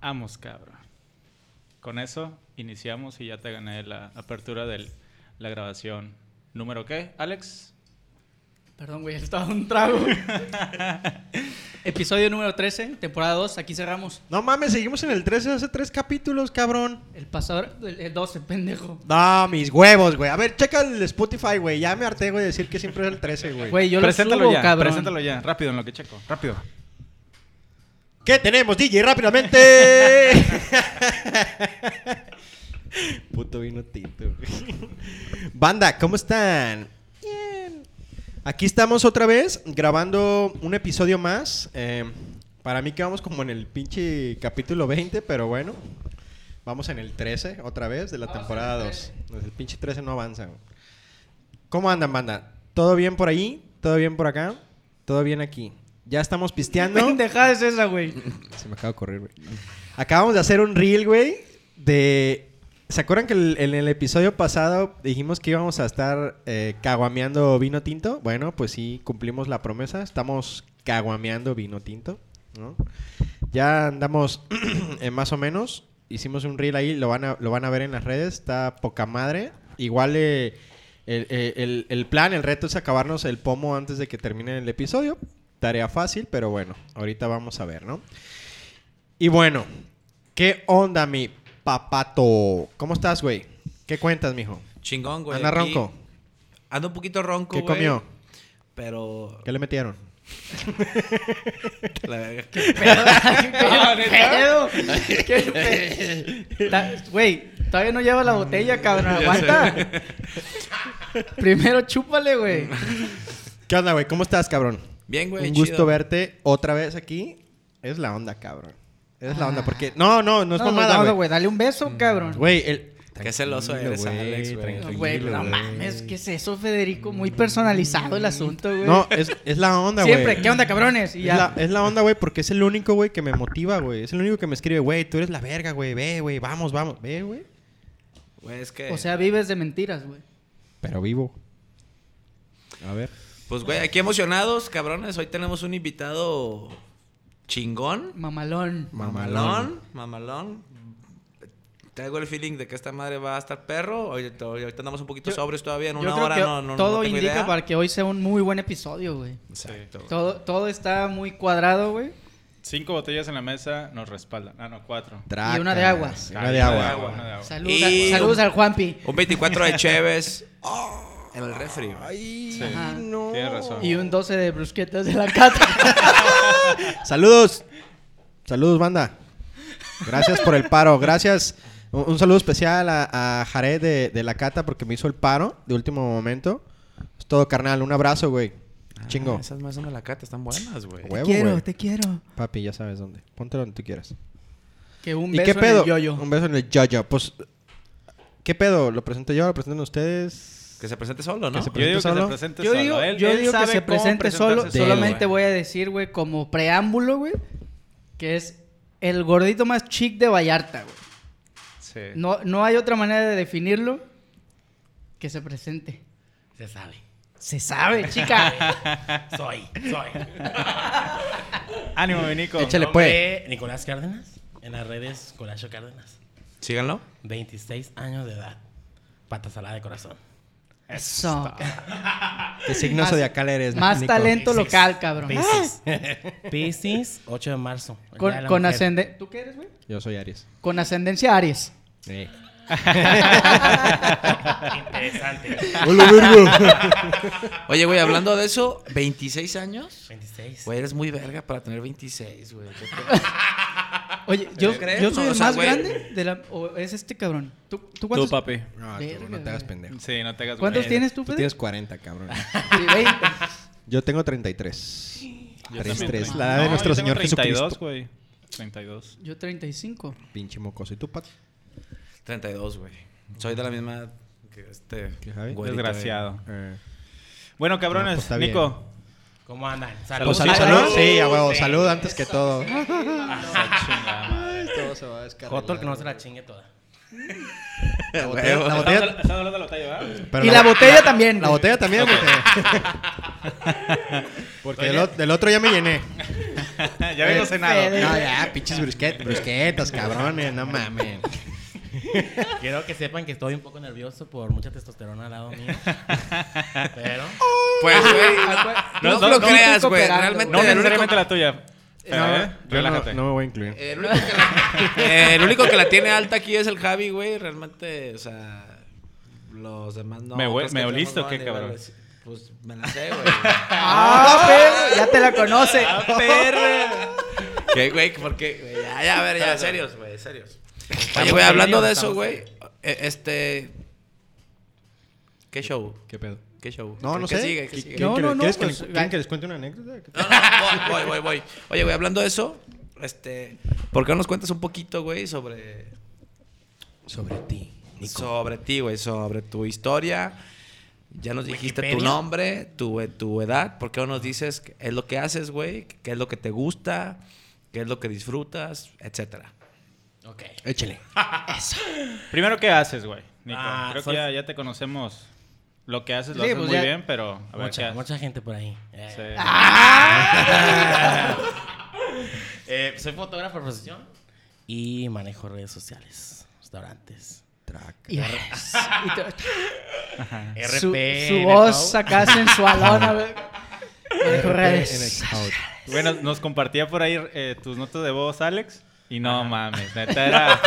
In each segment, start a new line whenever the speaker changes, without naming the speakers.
Vamos, cabrón. Con eso iniciamos y ya te gané la apertura de la grabación. ¿Número qué, Alex?
Perdón, güey, estaba un trago. Episodio número 13, temporada 2, aquí cerramos.
No mames, seguimos en el 13 hace tres capítulos, cabrón.
El pasador, el, el 12, pendejo.
No, mis huevos, güey. A ver, checa el Spotify, güey. Ya me harté, güey, de decir que siempre es el 13, güey.
Güey, yo lo
preséntalo
subo,
ya,
cabrón.
preséntalo ya, rápido en lo que checo, rápido.
¿Qué tenemos, DJ? Rápidamente. Puto vino tinto. güey. Banda, ¿cómo están? Bien. Aquí estamos otra vez grabando un episodio más. Eh, para mí que vamos como en el pinche capítulo 20, pero bueno. Vamos en el 13 otra vez de la
Vamos en el
temporada 2. El pinche 13 no avanza. güey. ¿Cómo andan, banda? ¿Todo bien por ahí? ¿Todo bien por acá? ¿Todo bien aquí? Ya estamos pisteando.
Pendejada es esa, güey.
Se me acaba de correr, güey. Acabamos de hacer un reel, güey, de... ¿Se acuerdan que el- en el episodio pasado dijimos que íbamos a estar eh, caguameando vino tinto? Bueno, pues sí, cumplimos la promesa. Estamos caguameando vino tinto, ¿no? Ya andamos eh, más o menos. Hicimos un reel ahí, lo van a, lo van a ver en las redes. Está poca madre. Igual eh, el, el- el- el plan, el reto es acabarnos el pomo antes de que termine el episodio. Tarea fácil, pero bueno, ahorita vamos a ver, ¿no? Y bueno, ¿qué onda, mi papato? ¿Cómo estás, güey? ¿Qué cuentas, mijo?
Chingón, güey.
Anda
aquí.
ronco.
Ando un poquito ronco,
¿Qué
güey.
comió?
Pero...
¿Qué le metieron?
la verga.
Ah,
pedo? ¿Qué pedo? Ta- Güey, todavía no lleva la
Mm,
botella, cabrón. Aguanta. Primero chúpale, güey.
¿Qué onda, güey? ¿Cómo estás, cabrón?
Bien, güey,
Un
chido.
gusto verte otra vez aquí. Es la onda, cabrón. Es la onda,
Ah.
porque... No, no, no es mamada,
no,
güey. Mm,
güey. Dale un beso, cabrón.
Güey, el...
Qué celoso
Tranquilo,
eres, Alex, güey.
tranquilo, Mm.
Güey, no mames, ¿qué es eso, Federico? Muy personalizado el asunto, güey.
No, es, es la onda, güey.
Siempre, ¿qué onda, cabrones? Y
Es
ya.
la, es la onda, güey, porque es el único, güey, que me motiva, güey. Es el único que me escribe, güey, tú eres la verga, güey. Ve, güey, vamos, vamos. Ve, güey.
Güey, es que...
O sea, vives de mentiras, güey.
Pero vivo. A ver.
Pues, güey, aquí emocionados, cabrones. Hoy tenemos un invitado chingón.
Mamalón.
Mamalón.
Mamalón. Traigo el feeling de que esta madre va a estar perro. Ahorita, ahorita andamos un poquito sobres todavía. En
Yo
una
creo
hora
que
no, no,
todo
no tengo
indica
idea.
para que hoy sea un muy buen episodio, güey.
Exacto. güey.
Todo, todo está muy cuadrado, güey.
Cinco botellas en la mesa nos respaldan. Ah, no, cuatro. Ah,
Traca.
Y una de aguas.
Una de agua.
una de agua.
Saludos,
Y-
a- saludos al Juanpi.
Un 24 de Cheves. Oh, en el refri, güey.
Ay,
Sí.
Ajá.
no.
Tienes razón.
Y un 12 de brusquetas de la cata.
Saludos. Saludos, banda. Gracias por el paro. Gracias. Un, un saludo especial a, a Jared de, de La Cata porque me hizo el paro de último momento. Es todo, carnal. Un abrazo, güey. Chingo.
Ah, esas más son de la cata. Están buenas, güey.
Huevo, güey.
quiero.
Papi, ya sabes dónde. Póntelo donde tú quieras.
Que un
¿Y
beso
qué pedo?
en el yoyo.
Un beso en el yoyo. Pues, ¿qué pedo? ¿Lo presento yo? ¿Lo presentan ustedes?
Que se presente solo, ¿no?
se
Yo digo que
solo?
se presente
Yo
solo.
digo,
Él-
yo
él
digo que
sabe
se
cómo
presente
presentarse
solo.
solo,
Solamente
güey.
voy a decir, güey, como preámbulo, güey, que es el gordito más chic de Vallarta, güey.
Sí.
No, no hay otra manera de definirlo que se presente.
Se sabe.
Se sabe, chica.
Soy, soy.
Ánimo, Vinico.
Échale, pues.
Nombre, Nicolás Cárdenas. En las redes, Colacho Cárdenas.
Síganlo.
26 años de edad. Pata salada de corazón.
Eso.
¿Qué signo
Más-
zodiacal eres?
Más
Nico?
talento
Piscis.
local, cabrón. Ah,
Piscis. Piscis, 8 de marzo. el Día de
Con,
la
con
Mujer.
ascende- ¿Tú qué eres, güey?
Yo soy Aries.
Con ascendencia Aries.
Sí.
Interesante.
Oye, güey, hablando de eso, 26 años.
26.
Güey, eres muy verga para tener 26, güey. ¿Qué pedo?
Oye, yo,
¿Crees?
yo soy
No,
el
o sea,
más
güey.
grande de la... ¿O es este cabrón? ¿Tú, tú
Tú,
cuántos,
papi.
No,
Verga,
tú no te hagas
güey.
pendejo.
Sí, no te hagas
¿cuántos
güey.
tienes tú,
Tú
Fede?
tienes 40, cabrón.
Sí, 20.
Yo tengo 33.
Yo
33,
también tengo-
la edad de
No,
nuestro
yo
Señor
tengo 32,
Jesucristo.
güey. 32.
Yo 35.
Pinche mocoso. ¿Y tú, Pat?
32, güey. Soy de la misma que este.
Que Javi.
güerito,
Desgraciado.
güey.
Eh,
Bueno,
No,
cabrones,
pues, está bien.
Nico.
¿Cómo andan?
Pues,
¿Salud?
¿Salud? Ah, Sí, a huevo. Salud antes que todo.
Esa chingada.
Todo se va a
Joto el que no se la chingue toda.
La botella, la
Estamos
botella-
habla- estamos hablando de la botella, ¿verdad?
pero
y la, botella también.
La
güey.
botella también, porque- Porque del, o- del otro ya me llené.
ya vengo
Eh,
cenado.
Fede.
No, ya, pinches brusquet- brusquetas, cabrones, no mamen.
Quiero que sepan que estoy un poco nervioso por mucha testosterona al lado mío. Pero.
Pues, güey,
Acu-
no,
No,
no,
no,
lo
no
creas,
estoy
güey.
cooperando,
Realmente,
No
güey.
el, único,
necesariamente la tuya. Pero,
No,
eh,
yo no,
relájate.
no me voy a
Eh,
incluir.
el único que la, el único que la tiene alta aquí es el Javi, güey. Realmente, o sea, los demás no.
Me hue-
¿Crees
me
que
oliste o
tenemos
qué,
buenos
cabrón?
niveles? Pues me la sé, güey.
Ah, perro, ya te la conoce.
¿Qué, güey? ¿Por qué? güey? Ya, ya, a ver, ya, serios, güey, serios. Oye, güey, hablando de eso, güey, eh, este... ¿Qué show?
¿Qué pedo?
¿Qué show?
No, no
¿Qué
sé.
sigue? ¿Qué
¿Qui-
sigue?
quieren
No,
que-
no, no,
¿Quieres que
pues,
les- quieren
va-
que les cuente una anécdota?
No, no, voy, voy, voy, voy. Oye, güey, hablando de eso, este... ¿Por qué no nos cuentas un poquito, güey, sobre...
Sobre ti.
Sobre ti, güey, sobre tu historia. Ya nos dijiste tu
Wikipedia.
nombre, tu, eh, tu edad. ¿Por qué no nos dices qué es lo que haces, güey? ¿Qué es lo que te gusta? ¿Qué es lo que disfrutas? Etcétera.
Ok.
Échale.
Primero, ¿qué haces, güey? Nico,
Ah,
creo
soy-
que ya, ya te conocemos. Lo que haces lo
Sí,
haces
pues
muy
ya-
bien, pero a ver qué
Mucha,
haces.
mucha gente por ahí. Eh.
Sí.
Eh, soy fotógrafo de profesión y manejo redes sociales, restaurantes.
Yes. Y te-
RP.
su, su
en
voz
el
acá sensualona, güey. Manejo
En
redes.
Xcode.
Bueno, nos compartía por ahí eh, tus notas de voz, Alex. Y no mames, neta era.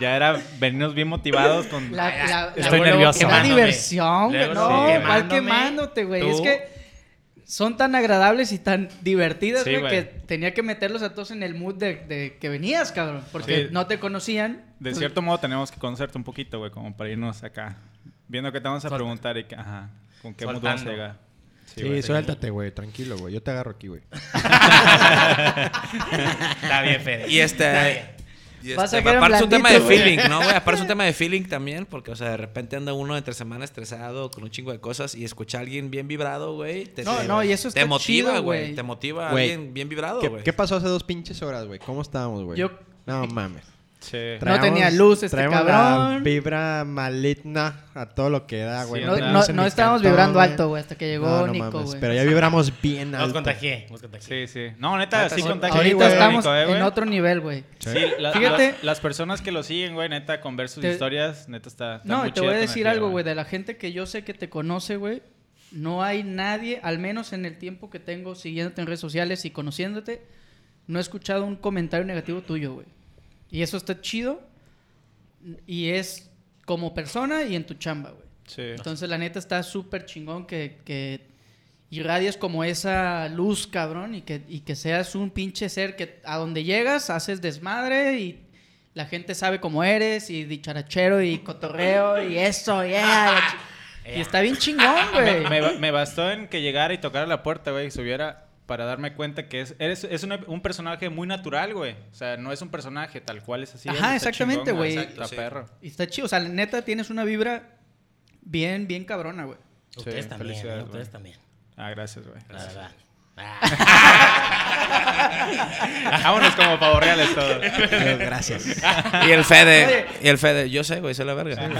ya era venirnos bien motivados con.
La, la, la-
Estoy
la-
nervioso.
La
Quemándome.
diversión, güey.
Luego
No,
sí,
mal
quemándome.
quemándote, güey. Es
Tú.
que son tan agradables y tan divertidas,
Sí,
güey,
güey.
que tenía que meterlos a todos en el mood de, de que venías, cabrón. Porque
Sí.
no te conocían.
De cierto modo, tenemos que conocerte un poquito, güey, como para irnos acá. Viendo qué te vamos a preguntar y que, ajá, con qué mood vamos a
Soltando.
llegar.
Sí,
güey.
suéltate, güey. Tranquilo, güey. Yo te agarro aquí, güey.
Está bien, Fede.
Y este. y
Vas a
este,
quedar
aparte es un tema de
blandito, güey.
feeling, ¿no, güey? Aparte es un tema de feeling también, porque, o sea, de repente anda uno entre semana estresado con un chingo de cosas y escucha a alguien bien vibrado, güey. te-
No,
te-
no, y eso
Te
está
motiva,
chido,
güey.
güey.
Te motiva a
Güey,
alguien bien vibrado,
¿Qué,
güey.
qué pasó hace dos pinches horas, güey? ¿Cómo estábamos, güey?
Yo-
No mames.
Sí.
No tenía luz este
traemos La
cabrón.
vibra maligna a todo lo que da, güey.
Sí,
No,
andamos
no-
en
no
mi
estábamos
cantón,
vibrando
güey.
alto, güey, hasta que llegó
No, no
Nico,
mames,
güey.
Pero ya vibramos bien alto.
Nos contagié, nos contagié.
Sí, sí. No, neta,
Neta,
sí
sí.
contacta
Ahorita
güey.
estamos
eh, güey.
en otro nivel, güey.
Sí,
Sí.
la-
Fíjate.
la- las personas que lo siguen, güey, neta, con ver sus
Te-
historias, neta está. está
No,
muy
y te voy a
chida tu
decir
energía,
algo, güey. De la gente que yo sé que te conoce, güey, no hay nadie, al menos en el tiempo que tengo siguiéndote en redes sociales y conociéndote, no he escuchado un comentario negativo tuyo, güey. Y eso está chido. Y es como persona y en tu chamba, güey.
Sí.
Entonces, la neta está súper chingón que, que irradies como esa luz, cabrón, y que, y que seas un pinche ser que a donde llegas haces desmadre y la gente sabe cómo eres, y dicharachero, y cotorreo, y eso, yeah. la chi- Y está bien chingón, güey.
Me, ba- me bastó en que llegara y tocara la puerta, güey, y subiera para darme cuenta que es, eres, es una- un personaje muy natural, güey. O sea, no es un personaje tal cual es así.
Ajá,
él está
exactamente,
chingón,
güey.
Está
Exacto, sí.
perro.
Y está chido, o sea, la neta tienes una vibra bien, bien cabrona, güey.
Ustedes
Sí,
también,
felicidades,
¿eh? ustedes
güey.
también.
Ah, gracias, güey.
La verdad. Ah,
Vámonos como pavorreales todos.
Gracias.
Y el Fede.
Oye.
Y el Fede. Yo sé, güey, soy la verga.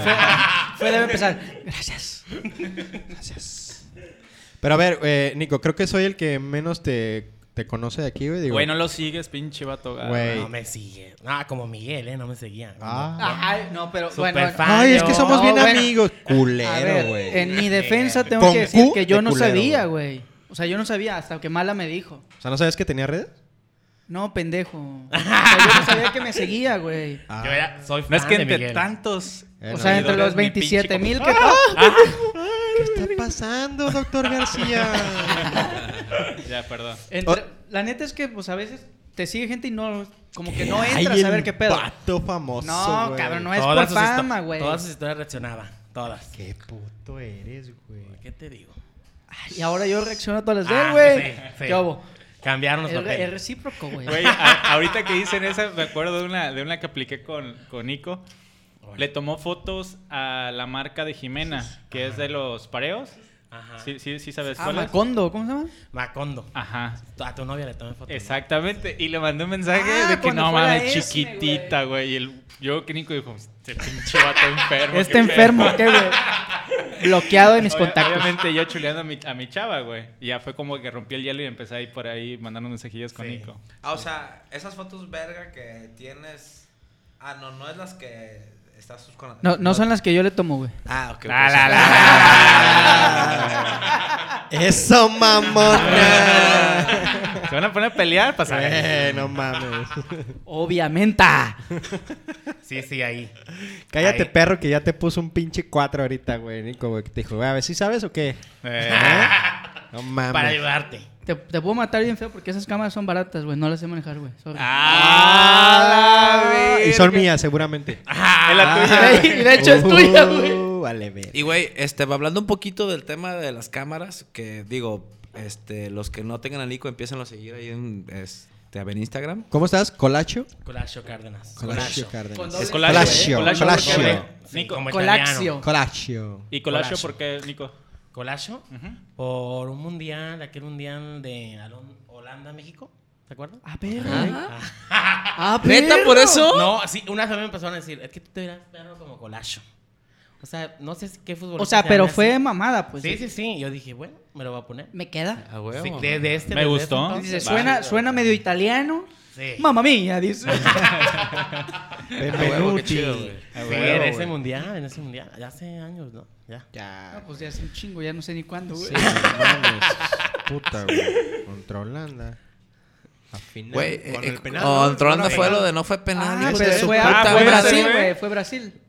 Fue, debe empezar. Gracias.
Pero a ver, eh, Nico, creo que soy el que menos te, te conoce de aquí, güey. digo.
Güey, no lo sigues, pinche vato. ah. güey.
Güey.
no me sigue. Ah, como Miguel, ¿eh? No me seguía.
Ah.
Ay, no, pero
Súper
bueno.
fan.
Ay, es que somos
No,
bien
bueno.
amigos.
A
Culero,
ver,
güey.
En mi defensa tengo
Con
que decir
Q
que yo
de
no
culero,
sabía, güey. O sea, yo no sabía hasta que Mala me dijo.
O sea, ¿no sabías que tenía redes?
No, pendejo. O sea, yo no sabía que me seguía, güey.
Ah.
Yo era, soy fan
No es que
de
entre
Miguel.
tantos.
Eh,
O
no,
sea,
yo
entre los 27
27,000
mil que...
¡Ah! ¿Qué está pasando, doctor García?
Ya, perdón.
Entre-
Oh.
La neta es que, pues, a veces te sigue gente y no... Como que no
Ay,
entras a
el
ver qué pedo.
Pato famoso.
No,
güey.
cabrón, no es
Todas
por
sus histo-
fama, güey.
Todas sus historias reaccionaba. Todas.
Qué puto eres, güey.
¿Qué te digo?
Y ahora yo reacciono a todas las de él,
Ah,
Pues güey.
sí, sí.
¿Qué hubo?
Cambiaron los
Es re- es
papeles.
recíproco, güey.
Güey, a- ahorita que dicen esa, me acuerdo de una, de una que apliqué con, con Nico. Le tomó fotos a la marca de Jimena, que es de los pareos.
Ajá.
Sí, sí, sí sabes
Ah,
cuál es?
Macondo, ¿cómo se llama?
Macondo.
Ajá.
A tu novia le tomé foto.
Exactamente. Y le mandé un mensaje
Ah,
de que
cuando
no
fue la
mames,
ESME,
chiquitita, güey. Y el, yo que Nico dijo, este pinche vato enfermo.
Este
qué pedo".
enfermo, ¿qué, güey? bloqueado de mis
Obvia-
contactos.
Obviamente yo chuleando a mi, a mi chava, güey. Y ya fue como que rompí el hielo y empecé ahí por ahí mandando mensajillas con
Sí.
Nico.
Ah, o sea, esas fotos verga que tienes. Ah, no, no es las que estás sus- con
No, no son las que yo le tomo, güey.
Ah, ok.
La,
ok,
la,
sí.
Eso, mamona.
Se van a poner a pelear para saber.
Eh, no mames.
Obviamente.
Sí, sí, ahí.
Cállate,
Ahí.
perro, que ya te puso un pinche 4 ahorita, güey, Nico, güey. Que te dijo, güey, a ver, ¿sí sabes o qué? ¿Eh? No mames.
Para ayudarte.
Te, te puedo matar bien feo porque esas cámaras son baratas, güey. No las sé manejar, güey. Sorry.
¡Ah! la
y son
verga!
mías, seguramente. Ah.
Es la tuya.
Y de hecho es tuya, güey.
Uh, Vale, ver.
Y güey, este, hablando un poquito del tema de las cámaras, que digo, este, los que no tengan al Nico empiecen a seguir ahí en, este, en Instagram.
¿Cómo estás? ¿Colacho?
Colacho Cárdenas.
Con
Cárdenas.
doble-
Es Colacio.
Colacio.
güey. Colacio.
Colacio.
porque-
Sí,
Nico.
como
Colaxio.
italiano.
Colacho.
¿Y Colacio
Colacio.
por qué, Nico?
Colacho por un mundial, aquel mundial de Alon- Holanda, México. ¿Te acuerdas?
A ver, güey. Ah,
¿Neta
perro.
por eso?
No, sí, una vez me empezaron a decir, es que tú te verás perro como Colacho. O sea, no sé si- qué futbolista.
O sea,
se
pero
llame
fue
así.
mamada, pues.
sí, sí, sí. Yo dije, bueno, me lo voy a poner.
Me queda.
Ah, güey.
Sí, desde este.
Me
desde
gustó.
este
Dice,
entonces.
suena, suena medio italiano.
Sí.
Mamma mía, dice.
Ah,
Benvenuti.
Sí,
güey,
en
güey.
ese mundial, en ese mundial. Ya hace años, ¿no? Ya.
No,
Ya.
pues ya es un chingo, ya no sé ni cuándo, güey.
Sí, no mames. Puta, güey. Contra Holanda. Al final.
Güey, eh,
con
eh,
el penal. ¿no?
contra Holanda
Con el
fue
penal.
lo de no fue penal.
Ah,
hijo
pero
de su
fue,
Ah,
puta
fue
madre,
Brasil,
güey.
güey. Fue Brasil.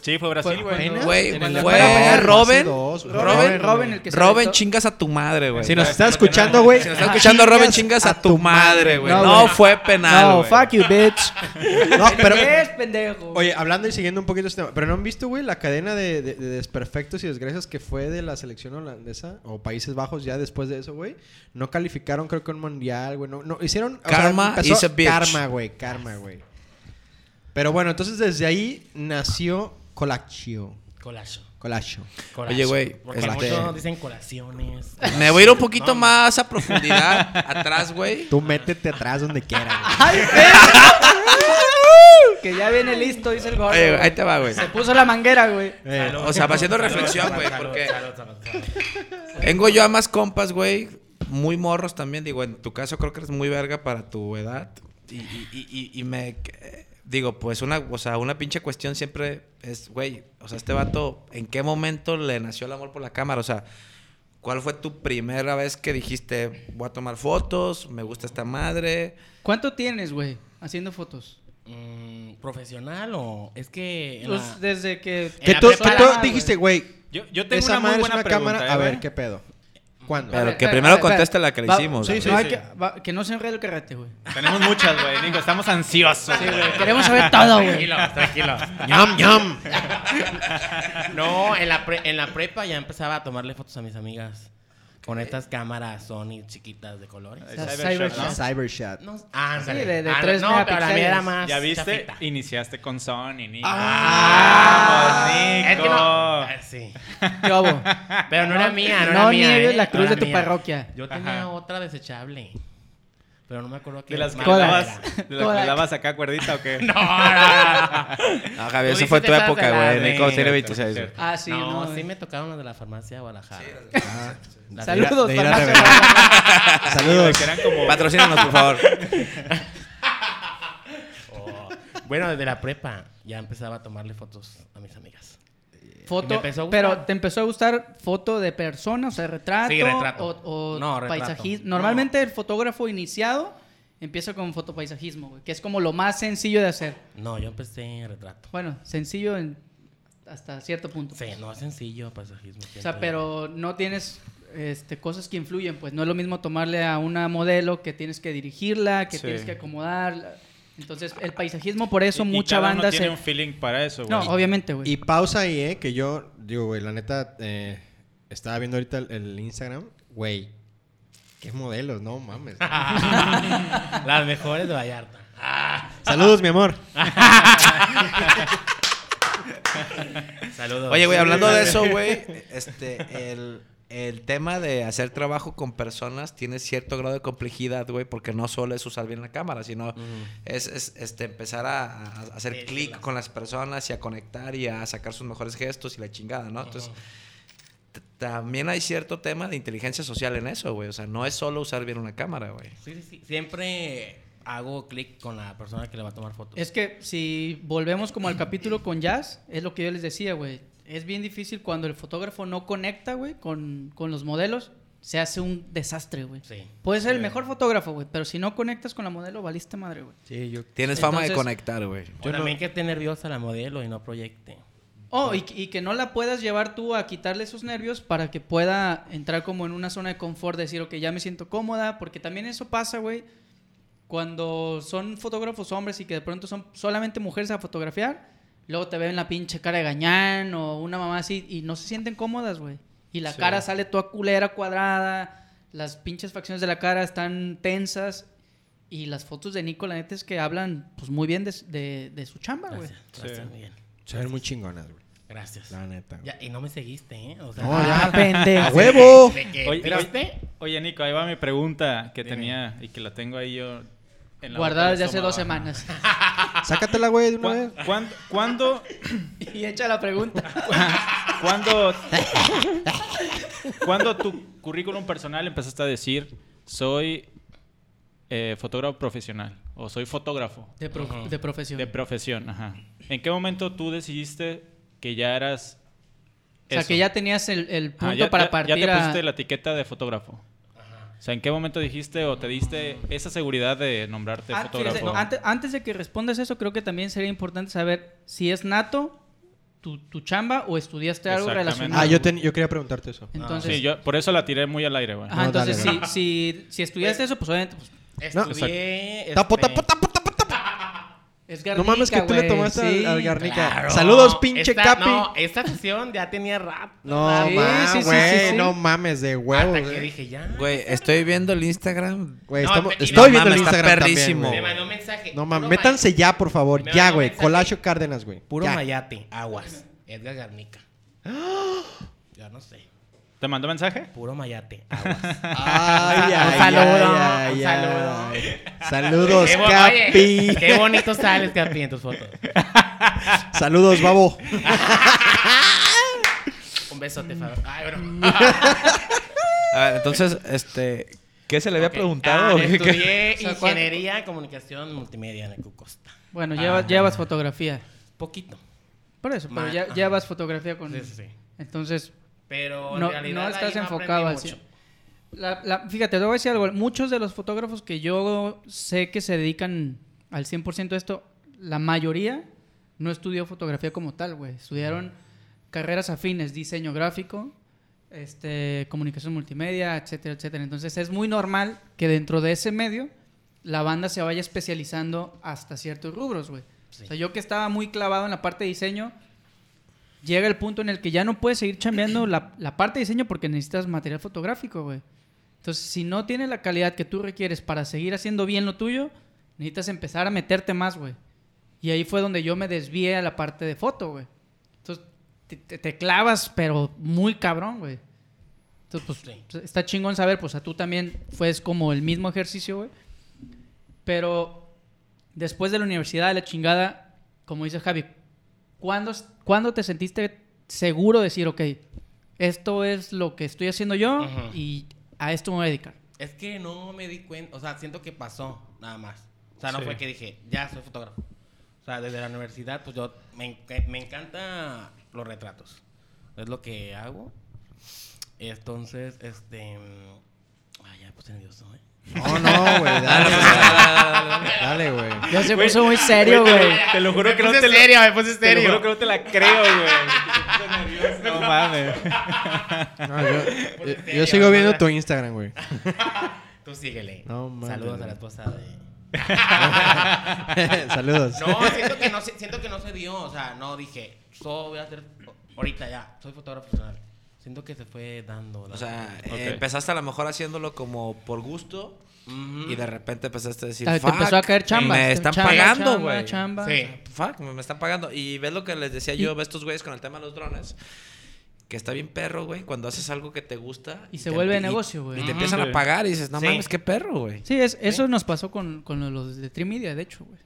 Sí, fue Brasil,
Fue-
güey.
fue-
Güey,
En el-
fue
para pegar.
Robin.
Hace dos,
Robin,
Robin,
Robin,
el que se
Robin,
aventó.
chingas a tu madre, güey.
Si nos estás escuchando, güey.
Si nos estás escuchando, Robin, chingas a tu madre, güey.
No,
No,
güey.
fue penal,
No,
güey.
fuck you, bitch.
No, pero.
¿Qué es, pendejo?
Oye, hablando y siguiendo un poquito este tema, ¿pero no han visto, güey, la cadena de, de- de desperfectos y desgracias que fue de la selección holandesa o Países Bajos ya después de eso, güey? No calificaron, creo que un mundial, güey. No, no, hicieron. o sea,
Karma
empezó-
is a bitch.
Karma, güey, karma, güey. Pero bueno, entonces desde ahí nació Colaccio.
Colacho.
Colacho.
Colacho.
Oye, güey,
Porque
este-
muchos dicen colaciones.
Me voy a ir un poquito
No,
más a profundidad atrás, güey.
Tú métete atrás donde quieras. güey.
¡Ay, perro! Que ya viene listo, dice el gordo.
Oye,
güey.
ahí te va, güey.
Se puso la manguera, güey.
Eh,
Salud.
o sea, va haciendo
Salud,
reflexión,
salud,
güey,
salud,
porque-
salud, salud, salud.
Tengo yo a más compas, güey. Muy morros también. Digo, en tu caso creo que eres muy verga para tu edad. Y, y- y- y- y me... eh, Digo, pues una, o sea, una pinche cuestión siempre es, güey, o sea, este vato, ¿en qué momento le nació el amor por la cámara? O sea, ¿cuál fue tu primera vez que dijiste, voy a tomar fotos, me gusta esta madre?
¿Cuánto tienes, güey, haciendo fotos?
Mm, ¿Profesional o...? Es que... en
Pues,
la-
desde que...
En
que
la
tú,
prepa
que tú
era, güey.
dijiste, güey,
Yo, yo tengo
esa
una muy
madre es
buena
una
pregunta,
cámara.
eh,
A
güey.
ver, ¿qué pedo? ¿Cuándo?
Pero
ver,
que
espera,
primero
a ver,
conteste la que le
va-
hicimos.
sí,
güey.
sí,
No, hay
sí.
que, va- que no se enrede el carrete, güey.
Tenemos muchas, güey, Nico. Estamos ansiosos.
Sí, güey. Queremos saber todo, güey.
Tranquilo, tranquilo.
¡Ñam, ñam!
No, en la, pre- en la prepa ya empezaba a tomarle fotos a mis amigas. Con estas cámaras Sony chiquitas de colores.
Ahí está, Cybershot,
Cyber Shot.
¿no?
Cybershot.
No, ah,
Sí, de- de
ah,
tres
no, pero la
megapíxeles.
mía era más
Ya viste,
chafita.
iniciaste con Sony, Nico.
Ah,
¡Vamos,
es que
Nico!
no- ah, sí.
¿Qué hubo?
Pero no era mía, no,
No
era mía.
niegues
¿eh?
la cruz
era
de tu parroquia.
Yo tenía
Ajá.
otra desechable. Pero no me acuerdo qué
¿De las que
marca
le
Kodak.
dabas-
era.
de las que le dabas acá cuerdita o qué?
No, no, no, no.
No, Javier,
Tú
esa fue tu
dijiste
época,
esas de
güey.
las
Nico
de-
tiene 26, güey.
Ah, sí,
no,
no.
sí
güey.
me tocaron las de la farmacia de Guadalajara. Las de-
Saludos,
de ir a
farmacia.
De
Saludos.
que eran como...
Patrocínanos, por favor.
Oh. Bueno, desde la prepa ya empezaba a tomarle fotos a mis amigas. Y me
Foto,
empezó a gustar.
pero te empezó a gustar foto de persona, o sea, retrato,
Sí, retrato.
o, o
No, retrato.
paisajismo.
No.
Normalmente el fotógrafo iniciado empieza con fotopaisajismo, güey, que es como lo más sencillo de hacer.
No, yo empecé en retrato.
Bueno, sencillo en- hasta cierto punto.
Sí, no es sencillo paisajismo.
O
siento
sea,
yo.
pero no tienes este, cosas que influyen, pues no es lo mismo tomarle a una modelo que tienes que dirigirla, que
Sí.
tienes que acomodarla. Entonces, el paisajismo, por eso
Y- y
mucha
cada uno
banda se...
tiene un feeling para eso, güey.
No, obviamente, güey.
Y pausa ahí, eh, que yo, digo, güey, la neta, eh, estaba viendo ahorita el, el Instagram, güey. Qué modelos, no mames.
Las mejores de Vallarta.
Saludos, mi amor.
Saludos.
Oye, güey, hablando de eso, güey, este, el, el tema de hacer trabajo con personas tiene cierto grado de complejidad, güey, porque no solo es usar bien la cámara, sino es, es, este, empezar a, a hacer
Sí, sí,
clic
las-
con las personas y a conectar y a sacar sus mejores gestos y la chingada, ¿no? Entonces, t- también hay cierto tema de inteligencia social en eso, güey. O sea, no es solo usar bien una cámara, güey.
Sí, sí, sí. Siempre hago clic con la persona que le va a tomar fotos.
Es que si volvemos como al capítulo con Jazz, es lo que yo les decía, güey. Es bien difícil cuando el fotógrafo no conecta, güey, con, con los modelos. Se hace un desastre, güey.
Sí.
Puedes ser el mejor fotógrafo, güey, pero si no conectas con la modelo, valiste madre, güey.
Sí, yo...
Tienes fama de
Entonces-
conectar, güey.
Yo también que esté nerviosa la modelo y no proyecte.
Oh, y, y que no la puedas llevar tú a quitarle esos nervios para que pueda entrar como en una zona de confort, decir, ok, ya me siento cómoda, porque también eso pasa, güey, cuando son fotógrafos hombres y que de pronto son solamente mujeres a fotografiar, luego te ven la pinche cara de gañán o una mamá así y no se sienten cómodas, güey. Y la cara sale toda culera, cuadrada, las pinches facciones de la cara están tensas y las fotos de Nico, la neta es que hablan pues muy bien de, s- de- de su chamba, güey.
Gracias. Gracias, Miguel.
Se ven muy chingonas, güey.
Gracias.
La neta. güey.
Ya, y no me seguiste, ¿eh? O sea,
No,
ah,
ya.
pendejo.
¡A huevo!
de que-
Oye,
¿Viste?
Oye, Nico, ahí va mi pregunta que
Dime.
tenía y que la tengo ahí yo en la boca
Guardada
del
desde hace dos
estómago.
semanas.
Sácatela, güey, de una vez.
¿Cuán- cuán- ¿Cuándo,
y echa la pregunta.
cuándo, cuándo tu currículum personal empezaste a decir soy eh, fotógrafo profesional o soy fotógrafo
De, pro-
Ajá.
de profesión.
de profesión? Ajá. ¿En qué momento tú decidiste que ya eras
o sea,
eso?
que ya tenías el, el punto
Ah, ya-
para
ya-
partir
Ya te pusiste
a-
la etiqueta de fotógrafo. O sea, ¿en qué momento dijiste o te diste esa seguridad de nombrarte
Ah, fíjate,
fotógrafo?
antes, antes de que respondas eso, creo que también sería importante saber si es nato tu, tu chamba o estudiaste algo
Exactamente. Ah,
relacionado.
Ah, yo, ten- yo quería preguntarte eso.
Entonces,
Sí, yo por eso la tiré muy al aire, güey.
ajá,
No, dale,
entonces
dale.
Si, si, si estudiaste eso, pues obviamente pues,
Estudié... este,
Tapo, tapo, tapo, tapo, tapo.
es
No
Guernica,
mames que tú le
güey,
tomaste al-
sí.
al Garnica.
claro.
Saludos, pinche
Esta-
Capi.
No, esta sesión ya tenía rap.
No,
Sí,
mames,
sí, sí,
güey,
sí, sí.
no mames de huevos.
Hasta que
güey.
dije, ya.
Güey, estoy viendo el Instagram.
Güey,
No,
estamos-
y no
estoy viendo
mames,
el
está
Instagram también,
perrísimo.
Me
güey.
mandó un mensaje.
No
Puro
mames,
ma-
métanse ya, por favor.
Me
Ya,
mandó
güey.
mensaje.
Colacho Cárdenas, güey.
Puro
Ya.
mayate. Aguas. Edgar Garnica. Ya no sé.
¿Te mandó mensaje?
Puro mayate. Aguas.
Ay,
Un
ay,
saludo,
ay,
un
ay,
saludo.
ay. Saludos,
Qué bo-
Capi.
oye, qué bonito sales, Capi, en tus fotos.
Saludos, babo.
Un besote, Fabio. Ay, bueno.
A ver, Ah, entonces, este. ¿Qué se le había
Ok.
preguntado?
Ah,
¿Qué- qué-
estudié
O sea, ¿cuál-
Ingeniería, Comunicación, Multimedia en el Cucosta.
Bueno,
Ah.
llevas, llevas fotografía.
Poquito.
Por eso, pero
Ma-
ya,
ajá.
llevas fotografía con...
Sí, sí, sí.
Entonces,
Pero en
no,
realidad
no
ahí
estás
no
enfocado al
aprendí
cien-
mucho.
La- la- fíjate, te voy a decir algo. Muchos de los fotógrafos que yo sé que se dedican al 100% a esto, la mayoría no estudió fotografía como tal, güey. Estudiaron carreras afines, diseño gráfico, este, comunicación multimedia, etcétera, etcétera. Entonces es muy normal que dentro de ese medio la banda se vaya especializando hasta ciertos rubros, güey.
Sí.
O sea, yo que estaba muy clavado en la parte de diseño, llega el punto en el que ya no puedes seguir chambeando la, la parte de diseño porque necesitas material fotográfico, güey. Entonces, si no tienes la calidad que tú requieres para seguir haciendo bien lo tuyo, necesitas empezar a meterte más, güey. Y ahí fue donde yo me desvié a la parte de foto, güey. Entonces, te, te- te clavas, pero muy cabrón, güey. Entonces, pues, está chingón saber, pues a tú también fue como el mismo ejercicio, güey. Pero después de la universidad, de la chingada, como dice Javi, ¿cuándo, cuándo te sentiste seguro de decir, ok, esto es lo que estoy haciendo yo
Ajá.
y a esto me voy a dedicar?
Es que no me di cuenta, o sea, siento que pasó, nada más. O sea, no
Sí.
fue que dije, ya soy fotógrafo. O sea, desde la universidad, pues yo me, enc- me encanta los retratos. Es lo que hago. Entonces, este. mm, Ay, ya me puse nervioso, ¿eh?
No, no, güey. Dale, güey. Dale, güey.
Ya se puso muy serio, güey.
Te lo juro
Me
que no
puse
te lo-
serio, me puse
Te lo juro
serio.
que no te la creo, güey. No mames.
No, yo,
Ponte
yo-
serio,
yo sigo viendo
mala.
tu Instagram, güey.
Tú síguele.
No mames.
Saludos a la esposa de.
Saludos.
No, siento que no, se- siento que no se dio. O sea, no dije, solo voy a hacer. Ahorita ya, soy fotógrafo profesional. Siento que se fue dando.
O sea,
Ok.
eh, empezaste a lo mejor haciéndolo como por gusto. Y de repente empezaste a decir,
Te- te
"Fuck,
empezó a caer chamba.
Me
Te-
están
chamba,
pagando,
chamba,
güey.
chamba.
Sí.
Fuck, me me están pagando. Y ves lo que les decía yo, ves estos güeyes con el tema de los drones. Que está bien perro, güey, cuando haces algo que te gusta.
Y se
te
vuelve
empie-
negocio, güey.
Y te
Ujú.
empiezan
Sí.
a pagar y dices, no
Sí.
mames, qué perro, güey.
Sí, es, eso nos pasó con, con lo- los de Trimedia, de hecho, güey.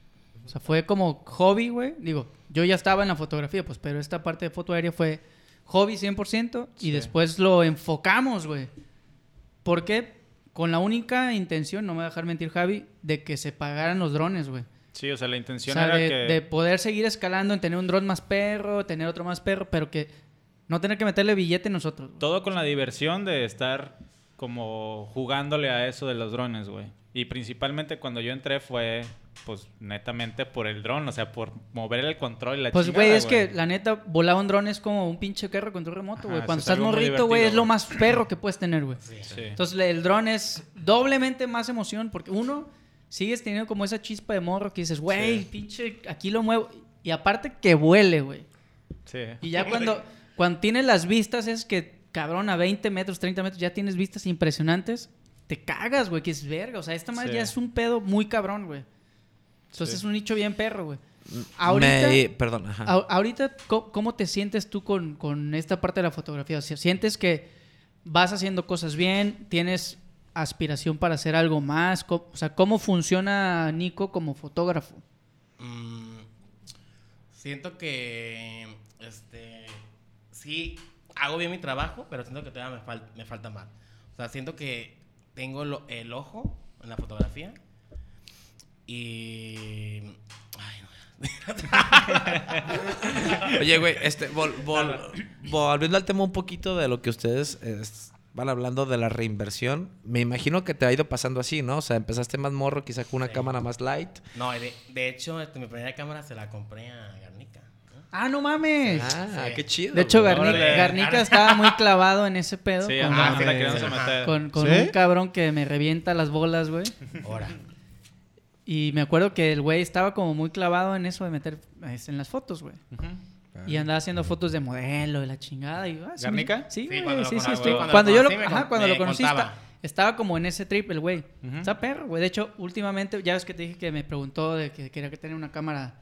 O sea, fue como hobby, güey. Digo, yo ya estaba en la fotografía, pues, pero esta parte de foto aérea fue hobby 100% y después lo enfocamos, güey. ¿Por qué? Con la única intención, no me va a dejar mentir Javi, de que se pagaran los drones, güey.
Sí, o sea, la intención
O sea,
era
de,
que...
de poder seguir escalando en tener un dron más perro, tener otro más perro, pero que no tener que meterle billete nosotros. güey.
Todo con la diversión de estar como jugándole a eso de los drones, güey. Y principalmente cuando yo entré fue, pues, netamente por el dron, o sea, por mover el control y la
Pues,
chingada,
güey, es que la neta, volar un dron es como un pinche carro con tu remoto,
Ajá,
güey.
eso
Cuando
es
estás
algo muy
morrito, güey, es
divertido,
lo más perro que puedes tener, güey.
Sí.
Entonces, le- el dron es doblemente más emoción porque uno sigues teniendo como esa chispa de morro que dices, güey, pinche, aquí lo muevo. Y aparte que vuele, güey.
Sí.
Y ya cuando, cuando tienes las vistas es que, cabrón, a 20 metros, 30 metros, ya tienes vistas impresionantes. Te cagas, güey, que es verga. O sea, esta madre
Sí.
ya es un pedo muy cabrón, güey. Entonces es un nicho bien perro, güey.
Me- Perdón, ajá.
Au- Ahorita, co- ¿cómo te sientes tú con, con esta parte de la fotografía? O sea, ¿Sientes que vas haciendo cosas bien? ¿Tienes aspiración para hacer algo más? Co- O sea, ¿cómo funciona Nico como fotógrafo?
Mm, siento que. Este. Sí, hago bien mi trabajo, pero siento que todavía me, fal- me falta más. O sea, siento que tengo lo- el ojo en la fotografía. Y. Ay, no.
Oye, güey, este, vol- vol- volviendo al tema un poquito de lo que ustedes es- van hablando de la reinversión, me imagino que te ha ido pasando así, ¿no? O sea, empezaste más morro, quizá con una cámara más light.
No, y de, de hecho, este, mi primera cámara se la compré a Garnica. ¿no?
¡Ah, no mames!
Ah,
Sí.
qué chido.
de hecho,
güey.
Garni-
Órale.
Garnica estaba muy clavado en ese pedo
Sí, Ah,
con,
anda- anda
sí, sí,
queriéndose
ajá.
meter.
con- con
¿Sí?
un cabrón que me revienta las bolas, güey.
Ahora.
Y me acuerdo que el güey estaba como muy clavado en eso de meter este, en las fotos, güey. Y andaba haciendo fotos de modelo, de la chingada. Y, ah, sí,
¿Garnica?
me- Sí,
Sí,
güey, sí,
cuando lo
sí,
conocí,
estoy-
cuando
Cuando,
lo
yo lo,
conocí, me
ajá,
con-
cuando
me
lo conocí,
contaba.
esta- estaba como en ese trip el güey.
Ujú.
Está perro, güey. De hecho, últimamente, ya ves que te dije que me preguntó de que quería que tener una cámara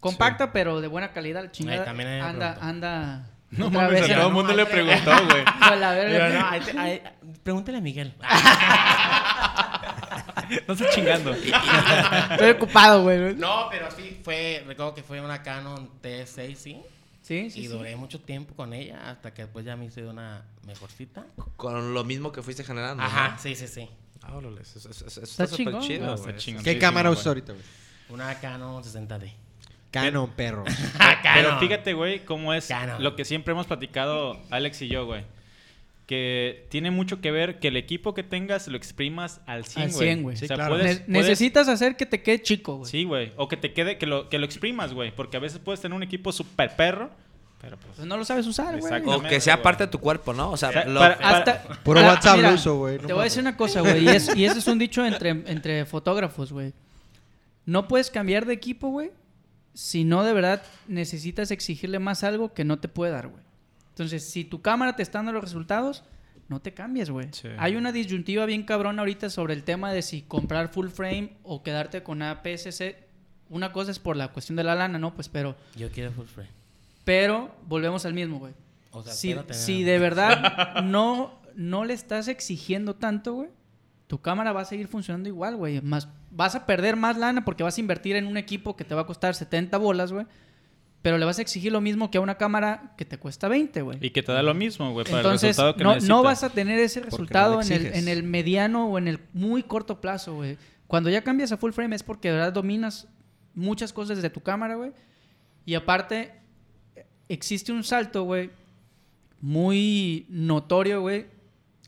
compacta, pero de buena calidad, la chingada.
Ay, también ahí me
anda,
preguntó.
anda.
No
otra
mames,
vez
a todo
en-
el mundo le preguntó, güey.
Hijo de la verga.
Pero no, ahí te- ahí- pregúntale a Miguel.
No estás chingando.
Estoy ocupado, güey.
No, pero sí, fue, recuerdo que fue una Canon T6, sí.
Sí,
y
sí, sí.
duré mucho tiempo con ella hasta que después ya me hice de una mejorcita.
Con lo mismo que fuiste generando.
Ajá, sí, sí, sí.
¿no? Ah, órale, eso, eso- eso- eso
Está
está súper
chingón,
chido.
güey.
güey.
Está chingón.
¿Qué
Sí,
cámara
sí,
usas
güey.
ahorita, güey?
Una Canon 60D.
Canon, perro.
Pero
Canon.
fíjate, güey, cómo es
Canon.
lo que siempre hemos platicado Alex y yo, güey. Que tiene mucho que ver que el equipo que tengas lo exprimas al 100,
Al
güey.
100, güey.
O
Sí,
sea,
claro.
Ne-
puedes- puedes-
Necesitas hacer que te quede chico, güey.
Sí, güey. O que te quede, que lo, que lo exprimas, güey. Porque a veces puedes tener un equipo super perro, pero pues.
Pues no lo sabes usar, güey.
Exacto.
O que sea parte de tu cuerpo, ¿no? O sea,
O sea,
lo-
para-
Hasta,
Puro
Ahora,
WhatsApp lo uso, güey, no
te voy a
mames.
decir una cosa, güey. Y, es- y ese es un dicho entre, entre fotógrafos, güey. No puedes cambiar de equipo, güey, si no de verdad necesitas exigirle más algo que no te puede dar, güey. Entonces, si tu cámara te está dando los resultados, no te cambies, güey.
Sí.
Hay una disyuntiva bien cabrona ahorita sobre el tema de si comprar full frame o quedarte con APS-C. Una cosa es por la cuestión de la lana, ¿no? Pues, pero,
Yo quiero full frame.
pero volvemos al mismo, güey
O sea,
si,
quiero tener-
si de verdad no, no le estás exigiendo tanto, güey, tu cámara va a seguir funcionando igual, güey. Más, vas a perder más lana porque vas a invertir en un equipo que te va a costar 70 bolas, güey. Pero le vas a exigir lo mismo que a una cámara que te cuesta 20, güey.
Y que te da lo mismo, güey, para el
Entonces,
resultado que
no,
necesitas.
no vas a tener ese
Porque no
resultado
le
en, el,
exiges.
en el mediano o en el muy corto plazo, güey. Cuando ya cambias a full frame es porque de verdad dominas muchas cosas de tu cámara, güey. Y aparte, existe un salto, güey, muy notorio, güey.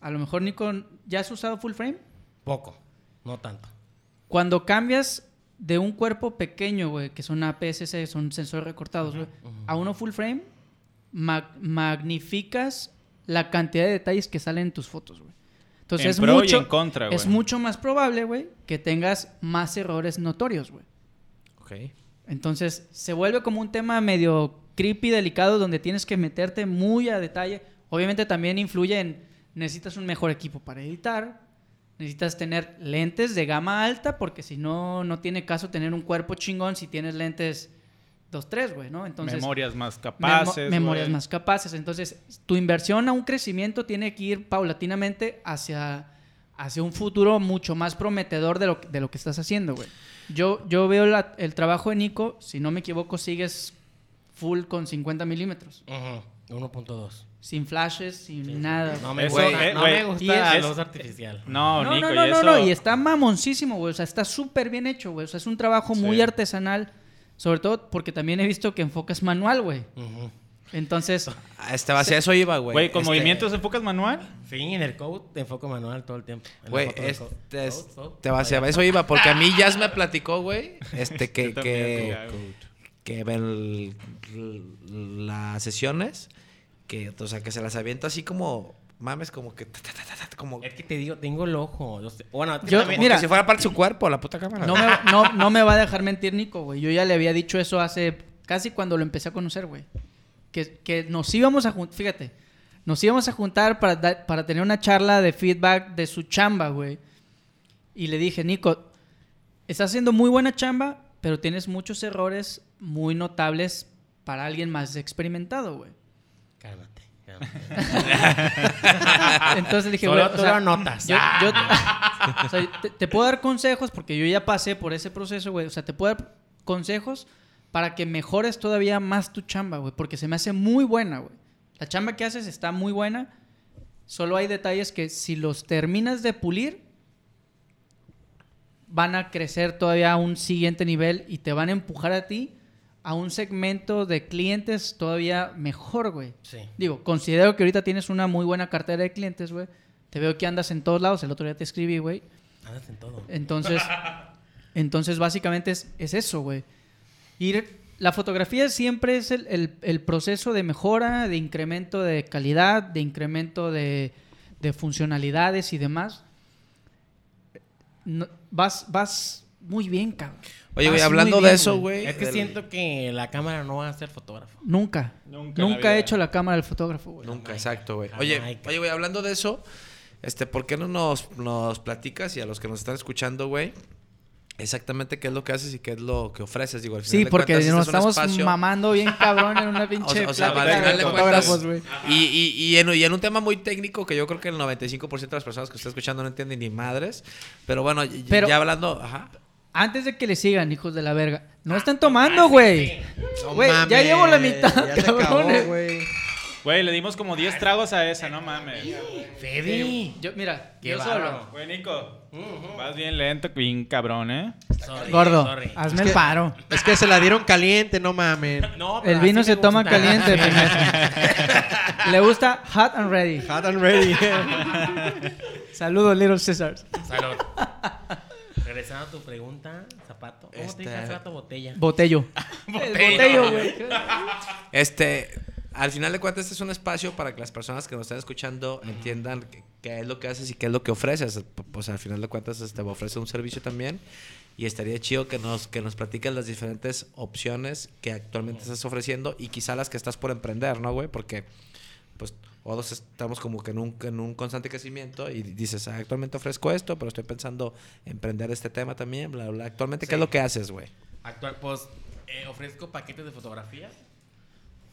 A lo mejor, Nikon, ¿ya has usado full frame?
Poco, no tanto.
Cuando cambias de un cuerpo pequeño, güey, que son APS-C, son sensores recortados, güey, a uno full frame, ma- magnificas la cantidad de detalles que salen en tus fotos, güey. Entonces
En
es
pro y
mucho,
en contra, güey.
es mucho más probable, güey, que tengas más errores notorios, güey.
Ok.
Entonces se vuelve como un tema medio creepy, delicado, donde tienes que meterte muy a detalle. Obviamente también influye en necesitas un mejor equipo para editar, necesitas tener lentes de gama alta, porque si no, no tiene caso tener un cuerpo chingón si tienes lentes 2-3, güey, ¿no? Entonces,
memorias más
memo-
capaces. güey.
memorias más capaces. Entonces, tu inversión a un crecimiento tiene que ir paulatinamente hacia, hacia un futuro mucho más prometedor de lo, de lo que estás haciendo, güey. Yo, yo veo la- el trabajo de Nico, si no me equivoco, sigues full con 50 milímetros.
Ujú, 1.2.
Sin flashes, sin nada.
No me
Eso,
gusta,
eh,
no
güey.
me
Y es-
gusta la
es-
luz artificial.
No,
No,
Nico,
no, no,
y
no,
eso...
no, y está mamoncísimo, güey. O sea, está súper bien hecho, güey. O sea, es un trabajo muy
Sí.
artesanal. Sobre todo porque también he visto que enfocas manual, güey.
Ujú.
Entonces,
Ah, Estaba hacia eso iba, güey.
Güey, con
Este,
movimientos enfocas manual.
Sí, en el code de enfoque manual todo el tiempo. En la
Güey,
foto del
este,
code.
es-
Code, code.
te va hacia eso iba, porque a mí Jazz me platicó, güey, este, que,
Yo también,
que,
ya, güey.
que ven l- las sesiones, que, o sea, que se las avienta así como, mames, como que, ta, ta, ta, ta, ta, como,
Es que te digo, tengo el ojo. Yo sé- Bueno, es que
Yo-
también-
como
mira.
que si fuera parte de su cuerpo, la puta cámara.
no me, no, no me va a dejar mentir Nico, güey. Yo ya le había dicho eso hace casi cuando lo empecé a conocer, güey. Que, que nos íbamos a juntar, fíjate, nos íbamos a juntar para, dar- para tener una charla de feedback de su chamba, güey. Y le dije, Nico, estás haciendo muy buena chamba, pero tienes muchos errores muy notables para alguien más experimentado, güey.
Cálmate. cálmate.
Entonces le dije,
Solo
güey,
tú lo anotas.
Yo, yo- o sea, te, te puedo dar consejos porque yo ya pasé por ese proceso, güey. O sea, te puedo dar consejos para que mejores todavía más tu chamba, güey. Porque se me hace muy buena, güey. La chamba que haces está muy buena. Solo hay detalles que si los terminas de pulir, van a crecer todavía a un siguiente nivel y te van a empujar a ti a un segmento de clientes todavía mejor, güey.
Sí.
Digo, considero que ahorita tienes una muy buena cartera de clientes, güey. Te veo que andas en todos lados. El otro día te escribí, güey.
Andas en todo.
Entonces, entonces básicamente es, es eso, güey. Ir, la fotografía siempre es el, el- el proceso de mejora, de incremento de calidad, de incremento de, de funcionalidades y demás. No- vas, vas muy bien, cabrón.
Ah, Oye, güey,
Vas muy
hablando de
bien,
eso, güey.
Es que
del-
siento que la cámara no va a ser fotógrafo.
Nunca.
Nunca
Nunca,
en la vida.
he hecho Pues la cámara del fotógrafo, güey.
Nunca,
Jamaica,
exacto, güey. Oye,
Jamaica.
oye, güey, hablando de eso, este, ¿por qué no nos, nos platicas y a los que nos están escuchando, güey? Exactamente qué es lo que haces y qué es lo que ofreces, digo, al final
Sí,
de
porque
cuentas, este
nos
es un
estamos
espacio-
mamando bien cabrón en una
O
pinche
sea, o sea,
plática
al final
de
de
fotógrafos,
cuentas-
güey.
y, y, y, en, y en un tema muy técnico que yo creo que el 95% de las personas que están escuchando no entienden ni madres. Pero bueno, y-
Pero-
ya hablando. Ajá.
Antes de que le sigan, hijos de la verga. No están tomando, güey. Güey, ya llevo la mitad,
Ya se acabó,
cabrones.
güey.
Güey, le dimos como 10 tragos a esa, no mames.
Fede.
Yo, mira,
Qué
yo
bárbaro.
solo.
Güey, Nico, vas bien lento, bien cabrón, ¿eh?
Sorry,
Gordo, Ah,
sorry.
hazme
Es que-
el paro.
Es que se la dieron caliente, no mamen.
No, pero
El vino
así
se
me
toma
gusta.
caliente, pendejo. Le gusta hot and ready.
Hot and ready.
Saludos, Little Scissors.
Salud. Regresando a tu pregunta, zapato. ¿Cómo
Este-
te dije hace rato botella?
Botello. El botello, güey.
Este. Al final de cuentas, este es un espacio para que las personas que nos están escuchando entiendan qué- qué es lo que haces y qué es lo que ofreces. Pues al final de cuentas, este, ofreces un servicio también. Y estaría chido que nos, que nos platiques las diferentes opciones que actualmente estás ofreciendo y quizá las que estás por emprender, ¿no, güey? Porque pues todos estamos como que en un, en un constante crecimiento y dices, "Ah, actualmente ofrezco esto, pero estoy pensando emprender este tema también, bla, bla. Actualmente, ¿qué es
Sí.
lo que haces, güey?
Actual, pues eh, ofrezco paquetes de fotografía.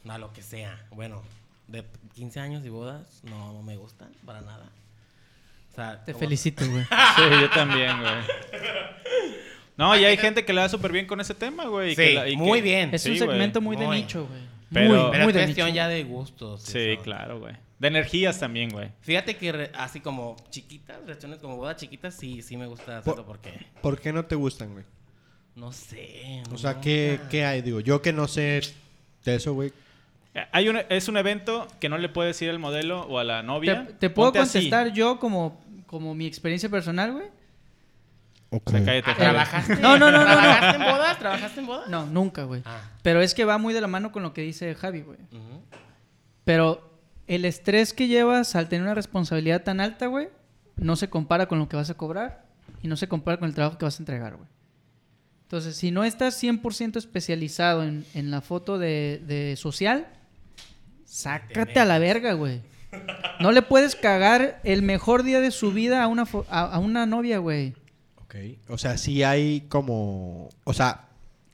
A lo que sea. Bueno, de 15 años y bodas no me gustan para nada. O sea,
Te
como-
felicito, güey.
Sí, yo también, güey. No, y hay gente que le da súper bien con ese tema, güey. y
Sí,
que la- y
muy
que-
bien.
Es un
Sí, güey.
segmento muy de
Muy.
nicho, güey.
Pero-
Muy,
Pero
muy
es
de
cuestión
nicho.
ya de gustos.
Sí,
eso.
claro, güey. De energías también, güey.
Fíjate que re- así como chiquitas, reacciones como bodas chiquitas, sí, sí me gusta hacerlo porque
¿Por qué no te gustan, güey?
no sé.
O sea,
no.
¿qué, qué hay? Digo, yo que no sé de eso, güey.
Eh, Hay un, es un evento que no le puedes ir al modelo o a la novia.
Te, te puedo
Ponte así.
contestar yo como, como mi experiencia personal, güey.
O sea, cállate,
Ah,
Javi.
¿Trabajaste?
No, no, no, no, no.
¿Trabajaste en bodas? ¿Trabajaste en bodas?
No, nunca, güey.
Ah.
Pero es que va muy de la mano con lo que dice Javi, güey.
Ujú.
Pero el estrés que llevas al tener una responsabilidad tan alta, güey, no se compara con lo que vas a cobrar y no se compara con el trabajo que vas a entregar, güey. Entonces, si no estás 100% especializado en, en la foto de, de social, sácate a la verga, güey. No le puedes cagar el mejor día de su vida a una, fo- a- a una novia, güey.
Ok. O sea, sí hay como... O sea,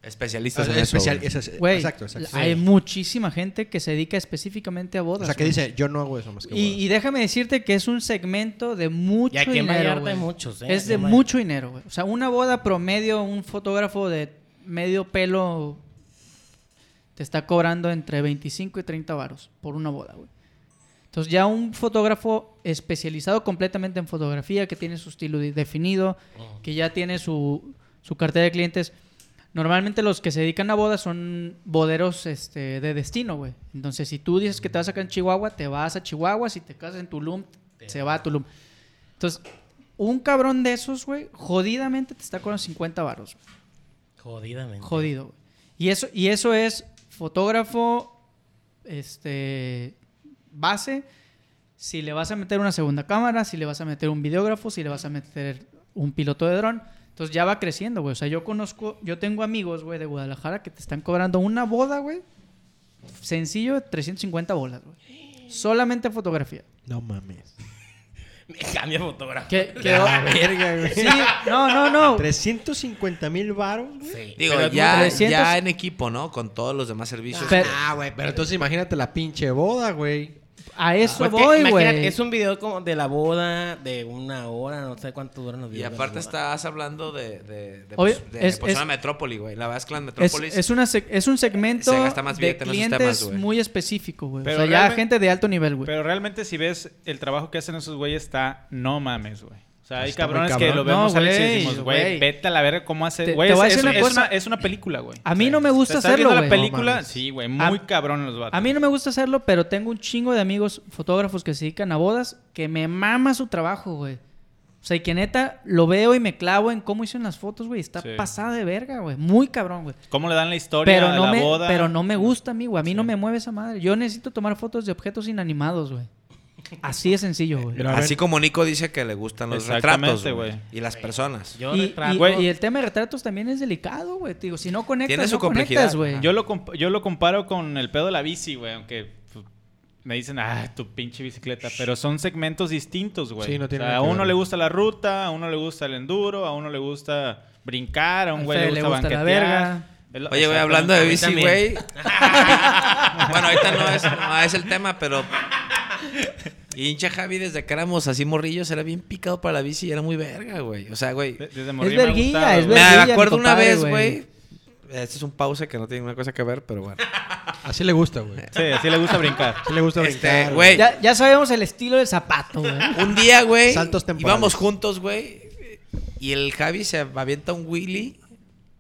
Especialistas en eso,
Ah, especial-
güey.
eso es-
Güey,
Eh, exacto, exacto.
hay muchísima gente que se dedica específicamente a bodas.
O sea, que
güey.
dice, yo no hago eso más que
Y, y déjame decirte que es un segmento de mucho
Y aquí en
dinero.
Vallarta
güey.
hay muchos, ¿eh?
Es
Aquí
de
en Vallarta.
mucho dinero, güey. O sea, una boda promedio, un fotógrafo de medio pelo te está cobrando entre 25 y 30 varos por una boda, güey. Entonces ya un fotógrafo especializado completamente en fotografía, que tiene su estilo de- definido,
Oh,
que ya tiene su, su cartera de clientes. Normalmente los que se dedican a bodas son boderos este, de destino, güey. Entonces, si tú dices que te vas acá en Chihuahua, te vas a Chihuahua. Si te casas en Tulum, se va a Tulum. Entonces, un cabrón de esos, güey, jodidamente te está con los 50 varos. güey.
Jodidamente.
Jodido, güey. Y eso, y eso es fotógrafo, este, base. Si le vas a meter una segunda cámara, si le vas a meter un videógrafo, si le vas a meter un piloto de dron. Entonces ya va creciendo, güey. O sea, yo conozco, yo tengo amigos, güey, de Guadalajara que te están cobrando una boda, güey. Sencillo, 350 bolas, güey. Solamente fotografía.
No mames.
Me cambia fotógrafo.
Que, que-
Verga, güey.
Sí, no, no, no.
350 mil baros, güey.
Sí.
Digo,
Pero-
ya,
300.
ya en equipo, ¿no? Con todos los demás servicios.
Pero-
Ah, güey, pero entonces imagínate la pinche boda, güey.
A eso
Pues que
voy,
imagínate,
güey.
Es un video como de la boda, de una hora, no sé cuánto duran los
y
videos. de la
aparte
boda.
estás hablando de, de, de,
Oye,
pues, de,
es-
pues,
es-
una metrópoli, güey. La verdad es que las
Es,
metrópolis...
es una sec- es un segmento
Se gasta más
de
billete en esos
clientes
temas, güey.
muy específico, güey. O
Pero
sea, ya
realmente-
gente de alto nivel, güey.
Pero realmente si ves el trabajo que hacen esos güeyes está no mames, güey. O
Pues
sea, hay
Está muy
cabrones que
cabrón.
lo vemos
No,
Alex, y
güey,
decimos,
güey.
güey, vete a la verga cómo hace.
Te-
Güey,
te
es,
voy a decir
es
una
una, es
cosa.
una- es una película, güey.
A mí no me gusta
¿Estás
hacerlo,
viendo
güey.
la película?
No mames.
sí, güey, muy
A-
cabrón los vatos.
A mí no me gusta hacerlo, pero tengo un chingo de amigos fotógrafos que se dedican a bodas que me mama su trabajo, güey. O sea, y que neta lo veo y me clavo en cómo hicieron las fotos, güey. Está
Sí.
pasada de verga, güey. Muy cabrón, güey.
¿Cómo le dan la historia
Pero
a
no,
la
me,
boda?
pero no me gusta a mí, güey. A mí no me mueve esa madre. Yo necesito tomar fotos de objetos inanimados, güey. Así de sencillo, güey.
Pero a ver-
Así como Nico dice que le gustan los
Exactamente,
retratos, güey.
güey.
Y las personas.
Yo
Y,
retrato-
y-
Güey.
y el tema de retratos también es delicado, güey. Te Digo, si no conectas,
Tiene su
no conectas,
complejidad,
güey.
Yo lo, comp- yo lo comparo con el pedo de la bici, güey, aunque pues, me dicen, ah, tu pinche bicicleta, pero son segmentos distintos, güey.
Sí, no tiene
o sea,
nada
a
que
uno
ver.
le gusta la ruta, a uno le gusta el enduro, a uno le gusta brincar, a un
Al
güey
Fede
le
le
gusta
gusta la
banquetear.
verga.
Es lo-
Oye, güey,
exactamente.
hablando de
a mí
bici,
también.
güey. bueno, ahorita no es, no es el tema, pero. Hincha Javi, desde que éramos así morrillos, era bien picado para la bici y era muy verga, güey. O sea, güey.
De- Desde
Es
morir me ha
verguilla,
gustado,
es
güey.
Me
verguilla. mi
acuerdo una
compadre,
vez,
güey.
güey. Este es un pause que no tiene una cosa que ver, pero bueno.
Así le gusta, güey.
Sí, así le gusta brincar.
Así le gusta
Este,
brincar.
güey.
Ya, ya sabemos el estilo del zapato, güey.
Un día, güey.
Saltos temporales.
Íbamos juntos, güey. Y el Javi se avienta un Willy.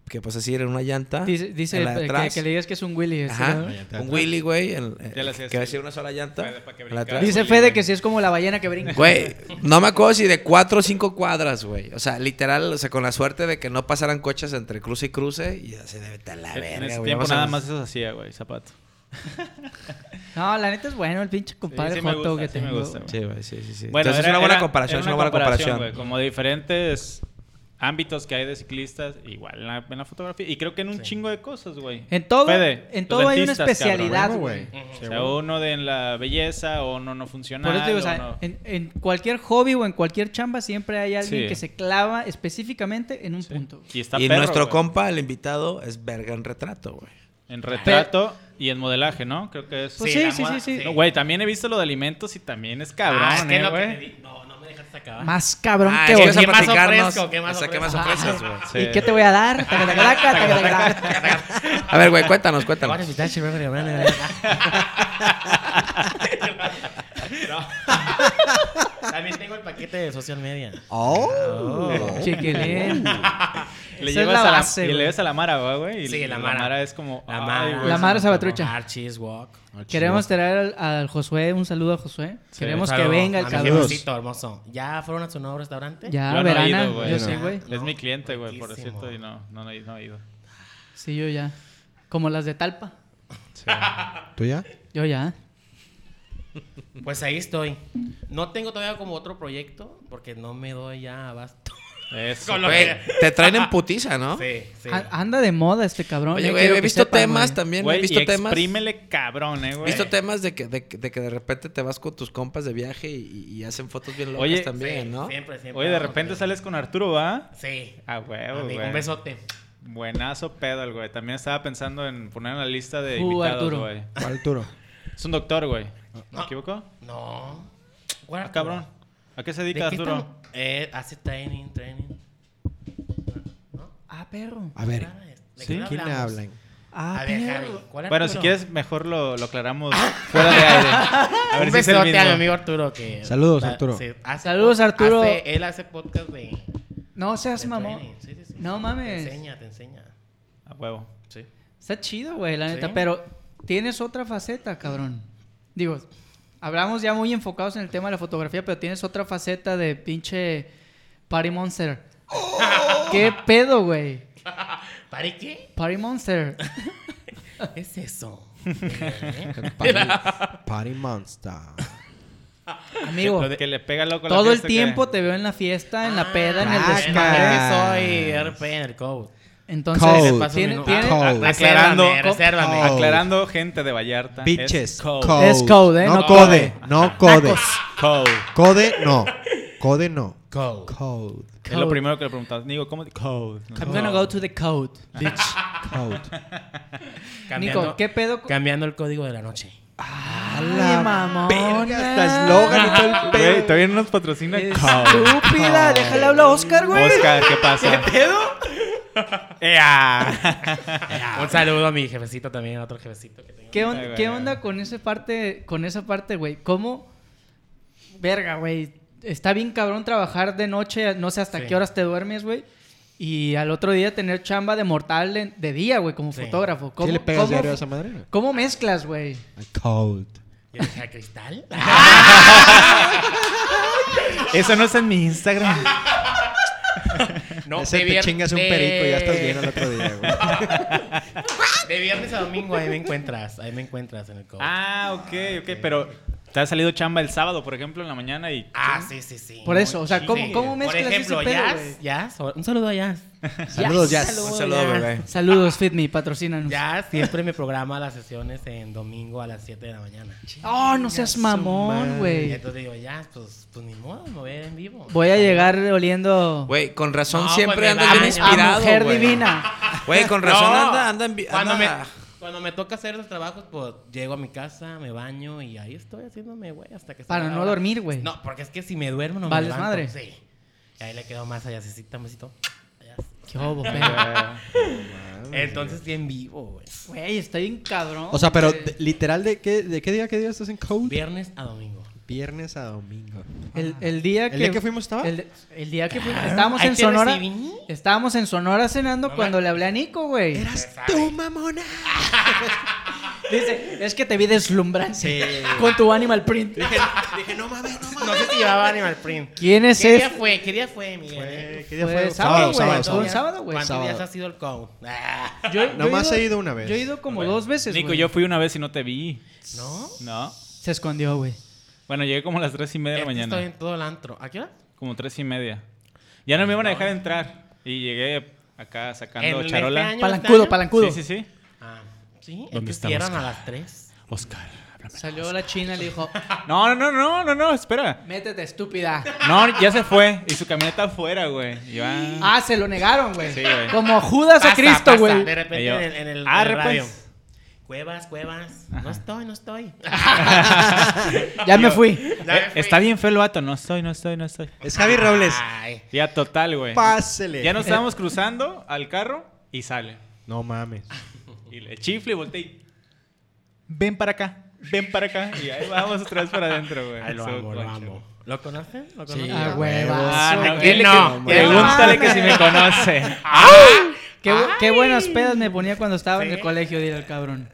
Que pues así era una llanta.
Dice, dice
en
el-
la de
que,
atrás.
que le digas que es un Willy. así,
Ajá.
¿no?
llanta de
Un
atrás.
Willy, güey. en- eh,
Ya la hacía
Que
así.
hacía una sola llanta.
Para- para que
la
brincara.
atrás.
Dice
Willy,
Fede
güey.
que si es como la ballena que brinca.
Güey, no me acuerdo si de cuatro o cinco cuadras, güey. O sea, literal, o sea, con la suerte de que no pasaran coches entre cruce y cruce. Y así de vete a la verga,
en ese
güey,
tiempo
vamos a-
nada más eso hacía, güey, zapato.
No, la neta es bueno el pinche compadre
Sí, sí me
Joto
gusta,
que
sí me
tengo.
gusta, güey.
Sí, güey, sí, sí, sí.
Bueno,
Entonces
era-
es una buena
era-
comparación,
era
es una buena comparación.
güey, como de diferentes ámbitos que hay de ciclistas, igual en la, en la fotografía. Y creo que en un chingo de cosas, güey.
En todo,
Fede,
en
los
todo hay una
dentistas, cabrón.
especialidad,
Bueno,
güey.
güey.
O sea, uno de en la belleza o no no funciona.
Por eso te digo, o sea, en, en cualquier hobby o en cualquier chamba siempre hay alguien
Sí.
que se clava específicarmente en un punto.
Y está
y
perro,
nuestro
güey.
compa, el invitado, es verga en retrato, güey.
En retrato y en modelaje, ¿no? Creo que es.
Pues
Sí,
sí,
la
sí,
moda,
sí, sí,
sí.
No, güey, también he visto lo de alimentos y también es cabrón,
Ah, es que
eh,
lo que
güey.
te di- No, no me dejaste acabar.
Más cabrón
Ah,
que
es que
vos.
vas a
¿Qué más
platicarnos,
ofrezco? ¿Qué más
o sea, ¿qué más
ofrezco?
ofreces, güey?
Sí.
¿Y qué te voy a dar? Tacatacalaca, tacatacalaca.
A ver, güey, cuéntanos,
Te voy a
cuéntanos.
necesitar, chingada, de verdad, de verdad. No. También tengo el paquete de social media.
Oh.
Oh,
Chiquilín.
Le
Esa es
llevas
la
a la,
base,
y le
güey.
llevas a la Mara, güey. y
Sí, la
La
Mara.
Mara es como.
La
ay,
Mara.
güey,
La
se
Mara
me
Salvatrucha.
Archie's Walk.
Queremos traer al, al Josué, un saludo a Josué. Queremos que
Saludo
venga el
a mi
cabrón.
jefecito hermoso. ¿Ya fueron a su nuevo restaurante?
Ya,
Yo no he
Ah, verana,
ido, güey.
yo
No.
sí, güey.
Es mi cliente, güey, por
Riquísimo.
cierto, y no, no, no, he- no he ido.
Sí, yo ya. Como las de Talpa.
¿Tú ya?
Yo ya.
Pues ahí estoy. No tengo todavía como otro proyecto porque no me doy ya abasto.
Eso.
Con lo
Güey,
que-
te traen en putiza, ¿no?
Sí, sí.
A- Anda de moda este cabrón.
Oye,
yo
güey,
quiero
he
que
visto
sepan,
temas
güey.
también,
Güey,
he
y
visto temas.
exprímele cabrón, eh, güey.
He visto temas de que, de, que- de que de repente te vas con tus compas de viaje y, y hacen fotos bien locas
Oye,
también,
Sí,
¿no?
Siempre, siempre.
Oye, de repente
sale.
sales con Arturo, ¿va?
Sí.
A huevo,
Amigo,
güey.
un besote.
Buenazo pedo, el güey. También estaba pensando en poner en la lista de
Uh,
invitados,
Arturo.
güey.
¿Cuál Arturo?
Es un doctor, güey.
Ah.
¿Me equivoco?
No.
Ah, cabrón. ¿A qué se dedica Arturo?
estamos? Eh, hace training, training.
Ah, perro.
A ver,
Ah, ¿de qué
¿de quién
hablamos?
hablan?
Ah,
A ver,
perro.
Javi, ¿cuál era
Bueno,
el
si
número?
quieres, mejor lo, lo aclaramos fuera de aire. A ver
Ah. un
si es el
besote a mi
mismo.
amigo Arturo. Que
Saludos,
Ah,
Arturo.
sí, hace-
Saludos, Arturo.
hace- él hace podcast de.
No seas
de
mamón.
training. Sí, sí, sí.
No mames.
Te enseña, te enseña.
A huevo.
Sí.
Está chido, güey, la neta.
Sí.
Pero tienes otra faceta, cabrón. Digo, hablamos ya muy enfocados en el tema de la fotografía, pero tienes otra faceta de pinche Party Monster. ¿Qué pedo, güey?
¿Para qué?
Party Monster.
¿Qué es eso?
¿Eh? Party, Party Monster.
Amigo,
Lo de que le pega loco a la
todo el
fiesta, ¿qué?
tiempo te veo en la fiesta, en la peda, en el
Ah,
desmadre.
claro.
Soy RP en el code.
Entonces,
Code.
tiene-
Paso
tiene-
minuto. Code.
Aclarando.
Aclarando.
Resérvame.
Code.
Aclarando gente de Vallarta.
Bitches.
Es code.
Code.
Es code, ¿eh?
No,
No
code. No code.
Code.
Code no. Code no.
Code.
Code.
Es lo primero que le preguntas. Digo, ¿cómo? te- Code. No.
I'm gonna go to the code.
Code.
Nico, ¿qué pedo? con-
Cambiando el código de la noche.
Ay,
la
mamona.
verga, hasta eslogan y todo el
Güey,
pedo.
todavía no nos patrocina Code.
Estúpida, déjale hablar a Oscar, güey.
Oscar, ¿qué pasa? ¿Qué pedo?
Un saludo a mi jefecito también, a otro jefecito que tengo.
¿Qué, on-
Ay, güey,
qué
güey.
onda con esa parte, con esa parte, güey? ¿Cómo? Verga, güey. Está bien cabrón trabajar de noche, no sé hasta
Sí.
qué horas te duermes, güey. Y al otro día tener chamba de mortal de, de día, güey, como
Sí.
fotógrafo. ¿Cómo,
¿Sí le pegas
cómo-
diario a esa madre?
cómo mezclas, güey?
Code.
Yo dije, ¿a cristal?
Eso no es en mi Instagram.
No,
Ese
de
te
vier-
chingas un
de-
perico y ya estás bien al otro día, güey.
De viernes a domingo ahí me encuentras, ahí me encuentras en el code.
Ah, ok, ok. Pero te ha salido chamba el sábado, por ejemplo, en la mañana y...
Ah, sí, sí, sí.
Por eso, o sea, ¿cómo-
Sí.
cómo mezclas
Por
ese
ejemplo,
pedo,
Jazz,
güey?
Jazz, un saludo a Jazz.
Saludos, Jazz.
Un saludo,
Jazz.
bebé.
Saludos, Fit Me, patrocínanos.
Jazz siempre me programa las sesiones en domingo a las 7 de la mañana.
Oh, no seas mamón,
Y
güey.
entonces digo, Jazz, pues, pues ni modo, me voy a ir en vivo.
Voy a llegar oliendo
Güey, con razón
No,
siempre
pues,
andas
me
bien
da- a
inspirado,
a mujer
güey.
divina.
Güey, con razón
No,
anda, anda, envi-
cuando, me,
anda-
cuando me toca hacer los trabajos, pues llego a mi casa, me baño y ahí estoy haciéndome, güey, hasta que... se
Para
me
no
abra.
dormir, güey.
No, porque es que si me duermo no
Vales
me levanto.
madre.
Sí. Y ahí le quedo más allá, sí, un besito. Allá.
Qué bobo, pero.
Entonces, bien vivo, güey.
Güey, está bien cabrón.
O sea, pero
güey.
de- literal, ¿de qué, ¿de qué día a qué día estás en Code?
Viernes a domingo.
Viernes a domingo.
El, el día
¿El
que...
día que fuimos estaba?
El, el día que fuimos... Estábamos
Ahí
en
te
Sonora...
recibí.
Estábamos en Sonora cenando
No
cuando
me-
le hablé a Nico, güey.
¡Eras
Este sabe.
tú, mamona!
Dice, es que te vi deslumbrante
Sí.
con tu Animal Print.
Dije, no mames, no mames.
Ah, No sé si llevaba Animal Print.
¿Quién es este?
¿Qué día
ese?
fue? ¿Qué día fue, Miguel?
¿Qué día
Fue
fue?
sábado, güey.
¿Cuántos
Fue un
días-
sábado, güey.
¿Cuántos días
Sábado.
ha sido el code? Ah,
Nomás he ido una vez.
Yo he ido como
Bueno.
dos veces,
Nico,
güey.
yo fui una vez y no te vi.
¿No?
No.
Se escondió, güey.
Bueno, llegué como a las tres y media de la
Es que
mañana.
Estoy en todo el antro. ¿A qué hora?
Como tres y media. Ya no me iban a dejar entrar. Y llegué acá sacando
¿En este
charola.
año,
Palancudo,
este año?
palancudo.
Sí, sí, sí.
Ah, sí.
¿Dónde
¿Dónde
está
cierran a
Oscar?
las 3.
Oscar.
Salió la china y le dijo,
Ah, No, no, no, no, no, no, espera.
métete, estúpida.
No, ya se fue. Y su camioneta afuera, güey. Y yo, ah.
Ah, se lo negaron, güey.
Sí, güey.
Como Judas a Cristo, güey.
De repente
Y yo,
en el, en el,
"Arre,
en el radio.
pues".
Cuevas, cuevas. No estoy, no estoy.
Ya me fui.
Eh, está bien feo el vato. No estoy, no estoy, no estoy.
Es Javi Robles.
Ay,
Ya total, güey.
Pásele.
Ya nos estábamos cruzando al carro y sale.
No mames.
Ah,
Y le chifle y volteé. y, Ven para acá, ven para acá. Y ahí vamos otra vez para adentro, güey.
ay, lo
Su
amo, lo
concha.
amo. ¿Lo conocen? ¿Lo
Sí,
conocen?
Ah,
a
huevo.
huevos.
Ah,
Ay,
no,
güey.
dile
no,
que-
no
pregúntale
mames.
que si me conoce.
Qué, bu- qué buenas pedas me ponía cuando estaba en el colegio, dile el cabrón.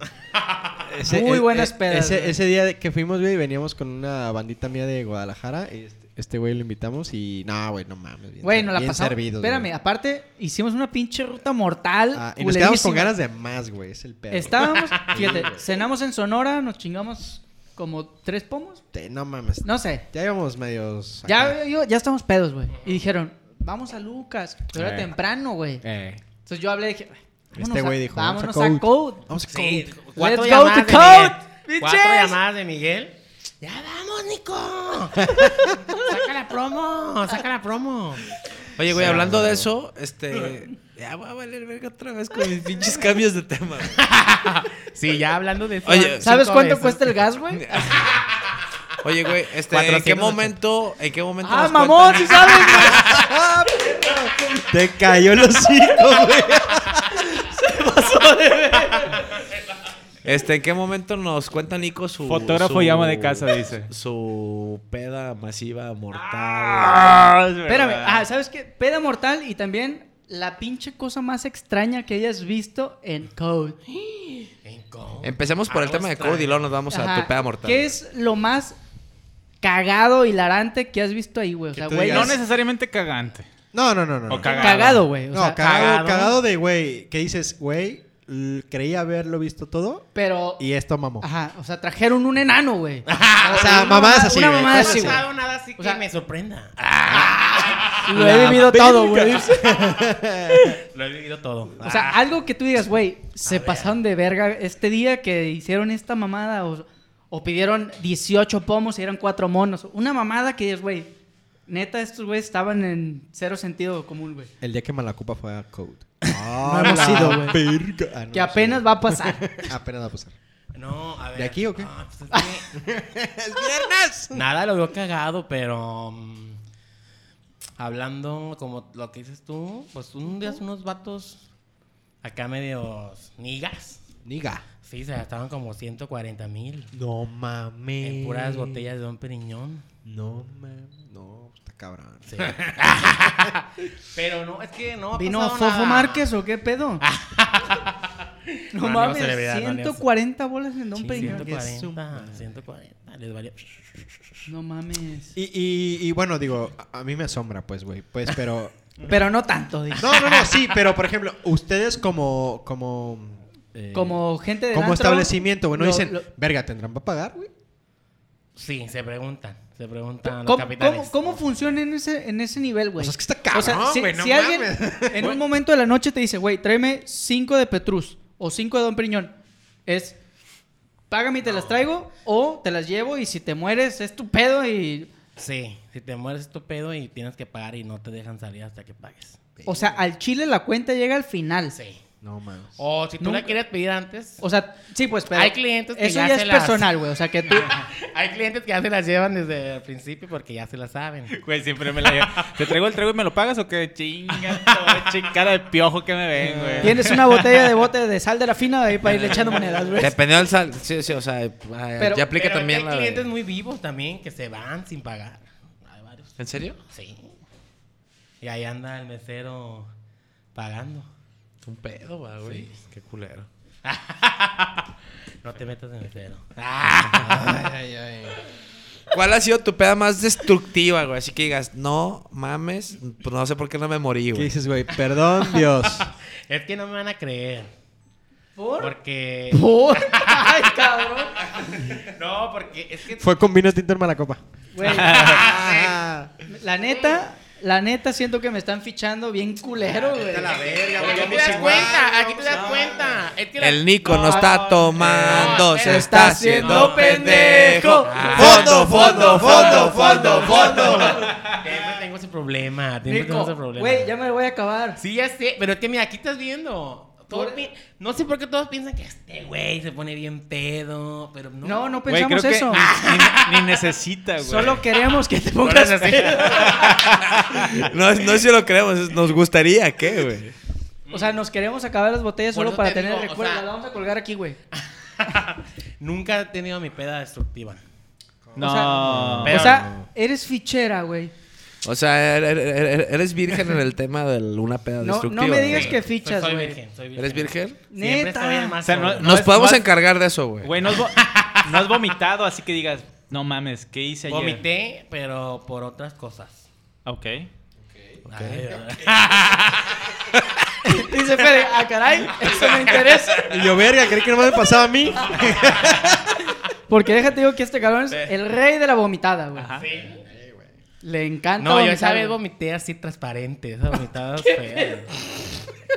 Muy buenas pedas,
Ese,
güey.
ese día de- que fuimos, güey, veníamos con una bandita mía de Guadalajara. y Este, este güey lo invitamos y. No, güey, no mames. bien
Güey,
ser-
nos la
bien
pasamos.
servidos,
Espérame,
güey.
aparte hicimos una pinche ruta mortal.
Ah, y nos quedamos con
culerísima.
ganas de más, güey. Es el pedo.
Estábamos, fíjate, cenamos en Sonora, nos chingamos como tres pomos.
Te- No mames.
No sé.
Ya íbamos medios. acá.
Ya, yo- ya estamos pedos, güey. Y dijeron, vamos a Lucas. Pero era
Eh.
temprano, güey.
Eh.
Entonces yo hablé y dije, vámonos
Este güey dijo,
vámonos
vamos a
a
Code.
Code.
Vamos a
Sí,
Code.
cuatro
Let's go
llamadas
to
de
Code,
Miguel. Cuatro
bitches.
llamadas de Miguel. Ya vamos, Nico. saca la promo, saca la promo.
Oye, güey, hablando de eso, este... Ya voy a valer verga otra vez con mis pinches cambios de tema. güey.
Sí, ya hablando de eso.
Oye,
cinco
¿Sabes cuánto
veces.
cuesta el gas, güey?
Ah,
Oye, güey, este, ¿en
480.
qué momento, en qué momento
Ah,
nos
mamón,
cuentan?
si sabes, güey.
Te cayó el hocico, güey.
Este, ¿en qué momento nos cuenta Nico su.
Fotógrafo
su-
y ama de casa, dice.
Su peda masiva mortal.
Espérame, ah, ¿sabes qué? Peda mortal y también la pinche cosa más extraña que hayas visto en Code.
Empecemos por el tema de Cody y luego nos vamos a
Ah, Ajá.
tu peda mortal.
¿Qué es lo más cagado, hilarante que has visto ahí, güey? O
Que
sea,
tú
güey,
No
digas,
no
necesariamente cagante.
No, no, no, no.
O
no.
cagado.
cagado, güey. o
No,
sea,
cagado, cagado de güey. Que dices, güey, l- creí haberlo visto todo
Pero,
y esto mamó.
ajá, o sea, trajeron un enano, güey.
o sea, Ah, mamás así.
Una
güey.
mamada
no
así,
he
güey.
pasado nada así que
O sea- ah.
me sorprenda.
Lo he vivido todo, güey. O
Lo he vivido todo.
sea,
Ah.
algo que tú digas, güey, se pasaron de verga este día que hicieron esta mamada o, o pidieron 18 pomos y eran cuatro monos. Una mamada que dices, güey, neta, estos güeyes estaban en cero sentido común, güey.
El día que Malacupa fue a Code.
No hemos
¡Hala,
ido, güey.
verga! Ah, no,
Que
no
apenas va a pasar.
sé. Apenas va a pasar.
Ah, No, a ver.
¿De aquí o qué?
Ah, pues es que- Nada, lo veo cagado, pero. mm, hablando como lo que dices tú, pues un día unos vatos acá medios nigas.
Niga.
Sí, se gastaban como 140 mil
No mames.
en puras botellas de Don Periñón.
No mames. No, está cabrón.
Sí. pero no, es que no. ha
¿Vino
pasado
Fofo
nada.
Márquez o qué pedo? no,
No, ni
mames,
celebridad, no, ni
140 bolas en Don
Sí,
Periñón.
140, 140, les valió.
No mames.
Y, y, y bueno, digo, a, a mí me asombra, pues, güey. Pues, pero.
Pero no tanto, dice.
No, no, no, sí, pero por ejemplo, ustedes como. Como. eh,
Como gente de
como establecimiento, güey. No dicen, verga, ¿tendrán para pagar, güey?
Sí, se preguntan, se preguntan los
¿Cómo,
capitales.
cómo- cómo funciona en ese, en ese nivel, güey?
O sea, es que está cabrón,
si,
güey, no
si alguien
mames.
en un momento de la noche te dice, güey, tráeme 5 de Petrus o 5 de Don Periñón, es págame y te las traigo o te las llevo y si te mueres es tu pedo y...
Sí, si te mueres es tu pedo y tienes que pagar y no te dejan salir hasta que pagues.
O sea, al chile la cuenta llega al final.
Sí.
No mames.
O si tú
Nunca-
la quieres pedir antes,
O sea, sí, pues, pero...
Hay clientes que
Eso
ya
ya,
se
es
las-
personal, güey. O sea, que tú...
hay clientes que ya se las llevan desde el principio porque ya se las saben.
Güey, siempre me la lleva. ¿Te traigo el trago y me lo pagas o qué? Chinga, todo, ching- cara de piojo que me ven, güey.
Tienes una botella de bote de sal de la fina ahí para irle echando monedas, güey.
Dependiendo del sal. Sí, sí, o sea, eh,
Pero-
ya aplica
Pero
también
hay
la. de-
clientes muy vivos también que se van sin pagar. Hay varios.
¿En serio?
Sí. Y ahí anda el mesero pagando.
Un pedo, va, güey. Qué culero.
No te metas en mesero. Ah,
¿Cuál ha sido tu peda más destructiva, güey? Así que digas, no mames, pues no sé por qué no me morí,
¿Qué
güey.
dices, güey? Perdón, Dios.
Es que no me van a creer.
¿Por?
Porque.
¿Por? Ay, cabrón.
No, porque es que.
Fue con vino tinto en Malacopa.
Güey.
Ah,
La neta, la neta siento que me están fichando bien culero, güey.
Aquí te das cuenta, aquí te das cuenta. Es que la-
El Nico no, está tomando,
no,
se está haciendo pendejo. Ah,
Fondo,
fondo, fondo, fondo,
Siempre tengo ese problema. Siempre tengo
Nico,
ese problema.
güey, ya me lo voy a acabar.
Sí, ya sé, pero es que mira, aquí estás viendo. Todos
Por-
pi- No sé por qué todos piensan que este güey se pone bien pedo, pero no.
No, no
Güey,
pensamos
creo que
eso.
ni- Ni, ni necesita, güey.
Solo queremos que te
No eres
pongas
así.
No, no si lo creemos, es- nos gustaría, ¿qué, güey?
O sea, nos queremos acabar las botellas
Por
solo
eso
para
te
tener
digo, o
recuerdo.
sea-
La vamos a colgar aquí, güey.
Nunca he tenido mi peda destructiva.
No.
O sea,
Pero-
o sea, eres fichera, güey.
O sea, er- er- er- eres virgen en el tema de una peda
No,
destructiva.
no me digas
güey.
que fichas,
soy
güey.
virgen, soy virgen.
¿Eres virgen?
Siempre
Neta.
estoy el más
O sea, no-
solo.
no-
Nos
es-
podemos
es-
encargar de eso, güey.
Güey, no has, vo- no has vomitado, así que digas, no mames, ¿qué hice ayer?
Vomité, pero por otras cosas.
Ok.
Ay,
Dice Fede, ah, caray, eso me interesa.
Y yo, verga, creí que no me pasaba a mí.
Porque déjate digo que este cabrón es el rey de la vomitada, güey.
Ajá.
Le encanta
No, yo
vomitar,
esa vez
güey.
vomité así transparente, esas vomitadas feas.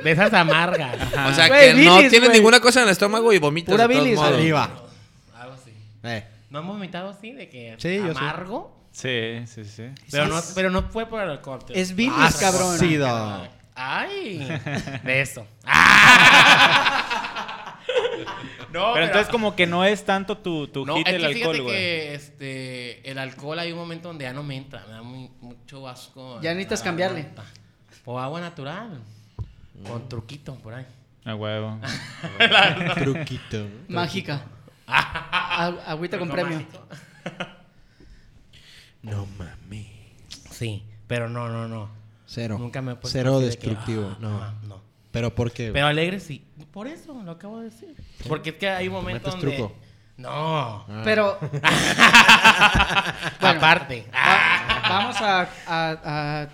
De esas amargas.
O sea,
Güey,
que no
bilis,
tienes
güey.
ninguna cosa en el estómago y vomitas
Pura
de todos
bilis,
modos.
güey.
Saliva.
Algo así.
Pues, Eh.
¿No hemos vomitado así? De que
Sí, yo sé.
amargo.
Sí, sí, sí.
Pero no, pero no fue por el alcohol. tío.
Es bilis,
Ah,
cabrón.
Ácido.
Ay, de eso. Ah. no,
Pero entonces como que no es tanto tu, tu
no,
hit
es
el
que fíjate
alcohol, güey.
que este, el alcohol hay un momento donde ya no me entra, me da muy- mucho asco.
Ya necesitas
La
cambiarle.
garganta. O agua natural, con truquito por ahí.
A huevo.
Truquito.
Mágica. Agü- Agüita con premio.
No mami.
Sí, pero no, no, no.
Cero.
Nunca me he puesto
Cero
así de que,
destructivo.
ah,
no.
ah, no.
Pero ¿por qué?
Pero alegre sí. Por eso, lo acabo de decir. Porque es que hay un momento
metes
donde...
truco. Ah.
No.
Pero. Bueno,
Ah, Aparte.
va- vamos a, a- a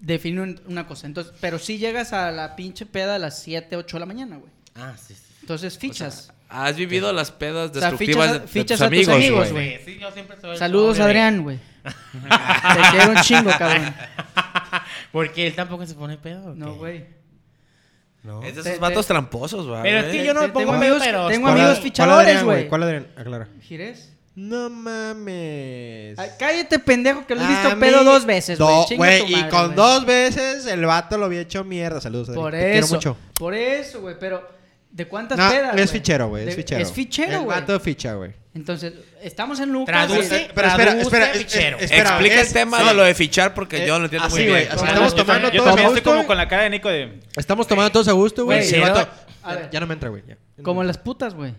definir un- una cosa. Entonces, pero si llegas a la pinche peda a las 7, 8 de la mañana, güey.
Ah, sí, sí.
Entonces fichas.
Has vivido las pedas
sea, fichas a-
destructivas de- de,
fichas
tus
a tus
amigos,
amigos,
güey.
güey.
Sí, sí, yo siempre soy el
Saludos,
hombre de-
Adrián, güey. Te quiero un chingo, cabrón.
Porque él tampoco se pone pedo. ¿o
No,
qué?
güey.
No.
Es de
Te-
esos vatos
te-
tramposos, güey.
Pero es que yo no me
Te-
pongo
tengo
pedo,
amigos-
pero...
tengo
¿Cuál-
amigos fichadores,
Adrián,
güey?
¿Cuál Adrián? Aclara.
¿Gires?
No mames.
Ay, cállate, pendejo, que lo he visto
A mí-
pedo dos veces, güey.
Do-
Chinga
güey,
tu
y
madre,
con
güey.
dos veces el vato lo había hecho mierda. Saludos, Adrián.
Por
Te
eso.
quiero mucho.
Por eso, güey. Pero, ¿de cuántas
No,
pedas?
es
güey?
fichero, güey. Es
De-
fichero.
Es fichero,
El
güey.
vato ficha, güey.
Entonces, estamos en Lucas.
Traduce.
güey.
Pero espera, espera, fichero.
espera,
Explica
es-
el tema de lo de fichar porque yo no lo entiendo
así,
muy bien.
güey, así estamos
Yo
tomando
también-
Yo
todo
también
a
estoy
gusto.
como con la cara de Nico de...
Estamos tomando todos a gusto, güey.
Güey,
y el
sí,
vato-
a ver.
Ya no me entra, güey. ya.
Como las putas, güey.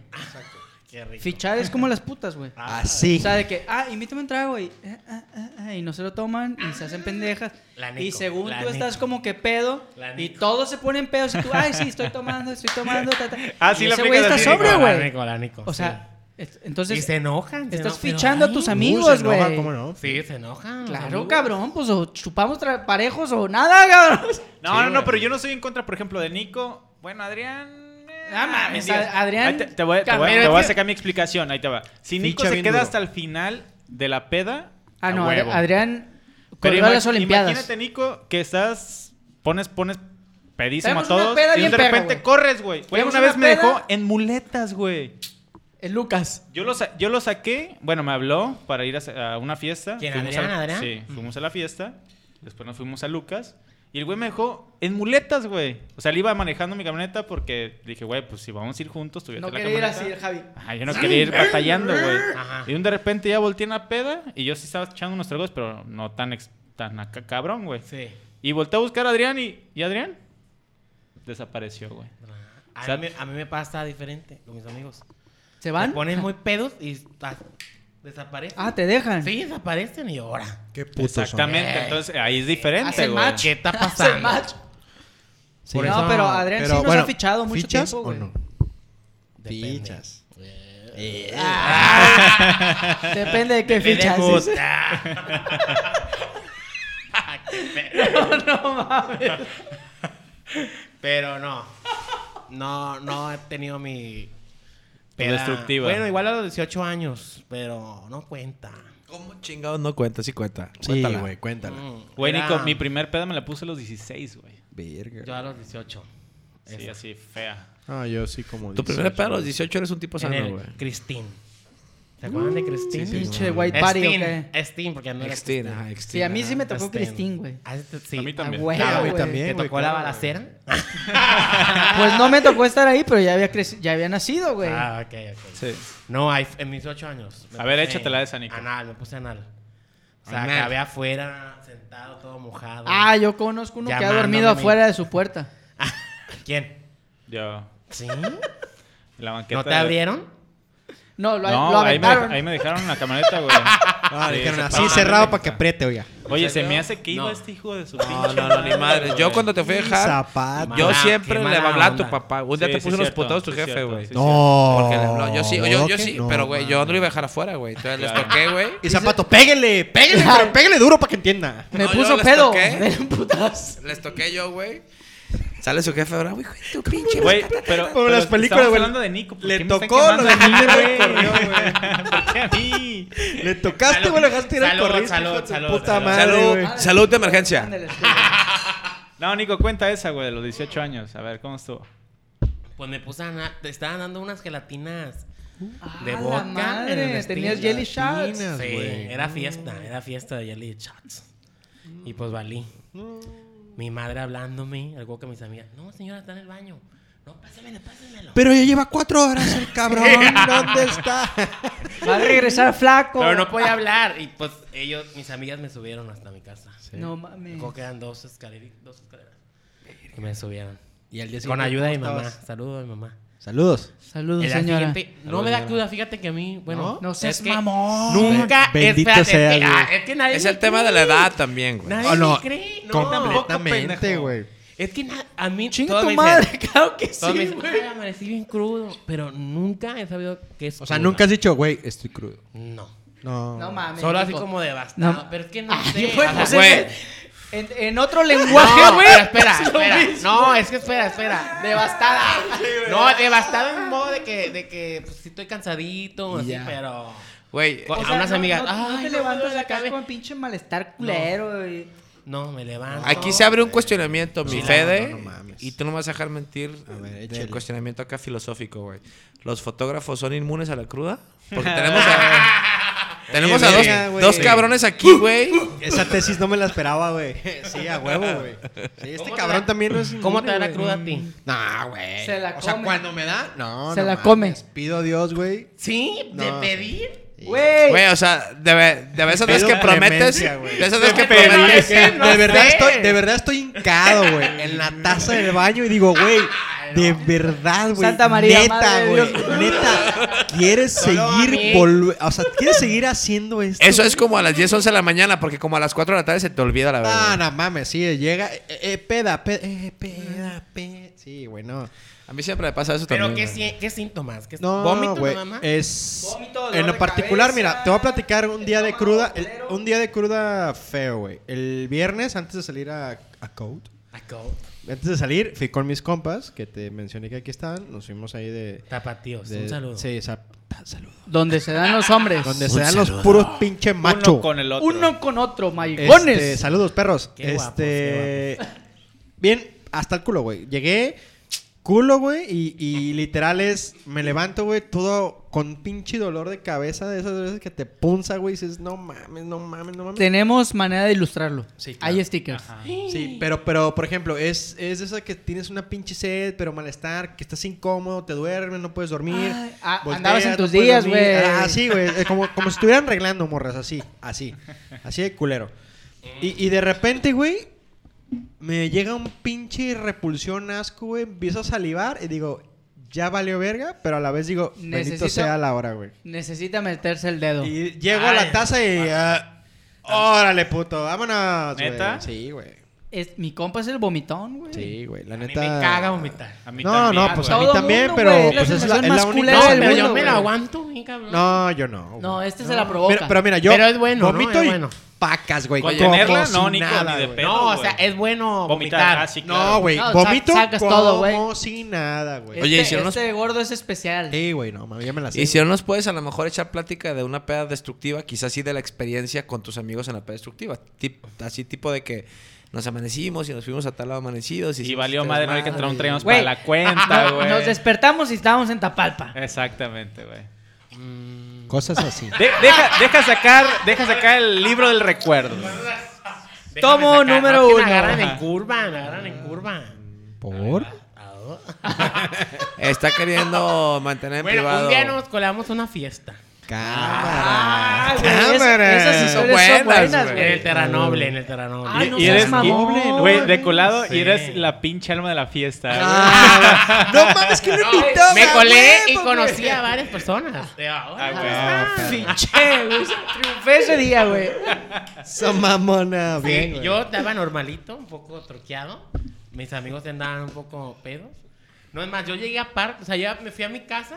Qué rico.
Fichar es como las putas, güey.
Así.
O sea, de que, ah, invítame un trago y, ah, ah, ah, ah, y no se lo toman y se hacen pendejas.
La Nico,
y según
la
tú estás
Nico.
como que pedo
La
y
Nico.
todos se ponen pedos y tú, ay, sí, estoy tomando, estoy tomando. Ta, ta.
Ah, sí,
y
lo
ese güey
aplicas
está
así,
sobrio,
Nicolás,
güey.
Nicolás, Nico,
O
sí.
sea, es-
Y
entonces
se enojan. se
estás
enojan, pero,
fichando a
ay,
tus
no.
Uh,
amigos,
se enoja,
güey.
¿Cómo no?
Sí, se enojan.
Claro,
saludos.
cabrón, pues o chupamos tra- parejos o nada, cabrón.
No, no, no, pero yo no soy en contra, por ejemplo, de Nico. Bueno, Adrián. eh,
Ah, mames,
Dios.
a- Adrián-
Ahí Te, te voy, te voy-
Pero
te voy
es
a
que-
sacar mi explicación, ahí te va. Si Nico
Ficha
se
bien
queda
duro.
hasta el final de la peda.
Ah,
a
no, Ad-
huevo.
Adrián
Pero
corrió a
ima-
las Olimpiadas.
Imagínate, Nico, que estás. Pones, pones pedísimo
Tenemos
a
una
todos.
peda
y
bien
de
perra,
repente
güey.
corres, güey. Güey,
Tenemos
una vez
una
me
peda-
dejó en muletas, güey.
El Lucas.
Yo lo, sa- yo lo saqué, bueno, me habló para ir a, sa- a una fiesta.
¿Quién,
Fuimos
Adrián,
a-
Adrián?
Sí,
Mm.
fuimos a la fiesta. Después nos fuimos a Lucas. Y el güey me dejó en muletas, güey. O sea, él iba manejando mi camioneta porque dije, güey, pues si vamos a ir juntos, tú vete
No
a la
quería ir
camioneta.
así, el Javi.
Ajá, yo no quería ir batallando, güey.
Ajá.
Y de repente ya volteé en la peda y yo sí estaba echando unos tragos, pero no tan, ex- tan acá cabrón, güey.
Sí.
Y volteé a buscar a Adrián y, ¿y Adrián? Desapareció, güey.
A,
O sea,
mí, me- a mí me pasa diferente con mis amigos.
¿Se
Se
van?
ponen muy pedos y ah, desaparecen.
Ah, te dejan.
Sí, desaparecen y ahora.
Qué puto
Exactamente,
Ey.
entonces ahí es diferente,
Hacen
güey.
match.
¿Qué está
Hacen
pasando?
match.
eh. Sí.
Por
no,
eso-
pero Adrián sí nos
bueno,
ha fichado mucho
¿fichas
tiempo,
o
güey.
no?
Depende.
Fichas.
Depende de qué
Depende
fichas.
del mood.
dice.
Pero no. No, no he tenido mi. peda.
destructiva.
Bueno, igual a los 18 años, pero no cuenta.
¿Cómo chingados no cuenta? Sí cuenta.
Sí,
Cuéntala.
güey, cuéntala.
Mm,
Güey,
era-
Nico, mi primer peda me la puse a los 16, güey.
Yo
Verga.
a los 18.
Sí, así, fea.
Ah, yo sí como...
Tu primer pedo a los 18 eres un tipo
En
sano, güey.
el Cristín. ¿Se acuerdan
Mm,
de Cristín?
Pinche white party, ¿o
Steam,
qué?
Steam, porque no este. era
Extin, ajá,
Sí, a mí sí me tocó
Steam.
Cristín, güey.
Ah, este- sí.
A mí también.
A huevo,
Ah, a mí
güey.
también.
¿Te
güey,
tocó la
claro,
balacera?
Pues no me tocó estar ahí, pero ya había, creci- ya había nacido, güey.
Ah, ok, ok.
Sí.
No, ahí- en mis ocho años. me
A ver,
puse
échatela esa, Nico.
Anal, me puse anal. O sea,
Anal.
acabé afuera, sentado, todo mojado.
Ah, yo conozco uno que ha
Llamándome
dormido
a mí.
afuera de su puerta.
¿Quién?
Yo,
¿Sí?
la banqueta.
¿No te
de-
abrieron?
No, lo,
No,
lo
ahí, me, dej-
aventaron.
ahí me dejaron la camioneta, güey.
Ah,
Sí,
dijeron
se
así
pasaron.
cerrado para que apriete, oiga.
Oye, se me hace que iba
No.
este hijo de su
No, no, no, ni madre. Yo cuando te fui a dejar,
Zapato.
yo
Mala-
siempre
qué
le
mala
hablaba a tu
onda.
papá. Un día
Sí,
te
sí,
puso unos
cierto,
putados tu
sí,
jefe,
cierto,
güey.
sí,
No.
Porque le habló. Yo sí, yo, yo
que
sí,
no,
pero güey, yo no
man.
lo iba a dejar afuera, güey. Entonces les
Claro.
toqué, güey.
Y zapato, pégale, pégale, pero pégale duro para que entienda.
Me
No, yo
puso
les
pedo.
toqué.
Me dieron putazo.
Les toqué yo, güey. Sale su jefe ahora, güey, hijo de tu pinche.
Güey, pero.
Como
pero
las películas,
estamos
güey.
hablando de Nico. ¿por
Le
qué me están
tocó,
quemando
lo dejé
a mí, güey?
libre, corrió,
¿Por qué a mí?
Le tocaste,
Salud.
güey, le dejaste ir al
Salud,
corrido.
salud,
hijo de tu
salud,
Puta
salud.
madre,
Salud,
güey.
salud de emergencia.
Ándale, pues. sí.
No, Nico, cuenta esa, güey, de los 18 años. A ver, ¿cómo estuvo?
Pues me puse anal. Te estaban dando unas gelatinas.
A
De
Ah, la
boca.
madre,
en el
tenías
Steam.
jelly shots.
Sí,
Gelatinas, güey.
era fiesta. Era fiesta de jelly shots. Y pues valí. Mi madre hablándome, algo que mis amigas. No, señora, está en el baño. No, pásamelo, pásamelo.
Pero ya lleva cuatro horas el cabrón. ¿Dónde está?
Va a regresar flaco.
Pero no podía hablar. Y pues ellos, mis amigas me subieron hasta mi casa.
No mames.
Creo que eran dos escaleras. Dos escaleras. Y me subieron.
Y al día
Con
siguiente,
ayuda de mi
¿cómo
mamá.
estabas?
Saludos a mi mamá.
Saludos.
Saludos,
El
señora.
siguiente- no me da duda, fíjate que a mí, bueno.
No seas
es que
mamón.
Nunca.
Bendito
espérate,
sea
es, que,
Dios.
ah, es que nadie.
Es
me
el tema de la
cree.
edad también, güey.
Nadie
Oh, no,
me cree. No, tampoco,
Completamente,
pendejo.
güey.
Es que na- a mí.
Chinga
todas
tu
me
madre,
dicen-
claro que sí,
todas me dicen,
güey.
"Ay, Ah, amanecí bien crudo. Pero nunca he sabido que es.
O sea,
crudo.
nunca has dicho, güey, estoy crudo.
No.
No.
No mames.
Solo así
Nico.
como devastado.
No.
Pero es que no
Ah,
sé.
güey,
o sea,
pues,
güey.
en- En, en otro
No,
lenguaje, güey.
pero espera,
es lo
espera.
mismo.
No, es que espera, espera. Devastada. no, devastada en modo de que, de que pues, sí estoy cansadito, así,
Ya.
pero.
Güey,
O
O
a
sea,
unas
no-
amigas,
No, no
"Ay,
te
no,
levantas
duele la
acá
cabeza".
con pinche malestar culero. y-
No, me levanto.
aquí se abre un cuestionamiento, mi Fede.
no, no mames.
y tú no me vas a dejar mentir.
A ver,
eh,
échale.
el cuestionamiento acá filosófico, güey. ¿Los fotógrafos son inmunes a la cruda? Porque tenemos a, tenemos a
Oye,
dos,
verga, güey.
dos cabrones aquí, güey.
Esa tesis no me la esperaba, güey. Sí, a huevo, güey. Sí, este
¿Cómo
cabrón
te da-
también no es.
¿Cómo te da
inmune,
la
güey.
cruda a ti?
No,
Eh,
güey.
Se la
O sea,
come.
cuando me da, no.
Se
no
la
mames.
come.
Pido a Dios, güey.
¿Sí? ¿De
No.
pedir?
Güey.
Güey, o sea, de, ve- de esas veces que
Pedo
prometes.
clemencia, güey.
De esas veces que
Pedo
prometes.
clemencia.
de,
no
verdad
sé.
estoy, de verdad estoy hincado, güey. En la taza del baño y digo, güey, de verdad, güey.
Santa María,
Neta,
Madre de
güey.
Dios.
Neta, ¿quieres
Solo a mí.
seguir volve- O sea, ¿quieres seguir haciendo esto?
Eso es como a las 10, 11 de la mañana, porque como a las 4 de la tarde se te olvida la
No,
verdad.
Ah, no mames, sí, llega. Eh, eh, peda, peda, eh, peda, peda. Sí, güey, no.
A mí siempre me pasa eso
¿Pero
también.
qué,
güey.
sí- qué síntomas? ¿Qué
No,
¿Vómito,
güey. Eh,
nada más?
Es.
Vómito, dolor
en lo
de
particular,
cabeza,
mira, te voy a platicar un día de
estómago
cruda. el-
culero.
un día de cruda feo, güey. El viernes, antes de salir a, a Code,
Acabo.
antes de salir, fui con mis compas, que te mencioné que aquí estaban. Nos fuimos ahí de.
Tapatíos,
de-
un saludo.
Sí, o sea, ta- saludo.
Donde se dan los hombres.
Donde se dan los puros pinche macho.
Uno con el otro.
Uno con otro, maigones.
Este, saludos, perros.
Qué guapos,
este. Bien, hasta el culo, güey. Llegué, culo, güey, y, y literal es. Me levanto, güey, todo con pinche dolor de cabeza de esas veces que te punza, güey, y dices, no mames, no mames, no mames.
Tenemos manera de ilustrarlo.
Sí, claro.
Hay stickers.
Ajá.
Sí, pero, pero, por ejemplo, es, es de esa que tienes una pinche sed, pero malestar, que estás incómodo, te duermes, no puedes dormir.
Ay, ah,
volteas,
andabas en
no
tus
puedes
días,
dormir.
güey.
Ah, sí, güey. eh, Como, como si estuvieran arreglando, morras, así, así. Así de culero. Y, y de repente, güey, me llega un pinche repulsión asco, güey. Empiezo a salivar y digo, ya valió verga, pero a la vez digo,
Necesito-
bendito sea la hora, güey.
Necesita meterse el dedo.
Y llego a
Ay,
la taza y... ah, órale, puto, vámonos, güey.
¿Neta?
Sí, güey.
Es- mi compa es el vomitón, güey.
Sí, güey, la
A mí
neta.
me caga vomitar.
A mí
No,
también,
no, pues
güey.
a mí
Todo
también,
mundo,
pero
güey, es la
pues es la,
sensación
es
más
la única.
culera
No,
del
pero yo
mundo,
me
güey.
la aguanto, bien cabrón.
No, yo no. güey.
No, este se la provoca.
Pero, pero mira, yo
Pero es bueno, ¿no?
vomito
Es
y
bueno.
pacas, güey.
Con
como
tenerla,
si
no, Nico,
nada,
ni de
güey.
pedo,
no, o
güey.
sea, es bueno vomitar.
Vomitar, ah, sí, claro.
No, güey,
No, sac-
vomito
sacas
como
todo, güey.
si nada, güey.
Este,
Oye, hicieron unos-
este gordo es especial.
Sí, güey, no, mami, ya me la sé.
Y si no nos puedes a lo mejor echar plática de una peda destructiva, quizás sí de la experiencia con tus amigos en la peda destructiva. Tip- así tipo de que nos amanecimos y nos fuimos a tal lado amanecidos.
Y
hicimos
valió
este
madre, no hay que
desmadre.
entrar un traíamos
Güey.
para pues, la cuenta, güey.
Nos despertamos y estábamos en Tapalpa.
Exactamente, güey.
Cosas así.
De- deja, deja sacar, deja sacar el libro del recuerdo.
Déjame
Tomo
sacar,
número
no, que
uno.
Me agarran
Ajá.
en curva, me agarran en curva.
¿Por?
Está queriendo mantener en
Bueno,
privado.
un día nos colamos una fiesta.
Ah.
Cámara.
güey, esas-
Cámara.
esas
Son
historias son
buenas,
buenas,
güey.
En el
güey.
Terranoble, en el Terranoble.
Ay,
Y-
no
y
seas
eres, y-
mamón.
güey, de colado
Sí.
y eres la pinche alma de la fiesta.
Ah, no mames, que no invitó.
Me colé y conocí a varias personas.
Ah, güey.
Pinche, Eh, güey. Triunfé ese día, güey.
Son mamona,
Sí,
bien. güey.
yo estaba normalito, un poco troqueado. Mis amigos andaban un poco pedos. No es más, yo llegué a par, o sea, ya me fui a mi casa.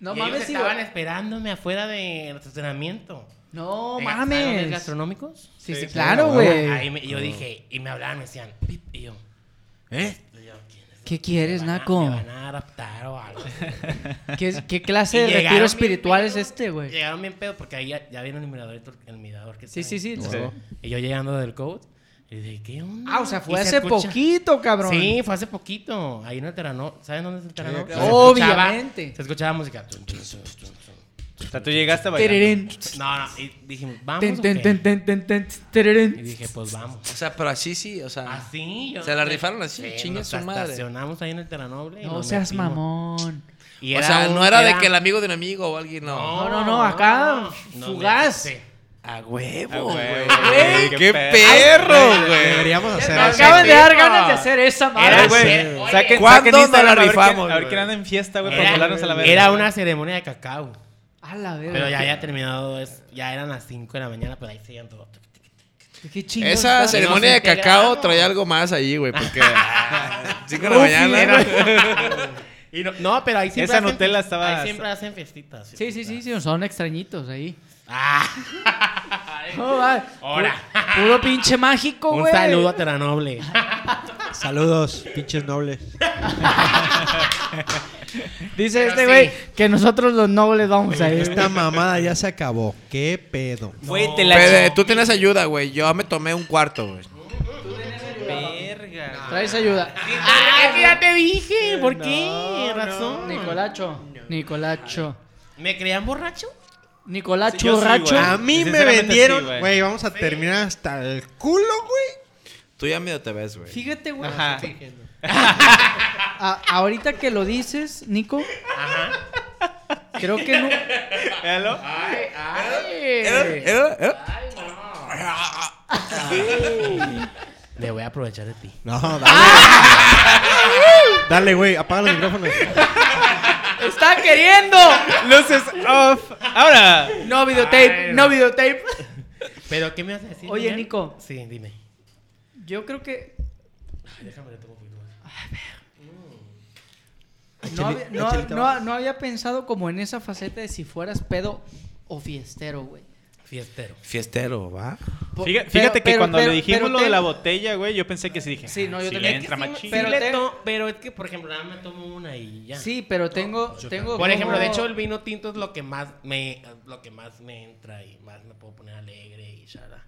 No
No y
mames,
ellos
sí,
estaban
güey.
esperándome afuera del estacionamiento.
No
¿De- ¿saben los
mames.
gastronómicos?
Sí, sí,
Sí, sí,
claro,
Ahí
güey.
me- y yo dije, y me hablaban, me decían, pip, y yo.
¿Eh?
y yo, ¿quién es?
¿Qué quieres,
Me van a-
Naco?
Me van a adaptar o algo.
¿Qué, qué
Y
clase de
llegaron
retiro
bien
espiritual
pedo,
es este, güey?
Llegaron bien pedo porque ahí ya, ya vieron el mirador, y todo el mirador que
Sí,
está
sí,
ahí.
sí.
Sí.
Y yo llegando del coach, y dije, ¿qué onda?
Ah, o sea, fue
Y se
hace
escucha-
poquito, cabrón.
Sí, fue hace poquito. Ahí en el Terrano. ¿Saben dónde es el Terrano?
claro.
Se escuchaba-
Obviamente.
Se escuchaba música. Tun, tun, tun, tun, tun.
O sea, tú llegaste a bailar.
Tererén.
No, no. Y dijimos, vamos.
Ten,
o
ten,
qué?
ten, ten, ten, ten,
Y
tererén.
dije, pues vamos.
O sea, pero así sí, o sea.
Así. yo-
Se la rifaron así, chingue
nos
su madre.
estacionamos ahí en el Terranoble. y
No
nos
seas
metimos.
mamón.
Y
o
era
sea,
un-
no era, de que el amigo de un amigo o alguien, no.
No, no, no, acá,
no,
fugaz.
sí.
A
Ah,
huevo,
güey,
güey.
güey,
¡Qué,
qué
perro, güey!
Deberíamos hacer
Me
eso.
acaban de dar ganas de hacer esa madre.
Era,
güey.
ce-
Saquen- saquen
¿Cuándo nos
Instagram
la
a ver quién-
rifamos,
A ver
güey?
quién anda en fiesta, güey, para volarnos a la
Era,
verga.
era
güey.
una ceremonia de cacao.
A la verga.
Pero ya había terminado, es- ya eran las 5 de la mañana, pero ahí seguían todos.
Qué- qué chingón
Esa
está.
ceremonia de
Nos
cacao
integramos.
trae algo más ahí, güey, porque... 5 de la mañana.
Y no, no, pero ahí siempre.
Esa
hacen
Nutella
fies-
estaba-
Ahí siempre hacen fiestitas.
Sí, sí, sí, sí, son extrañitos ahí.
Ah.
No, va.
Ahora.
Pu- Puro pinche mágico,
Un
Oh, güey.
saludo a Terranoble.
Saludos, pinches nobles.
Dice
Pero
este güey
sí.
que nosotros los nobles vamos a ir.
Esta mamada ya se acabó. ¿Qué pedo?
Güey, te la
Fede, tú tienes ayuda, güey. Yo me tomé un cuarto, güey.
Verga.
Traes ayuda.
Ah, es que ya te dije. ¿Por qué? Razón.
Nicolacho. Nicolacho.
¿Me creían borracho?
Sí, yo
Nicolacho
sí,
Racho.
¿eh?
güey.
A mí me
Sinceramente
vendieron.
sí, güey.
Güey, vamos a terminar hasta el culo, güey.
Tú ya medio te ves, güey.
Fíjate, güey.
Ajá.
a- ahorita que lo dices, Nico. Creo que no.
Véalo.
¿Eh? ¿Era? ¿Era?
Me voy a aprovechar de ti.
No, dale. dale, güey, apaga los micrófonos.
¡Está queriendo!
Luces off. Ahora.
No videotape, no videotape.
¿Pero qué me vas a decir?
Oye,
Miguel?
Nico.
Sí, dime.
Yo creo que
Déjame le tomo un poquito más.
no había, no- no- no había pensado como en esa faceta de si fueras pedo o fiestero, güey.
Fiestero.
Fiestero, ¿va?
Por-
Fíjate,
pero-
fíjate que
pero-
cuando
pero-
le dijimos
pero
lo de
ten-
la botella, güey, yo pensé que sí dije.
Sí, no,
ah,
yo
sí
también.
le
Es que
entra
sí me-
machín.
pero
Pero,
te-
pero es que, por ejemplo, nada más me tomo una y ya.
Sí, pero tengo, tengo
Por ejemplo,
como-
de hecho, el vino tinto es lo que más me, lo que más me entra y más me puedo poner alegre y shala.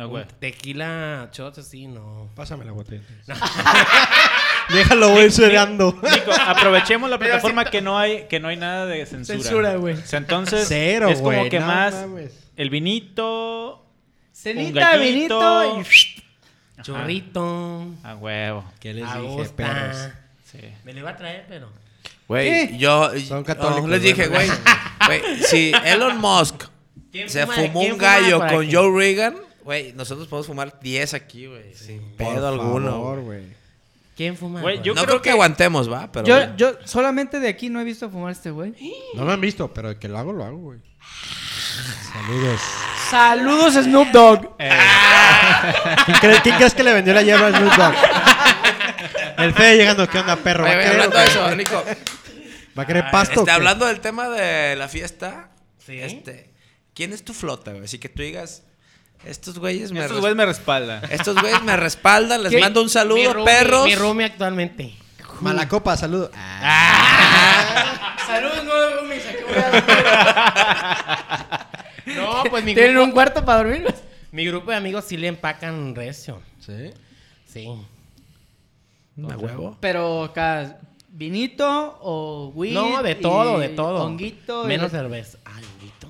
Ah, güey.
Tequila, shots así, no.
Pásame la botella. Déjalo, voy sudando.
Nico, aprovechemos la plataforma que no hay que no hay nada de censura.
Censura, güey.
O sea, entonces
Cero,
es como
güey,
que
no
más
mames.
el vinito,
Cenita,
un gallito.
vinito y...
Chorrito.
a huevo.
¿Qué
Agosta.
Sí.
Me lo iba a traer, pero.
Güey, yo,
Son
yo
católicos,
les dije, güey,
bueno.
güey, si Elon Musk
¿Quién
se
fuma-
fumó
quién
un
fuma
gallo
para
con
qué?
Joe Reagan, güey, nosotros podemos fumar 10 aquí, güey, sin pedo alguno. güey.
¿Quién fuma?
Güey,
no
Yo
creo,
creo
que,
que-
aguantemos, va, pero
Yo,
bueno.
yo solamente de aquí no he visto fumar este güey.
No me han visto, pero que lo hago, lo hago, güey. Saludos.
Saludos, Snoop Dogg.
Eh,
¿Quién, cre- quién crees que le vendió la hierba a Snoop Dogg? El Fede llegando, ¿qué onda, perro? ¿Va
Oye,
a
güey,
querer,
hablando
o
de
qué?
eso, Nico,
¿Va a querer pasto? o
este,
qué?
hablando del tema de la fiesta,
Sí.
este, ¿quién es tu flota, güey? Así que tú digas, estos güeyes me,
estos
res-
güeyes me respaldan.
estos güeyes me respaldan, les
¿Qué?
mando un
Mi
saludo,
roomie-
perros.
Mi roomie actualmente.
Malacopa, saludos.
Saludos, nuevo roomie. No, pues mi
¿Tienen
grupo,
un cuarto para dormir?
mi grupo de amigos sí le empacan recio.
¿Sí?
Sí.
¿A huevo?
Pero acá, ¿vinito o weed?
No, de
y
todo, de todo.
Honguito. y-
Menos cerveza. Ah, honguito.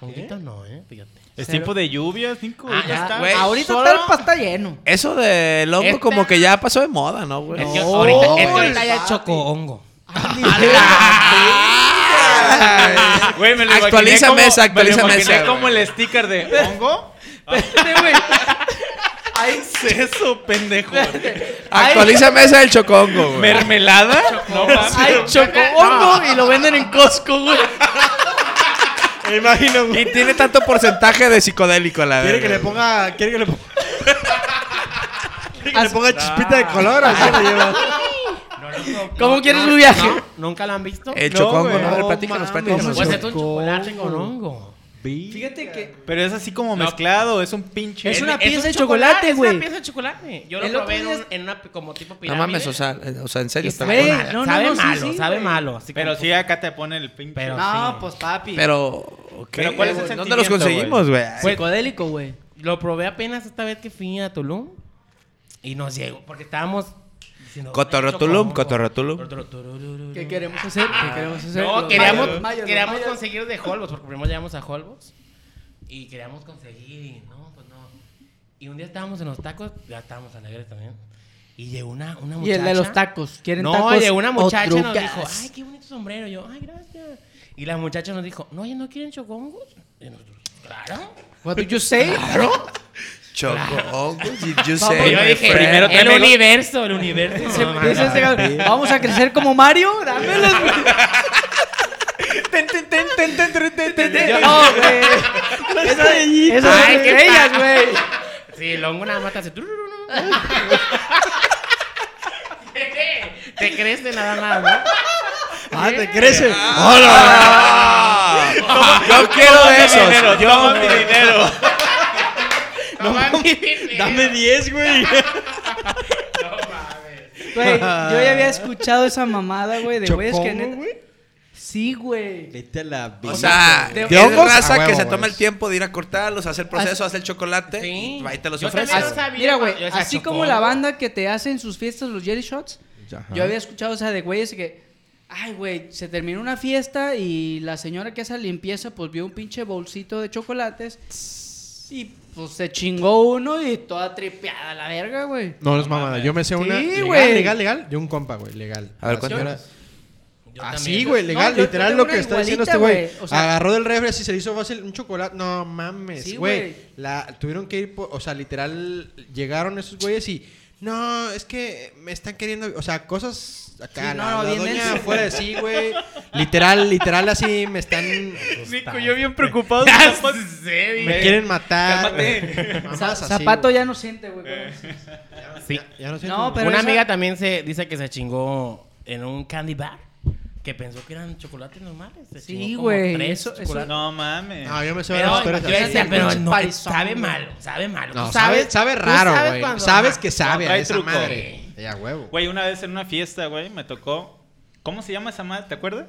Honguito no, eh, fíjate.
Es
Cero.
tiempo de lluvias, Nico.
Ah,
ya
ah,
está.
güey.
Ahorita
Solo-
está el pasta lleno.
Eso del hongo
Este-
como que ya pasó de moda, ¿no, güey?
Es que
No,
ahorita, es que
el
ahorita ya
papi.
chocó hongo.
Ah.
Güey, me lo imaginé
Actualízame
como-
esa, actualízame
me lo imaginé
esa, güey.
como el sticker de hongo.
Espérate, güey. Ahí
¿Qué es eso, pendejo?
Actualízame ese del chocongo, güey.
¿Mermelada? No
Hay
mames.
chocohongo y lo venden en Costco, güey.
Me imagino, güey.
Y tiene tanto porcentaje de psicodélico, la
¿Quiere que
verdad.
le ponga... ¿Quiere que le ponga... ¿Quiere que le
As-
ponga chispita de color? Así lo
Ah.
lleva.
¿Cómo quieres un viaje?
¿Nunca lo han visto?
El
No,
chocongo,
güey.
¿no? A ver,
No
platícanos,
mames.
platícanos.
pues es un
chocó.
chocolate con hongo.
Fíjate que
Pero es así como mezclado, es un pinche.
Es
Es-
una
es
pieza
un
de chocolate,
Es
güey.
una pieza de chocolate. Yo
El
lo
otro
probé en,
día
un-
es-
en una p- como tipo
No
pirámide.
mames, o sea, eh, o sea en serio.
Y
está
sabe
Güey,
mal,
no, no,
sabe
no, sí,
malo,
sí,
sabe
güey.
malo. así
Pero
como-
sí, acá te pone el pinche.
Pero-
No,
sí.
pues papi.
Pero, ok.
Pero ¿cuál es el
¿Dónde los
sentimiento,
conseguimos, güey?
pues,
Pues, Psicodélico, güey.
Lo probé apenas esta vez que fui a Tulum. Y nos llegó, porque estábamos... diciendo,
Cotorro
"Ay,
Tulum,
chocohongo".
cotorro Tulum.
Cotorro Tulum.
¿Qué queremos hacer? ¿Qué queremos hacer?
Ah. No,
Pues, eh, Los
queríamos,
mayos, los mayos, los
queríamos
mayos.
conseguir de Holbox, porque primero llegamos a Holbox y queríamos conseguir y no, pues no. Y un día estábamos en los tacos, ya estábamos alegres también. Y llegó una, una
Y
muchacha.
el de los tacos. ¿Quieren
No,
tacos?
llegó una
o
muchacha y nos
trucas?
dijo, ay, qué bonito sombrero. Yo, ay, gracias. Y la muchacha nos dijo, no, oye, ¿no quieren chocongos? Y nosotros, Claro.
What did you say?
Chocó, güey. Did you
No,
say,
pero yo
my
dije,
friend?
primero te
el
pego.
universo, el universo.
Ese-
no,
ese-
mames.
ese- Vamos a crecer como Mario. Dámelos, güey. No, güey. Eso, eso
Ay,
es
qué
estrellas,
pa-
güey.
Sí, Longo nada más te hace. turururu. Te crece nada más, ¿no?
Ah, te crece.
¡Hola! Yo quiero de esos.
Dinero, yo amo mi dinero.
No mames.
Dame 10, güey.
Güey, yo ya había escuchado esa mamada, güey, de güey, es que
Chocongo,
neta- Sí, güey.
Vete a la vida.
O sea,
¿De
de
hongos?
raza
A
que
huevo,
se
güey.
toma el tiempo de ir a cortarlos, hacer el proceso, hacer el chocolate.
Sí.
Y ahí te los
Yo
ofrece.
también
Así-
no sabía,
mira, güey,
yo decía,
así como la
Chocongo.
banda que te hace en sus fiestas los jelly shots, yo había escuchado esa de güeyes que, ay, güey, se terminó una fiesta y la señora que hace limpieza pues vio un pinche bolsito de chocolates y pues se chingó uno y toda tripeada la verga, güey.
No, no es mamada. Yo me sé
Sí,
una.
güey.
Legal, legal, legal. Yo un compa, güey. Legal.
A ver,
La
¿cuánto?
señora-
Yo
Así,
también,
güey,
No,
legal.
yo- yo
literal
tengo
lo
una
que está diciendo este
igualita,
güey.
güey, o sea-
Agarró del refri así, se le hizo fácil un chocolate. No mames,
Sí,
güey.
güey.
la tuvieron que ir, por- o sea, literal llegaron esos güeyes y no, es que me están queriendo, o sea, cosas acá.
Sí, no,
no, la,
no,
la
bien
doña
denso.
fuera de sí, güey. Literal, literal así me están
Nico, yo bien preocupado.
me quieren matar.
Za-
Mamás así,
zapato
güey.
ya no siente, güey.
Sí.
Ya no sé.
No,
tú-
pero
Una
esa-
amiga también se dice que se chingó en un candy bar que pensó que eran chocolates normales. Se
Sí,
chingó como
güey,
tres
eso- eso-
chocolates.
No mames.
No, yo me sé
Pero,
unas
yo
historias así.
decía, pero
pinche
no,
parizón,
sabe
güey.
malo, sabe malo.
No,
Tú
sabe,
sabes-
sabe
tú
raro,
sabes
güey.
cuando-
Sabes
ajá.
que sabe a
trae
esa
truco.
madre. Ya, huevo.
Güey, una vez en una fiesta, güey, me tocó. ¿Cómo se llama esa madre? ¿Te acuerdas?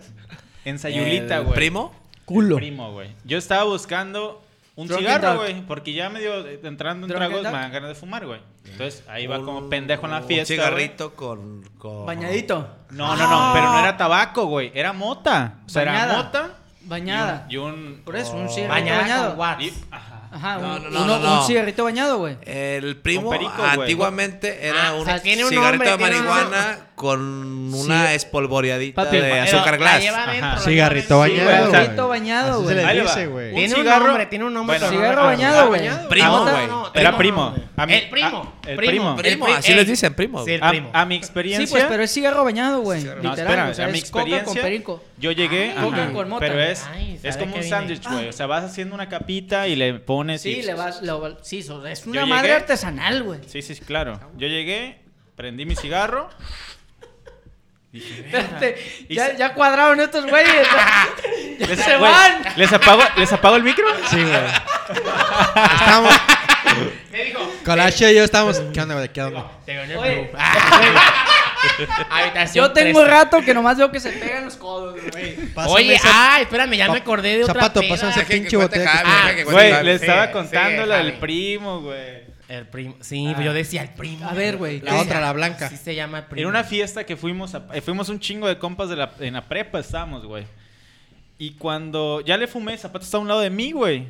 Ensayulita,
¿El
güey.
¿Primo?
Culo. Primo, güey. Yo estaba buscando un
Drunk
cigarro,
and
güey, porque ya medio eh, entrando en
Drunk
tragos
and
me
Drunk.
dan ganas de fumar, güey. Entonces ahí va como
Un-
pendejo en la fiesta.
Un
güey.
cigarrito con,
Oh.
con-
Bañadito.
No, no, no, pero no era tabaco, güey, era mota. O sea,
Ah. Bañada.
era mota.
Bañada.
Y un.
Por eso, un cigarrito
Bañada
bañado.
con watts.
y- ajá.
Ajá,
No,
un,
no, no,
uno-
no, no.
un cigarrito bañado, güey.
El primo
Con perico, güey.
antiguamente era
Ah,
un
o sea, tiene un
cigarrito
nombre,
de
tiene un
marihuana con una espolvoreadita
Papi,
de
pero-
azúcar
la
glass.
lleva
Ajá.
adentro, la lleva
Cigarrito
adentro.
güey,
bañado.
o sea,
cigarrito bañado,
así
güey.
se
Ahí
le
le
dice,
va.
güey.
Tiene un
cigarro-
nombre, tiene un nombre.
Bueno,
pero no
Cigarro
me
bañado,
acuerdo.
güey.
Primo,
No, no,
güey.
no,
Era primo. A mí-
El primo.
a- el primo.
El
Primo,
pri-
así
ey.
les dicen, primo.
Sí, el
A,
primo.
a mi
Sí,
experiencia.
pues, pero es cigarro bañado, güey.
Cigarro.
No,
Literal,
espera,
o sea,
a mi
es coca
experiencia.
con perico.
Yo llegué.
Ah, coca
ajá,
con mota.
Pero es,
Ay,
es
¿sabe
como
qué
un
vine?
sándwich, güey. O sea, vas haciendo una capita y le pones.
Sí,
y,
le vas, lo- sí, so- es
pues, Yo
una
llegué-
madre artesanal, güey.
Sí, sí, claro. Yo llegué, prendí mi cigarro.
Espérate,
Y
ya,
se-
ya cuadraron estos güeyes. ya
Les,
se
güey,
van.
¿les apago, ¿Les apago el micro?
Sí, güey. Estamos.
Me dijo,
Colache y yo estamos. ¿Qué onda, güey? ¿Qué onda?
te gané el
Oye.
club. Ah. Habitación
Yo tengo
13.
rato que nomás veo que se pegan los codos, güey.
Pásame
Oye,
ese-
ah, espérame, ya
pa-
me acordé de otra
zapato,
peda.
pásame ese
Deja que
pinche
cuente
botella.
Javi,
Ah,
deja que cuente
Güey,
Javi.
le estaba
sí,
contando la del
Javi.
primo, güey.
El primo. Sí, pues yo decía el primo.
A ver,
ah,
güey.
La Ah. otra, la blanca.
Sí se llama el primo.
En una fiesta que fuimos, a- eh, fuimos un chingo de compas de la, en la prepa, estábamos, güey. Y cuando ya le fumé, Zapato está a un lado de mí, güey.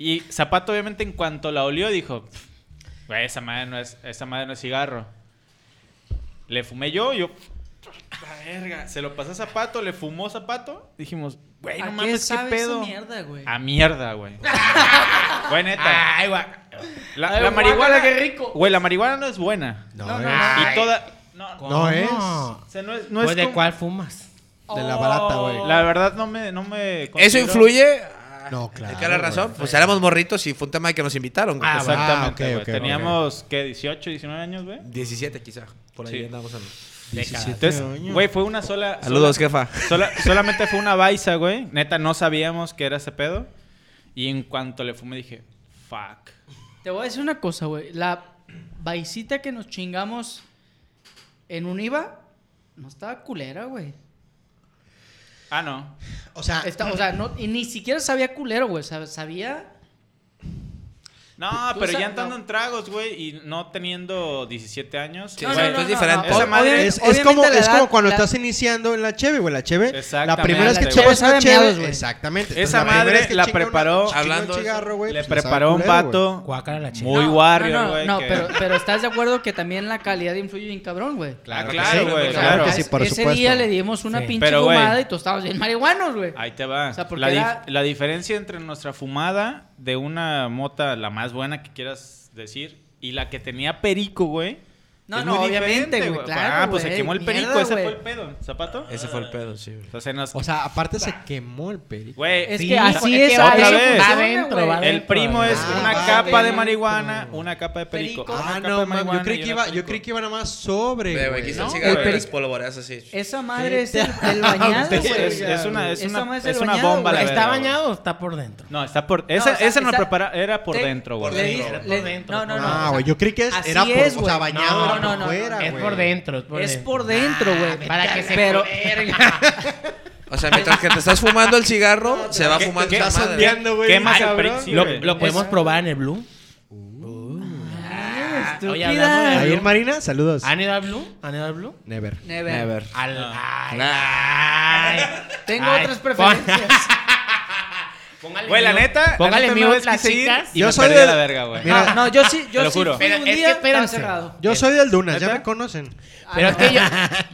Y Zapato, obviamente, en cuanto la olió, dijo, "Pff, güey, esa madre no es, esa madre no es cigarro. Le fumé yo, yo, la verga. Se lo pasé a Zapato, le fumó Zapato. Dijimos, güey,
¿A
no
qué
mames, qué
sabe esa
pedo.
mierda, güey?
A mierda, güey. güey, neta.
Ay, guau.
La,
Ay,
la
guácala,
marihuana,
qué rico.
Güey, la marihuana no es buena.
No,
No,
es
no,
Ay.
Y toda... No, no.
No es.
O sea, no es, no
Pues
es
de
como-
cuál fumas.
de la barata, güey.
La verdad no me, no me
¿Eso
considero-
influye?
No,
¿De
claro.
qué la razón? Pues éramos morritos y fue un tema que nos invitaron. güey.
Ah,
Pues,
Exactamente,
Ah, ok,
güey.
ok,
Teníamos, ¿qué? 18, 19 años, güey.
17 Pues, quizá. Por ahí
Sí.
andamos andando.
Décadas.
Entonces,
años.
güey, fue una sola...
Saludos,
sola-
jefa.
sola- solamente fue una baisa, güey. Neta, no sabíamos que era ese pedo. Y en cuanto le fumé dije, fuck.
Te voy a decir una cosa, güey. La baisita que nos chingamos en un IVA no estaba culera, güey.
Ah, no.
O sea,
Está- o sea, no, y ni siquiera sabía culero, güey. Sab- Sabía
No,
Tú
pero
sa-
ya entrando
no.
en tragos, güey, y no teniendo 17 años.
Sí,
güey,
no, no, es diferente.
Esa madre
Obviamente-
Obviamente-
Es, es como,
obviamente la
es como
edad-
cuando
la-
estás iniciando en la cheve, güey. La cheve. La
Exactamente,
primera vez que
güey.
chupas
Sabe
una
a
cheve.
miados, güey.
exactamente.
Esa
Entonces, la
madre
primera vez que
la
chinga una-
preparó-
chinga un
hablando de eso,
cigarro, güey,
le
pues, le sabe
preparó un
culero, güey.
vato Ah,
Guácala la chingada.
muy
No,
warrior,
no,
güey.
No,
que-
pero, pero estás de acuerdo que también la calidad influye bien cabrón, güey.
Ah,
Claro que
claro,
sí,
güey,
güey,
claro.
que sí, por
ese
supuesto.
día le dimos una
Sí.
pinche
Pero, güey.
fumada y tostados bien marihuanos, güey.
Ahí te va.
O sea, porque
la, dif-
era-
la diferencia entre nuestra fumada de una mota, la más buena que quieras decir, y la que tenía perico, güey.
No,
es
no,
muy
obviamente,
diferente,
güey, claro,
ah, pues se
güey,
quemó el perico,
mierda,
ese
güey.
fue el pedo. ¿Zapato?
Ese fue el pedo, sí, güey.
O sea, nos-
O sea, aparte se quemó el perico.
Güey,
Es
Sí,
que así
es que
es,
otra
a eso
vez.
funciona,
Va adentro,
güey.
va
el
adentro.
adentro, primo es
ah,
una
va
capa de
adentro.
marihuana, una capa de perico.
Perico.
una
Ah,
capa
no,
de
man, yo
marihuana
creí
y
que
una
iba, yo
perico.
creí que iba nada más sobre,
Ve, güey,
güey.
quita
No,
el cigarro
güey,
y
pero-
les polvoreas así.
Esa madre es el, el bañado,
Es,
güey.
es- es una, es
Esa
una,
madre
es
el
una
bañado,
bomba la
güey.
verga,
¿Está
güey.
bañado o está por dentro?
No, está por... Esa,
o sea,
esa nos
esa-
prepara... Era por
Te-
dentro,
por
güey.
le
dentro,
di-
era
por
le-
dentro,
No,
por
no, no.
dentro.
Ah,
o
güey,
sea,
yo creí que es-
así
era por,
es,
o sea,
güey.
bañado,
No,
era
no,
por
no.
fuera,
Es
güey.
por dentro, es por
Es
dentro.
por dentro, güey.
Para que se
Pero,
O sea, mientras que te estás fumando el cigarro, se va
¿Qué-
fumando
qué-
esa
estás
madre.
sondeando, güey,
Quema el
cabrón.
perico, Ah, sí,
Lo,
güey.
lo podemos probar en el Blue. Ah, Oye, hablando de-
Estúpida.
Ayer Marina, saludos.
¿Han ido al Blue? ¿Han ido al Blue?
Never.
Never.
Al,
Ah.
ay, ay.
Tengo
Ay,
otras
pon-
preferencias.
Póngale
Güey, la
mío-
neta...
Póngale
mío
mío las chicas.
Y yo
Yo
me
soy
perdí
de-
a la verga, güey.
Mira.
No, no, yo sí, yo
Te lo
sí
juro.
fui
Pero
un
es
día,
que
estaba
espérense.
cerrado.
Yo soy del Dunas, ya
¿Neta?
me conocen.
Pero es que yo,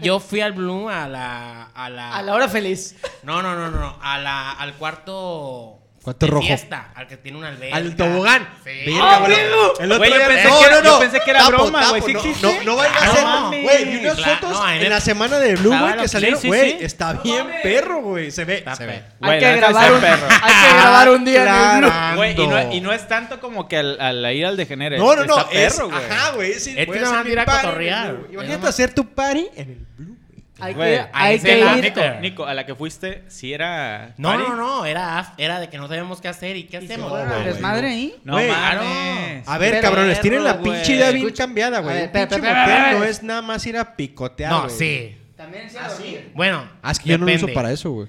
yo fui al Blue a la. A la,
A la hora feliz.
No, no, no, no. no, A la, al cuarto.
Cuarto
de
rojo.
Fiesta, al que tiene una alberca.
Al tobogán.
Sí. ¡Oh,
Verga, güey. El otro
Güey, yo
día-
pensé que era- yo pensé que era broma, güey, ¿sí
no,
existe?
no, no vaya a
Ah,
ser.
no mames.
Güey, vi unas
Claro,
fotos
no, en
en
el-
la semana de Blue,
Estaba
güey,
la-
que
sí,
salieron.
sí,
Güey,
sí.
está bien perro, güey. Se ve.
Está
Se ve.
perro.
Güey,
hay,
la
que
neta,
grabar
ese
un,
perro.
hay que grabar un día en el Blue.
Claro.
Güey, y no, y no es tanto como que al, al ir al degenere.
No, no, no.
Este, Está
es-
perro, güey.
Ajá, güey. sí,
Este
voy a
nada
hacer
más
mi
ir a
party en el
cotorrear,
Blue.
güey. Nada
Imagínate
más.
hacer tu party en el Blue.
Hay
Güey,
que, hay
ahí se la-
que ir.
Nico, Ah,
Peter.
Nico, a la que fuiste, si era...
No,
party?
no, no. Era, af- era de que no sabíamos qué hacer y qué
Y se
hacemos.
Ah,
fueron al desmadre ahí.
No
Güey,
mames.
A ver,
Pero
cabrones, tienen la
perro, güey.
pinche idea bien
Escucha-
cambiada,
A
güey.
ver,
Un
espera,
pinche
espera, espera,
motel
espera.
no es nada más ir a picotear,
No,
güey.
sí.
También se así.
Bueno.
Ah, es que yo no lo uso
depende.
para eso, Ah, güey.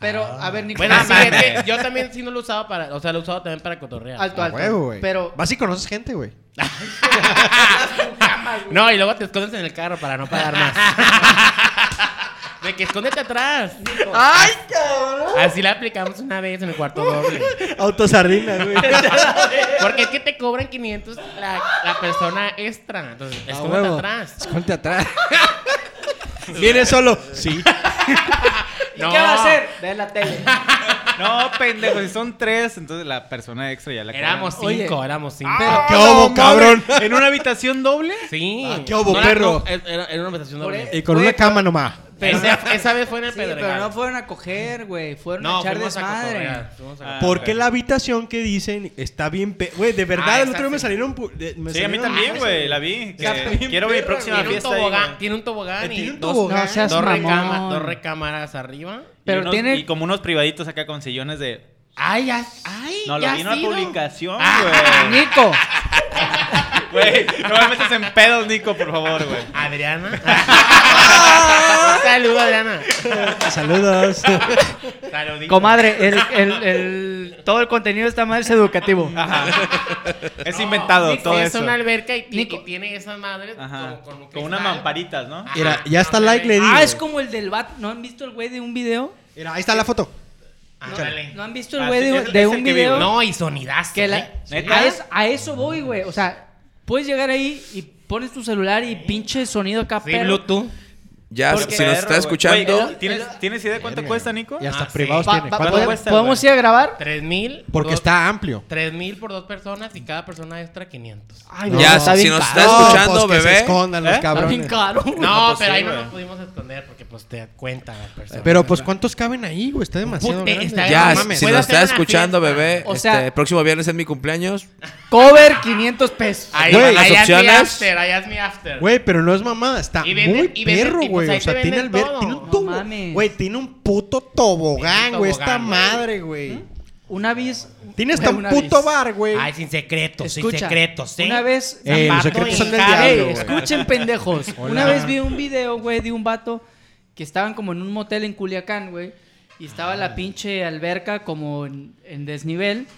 Pero,
Ah.
a ver, Nico.
Bueno,
así
sí, es
de-
que yo también sí no lo he usado para. O sea, lo he usado también para cotorrear.
Alto,
A
alto.
huevo, güey.
Pero,
Vas y conoces gente, güey.
No, y luego te escondes en el carro para no pagar más. De que escóndete atrás.
¡Ay, cabrón!
Así la aplicamos una vez en el cuarto doble.
Autosardina, güey.
Porque es que te cobran 500 la, la persona extra. Entonces, escóndete atrás.
Escóndete atrás. Viene solo. Sí.
¿y qué va a hacer? Ve la tele.
No, pendejo, si son tres, entonces la persona extra ya la
Éramos
Oye.
cinco, éramos cinco.
Ah.
Pero-
¿Qué hubo,
cobran.
cabrón?
¿En una habitación doble?
Sí.
Ah, ¿qué hubo,
la-
perro?
era, era una presentación
Por
doble.
eso.
Y con
Güey,
una cama nomás.
Esa, esa vez fue en el
Sí, pero
Pedregal.
no fueron a coger, güey. Fueron
No,
a echar
fuimos a
desmadre.
cotorrear, fuimos a-
Ah,
Porque
ok.
la habitación que dicen está bien... pe- Güey, de verdad,
Ah,
el otro día me
exacto.
salieron... pu- de- me
Sí, a mí
salieron-
también, güey, la vi. que
Está bien
quiero mi
perra,
próxima
Tiene un
fiesta ahí,
tobogán.
güey.
tiene un tobogán
Eh,
y
tiene un
dos,
tobogán.
No seas
dos,
mamón.
recamas- dos recámaras arriba.
Pero
Pero
y unos,
tiene-
Y como unos privaditos acá con sillones de...
Ay, ay, ay.
No, lo
ya
vi en
has
una
ido.
publicación, güey.
Nico.
Güey, no me metas en pedos, Nico, por favor, güey.
Adriana. Un saludo, Adriana.
Saludos.
Saludito.
Comadre, el, el, el, todo el contenido está más educativo.
Es inventado
Sí,
todo
es
eso.
una alberca y, ti-
Nico.
y tiene esas madres
Ajá.
como un
Con unas
cristal.
mamparitas, ¿no?
Ajá.
Mira, ya está
No,
like, le
no,
digo.
Ah, es como el del bat. ¿No han visto el güey de un video?
Mira, ahí está la foto.
ándale.
¿No han visto el
Ah,
güey
sí,
de,
es-
de
es el
un
que vivo.
video?
No, y sonidazo.
Que la-
¿eh?
¿Neta?
a, es- a eso voy, güey. O sea, puedes llegar ahí y pones tu celular y pinche sonido acá,
Sí,
perro.
Bluetooth.
Ya,
Ah, Porque-
si nos está
Güey,
escuchando,
¿tienes, ¿Tienes idea cuánto cuesta, Nico?
Y hasta
Ah, sí.
privados
Pa-
tiene.
pa-
¿Cuánto
¿pode-
cuesta,
¿Podemos
güey?
ir a grabar?
3000.
Porque está amplio.
3000 por dos personas y cada persona extra 500.
Ay,
Ya, si- si nos
caro.
está
pues,
escuchando,
que
bebé.
se escondan los
¿Eh?
Está
cabrones.
bien caro. güey.
No,
pues
pero
sí,
ahí no
güey.
nos pudimos esconder porque pues te cuenta la persona.
Pero pues cuántos caben ahí, güey, está demasiado
Puta,
grande.
está-
ya,
no
si
mames.
si
Puede
nos
hacer
está
una
escuchando,
fiesta.
bebé,
O
este,
sea-
próximo viernes es mi cumpleaños.
Cover 500 pesos.
Ahí,
Güey,
ahí
las
es mi
opciones.
after, ahí es mi after.
Güey, pero no es mamada, está
Y venden-
muy
y venden-
perro,
y, pues,
güey.
ahí
o sea,
te
tiene
venden
alber-
todo.
tiene un
No
tubo.
mames.
Güey, tiene un puto tobogán,
Tiene un
güey.
tobogán,
Esta
güey. ¿Mm?
madre, güey.
Una vez.
Tiene hasta
güey,
un
una
puto
vez.
bar, güey.
Ay, sin secretos,
Escucha,
sin secretos, ¿eh?
Una vez.
Eh, los
zapato
secretos
y
son del
jale,
diablo,
Ey,
güey.
escuchen, pendejos.
Hola.
Una vez vi un video, güey, de un vato que estaban como en un motel en Culiacán,
Ah.
güey. Y estaba la pinche alberca como en, en desnivel.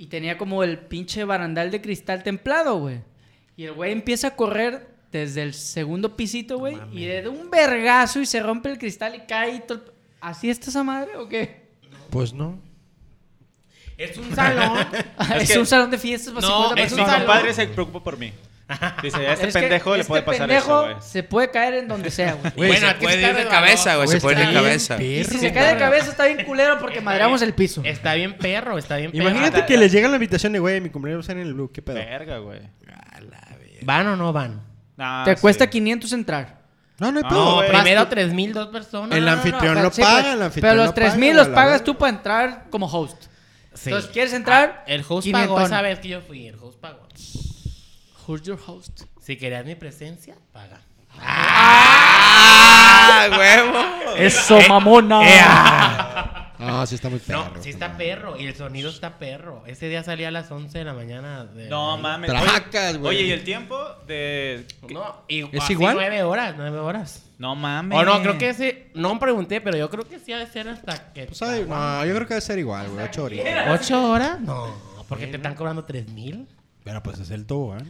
Y tenía como el pinche barandal de cristal templado, güey. Y el güey empieza a correr desde el segundo pisito, güey. y de de un vergazo y se rompe el cristal y cae. y todo el- ¿Así está esa madre o qué?
Pues no.
Es un salón.
es
que-
un salón de fiestas para
No,
50
Es
Es
mi
un
personas.
salón.
compadre se preocupa por mí. Dice, a este
Es que
pendejo le
este
puede pasar
pendejo
eso, güey.
Se puede caer en donde sea, güey.
Güey,
Bueno,
se
aquí
puede
está
ir de
regalado.
cabeza, güey. Se
Güey,
puede ir de
está bien
cabeza.
Y
perro.
si se cae de cabeza está bien culero porque madreamos el piso.
Está bien perro, está bien perro.
Imagínate que les llega la invitación de, güey, mi cumpleaños va a ser en el Blue, qué pedo.
Verga, güey.
¿Van o no van?
Nah,
Te
ah, sí.
cuesta 500 entrar.
No, no hay
No,
pedo.
güey.
Vas
Primero
tú.
3000, dos personas.
El
No, no, no.
anfitrión. Pero
O sea,
no
pues,
paga, el anfitrión
Pero los
no
3000
paga,
los
güey, la
pagas
verga.
tú para entrar como host.
Sí.
Entonces, ¿quieres entrar?
Ah, el host pagó
500.
esa vez que yo fui. El host pagó.
Who's your host?
Si querías mi presencia, paga.
¡Ah, huevo!
Eso, mamona.
No, Ah, sí está muy perro.
No, sí está perro. Y el sonido está perro. Ese día salí a las 11 de la mañana. de-
No mames.
Tracas,
Oye,
güey.
Oye, ¿y el tiempo de.?
No, y,
¿Es
así
igual?
Nueve horas, nueve horas.
No mames.
O Oh, no, creo que ese. No me pregunté, pero yo creo que sí ha de ser hasta que.
Pues, ay, no, yo creo que debe ser igual, güey, ocho horitas.
¿Ocho horas? No, porque te están cobrando tres mil.
Pero pues es el tubo, ¿eh?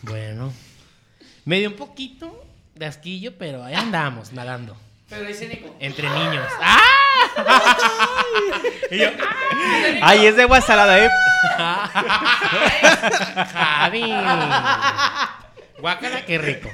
Bueno. Me dio un poquito de asquillo, pero ahí andamos, nadando.
Pero dice Nico.
Entre niños. ¡Ah! y yo,
Ay, es de agua salada, eh.
¡Javi! Guácala, qué rico.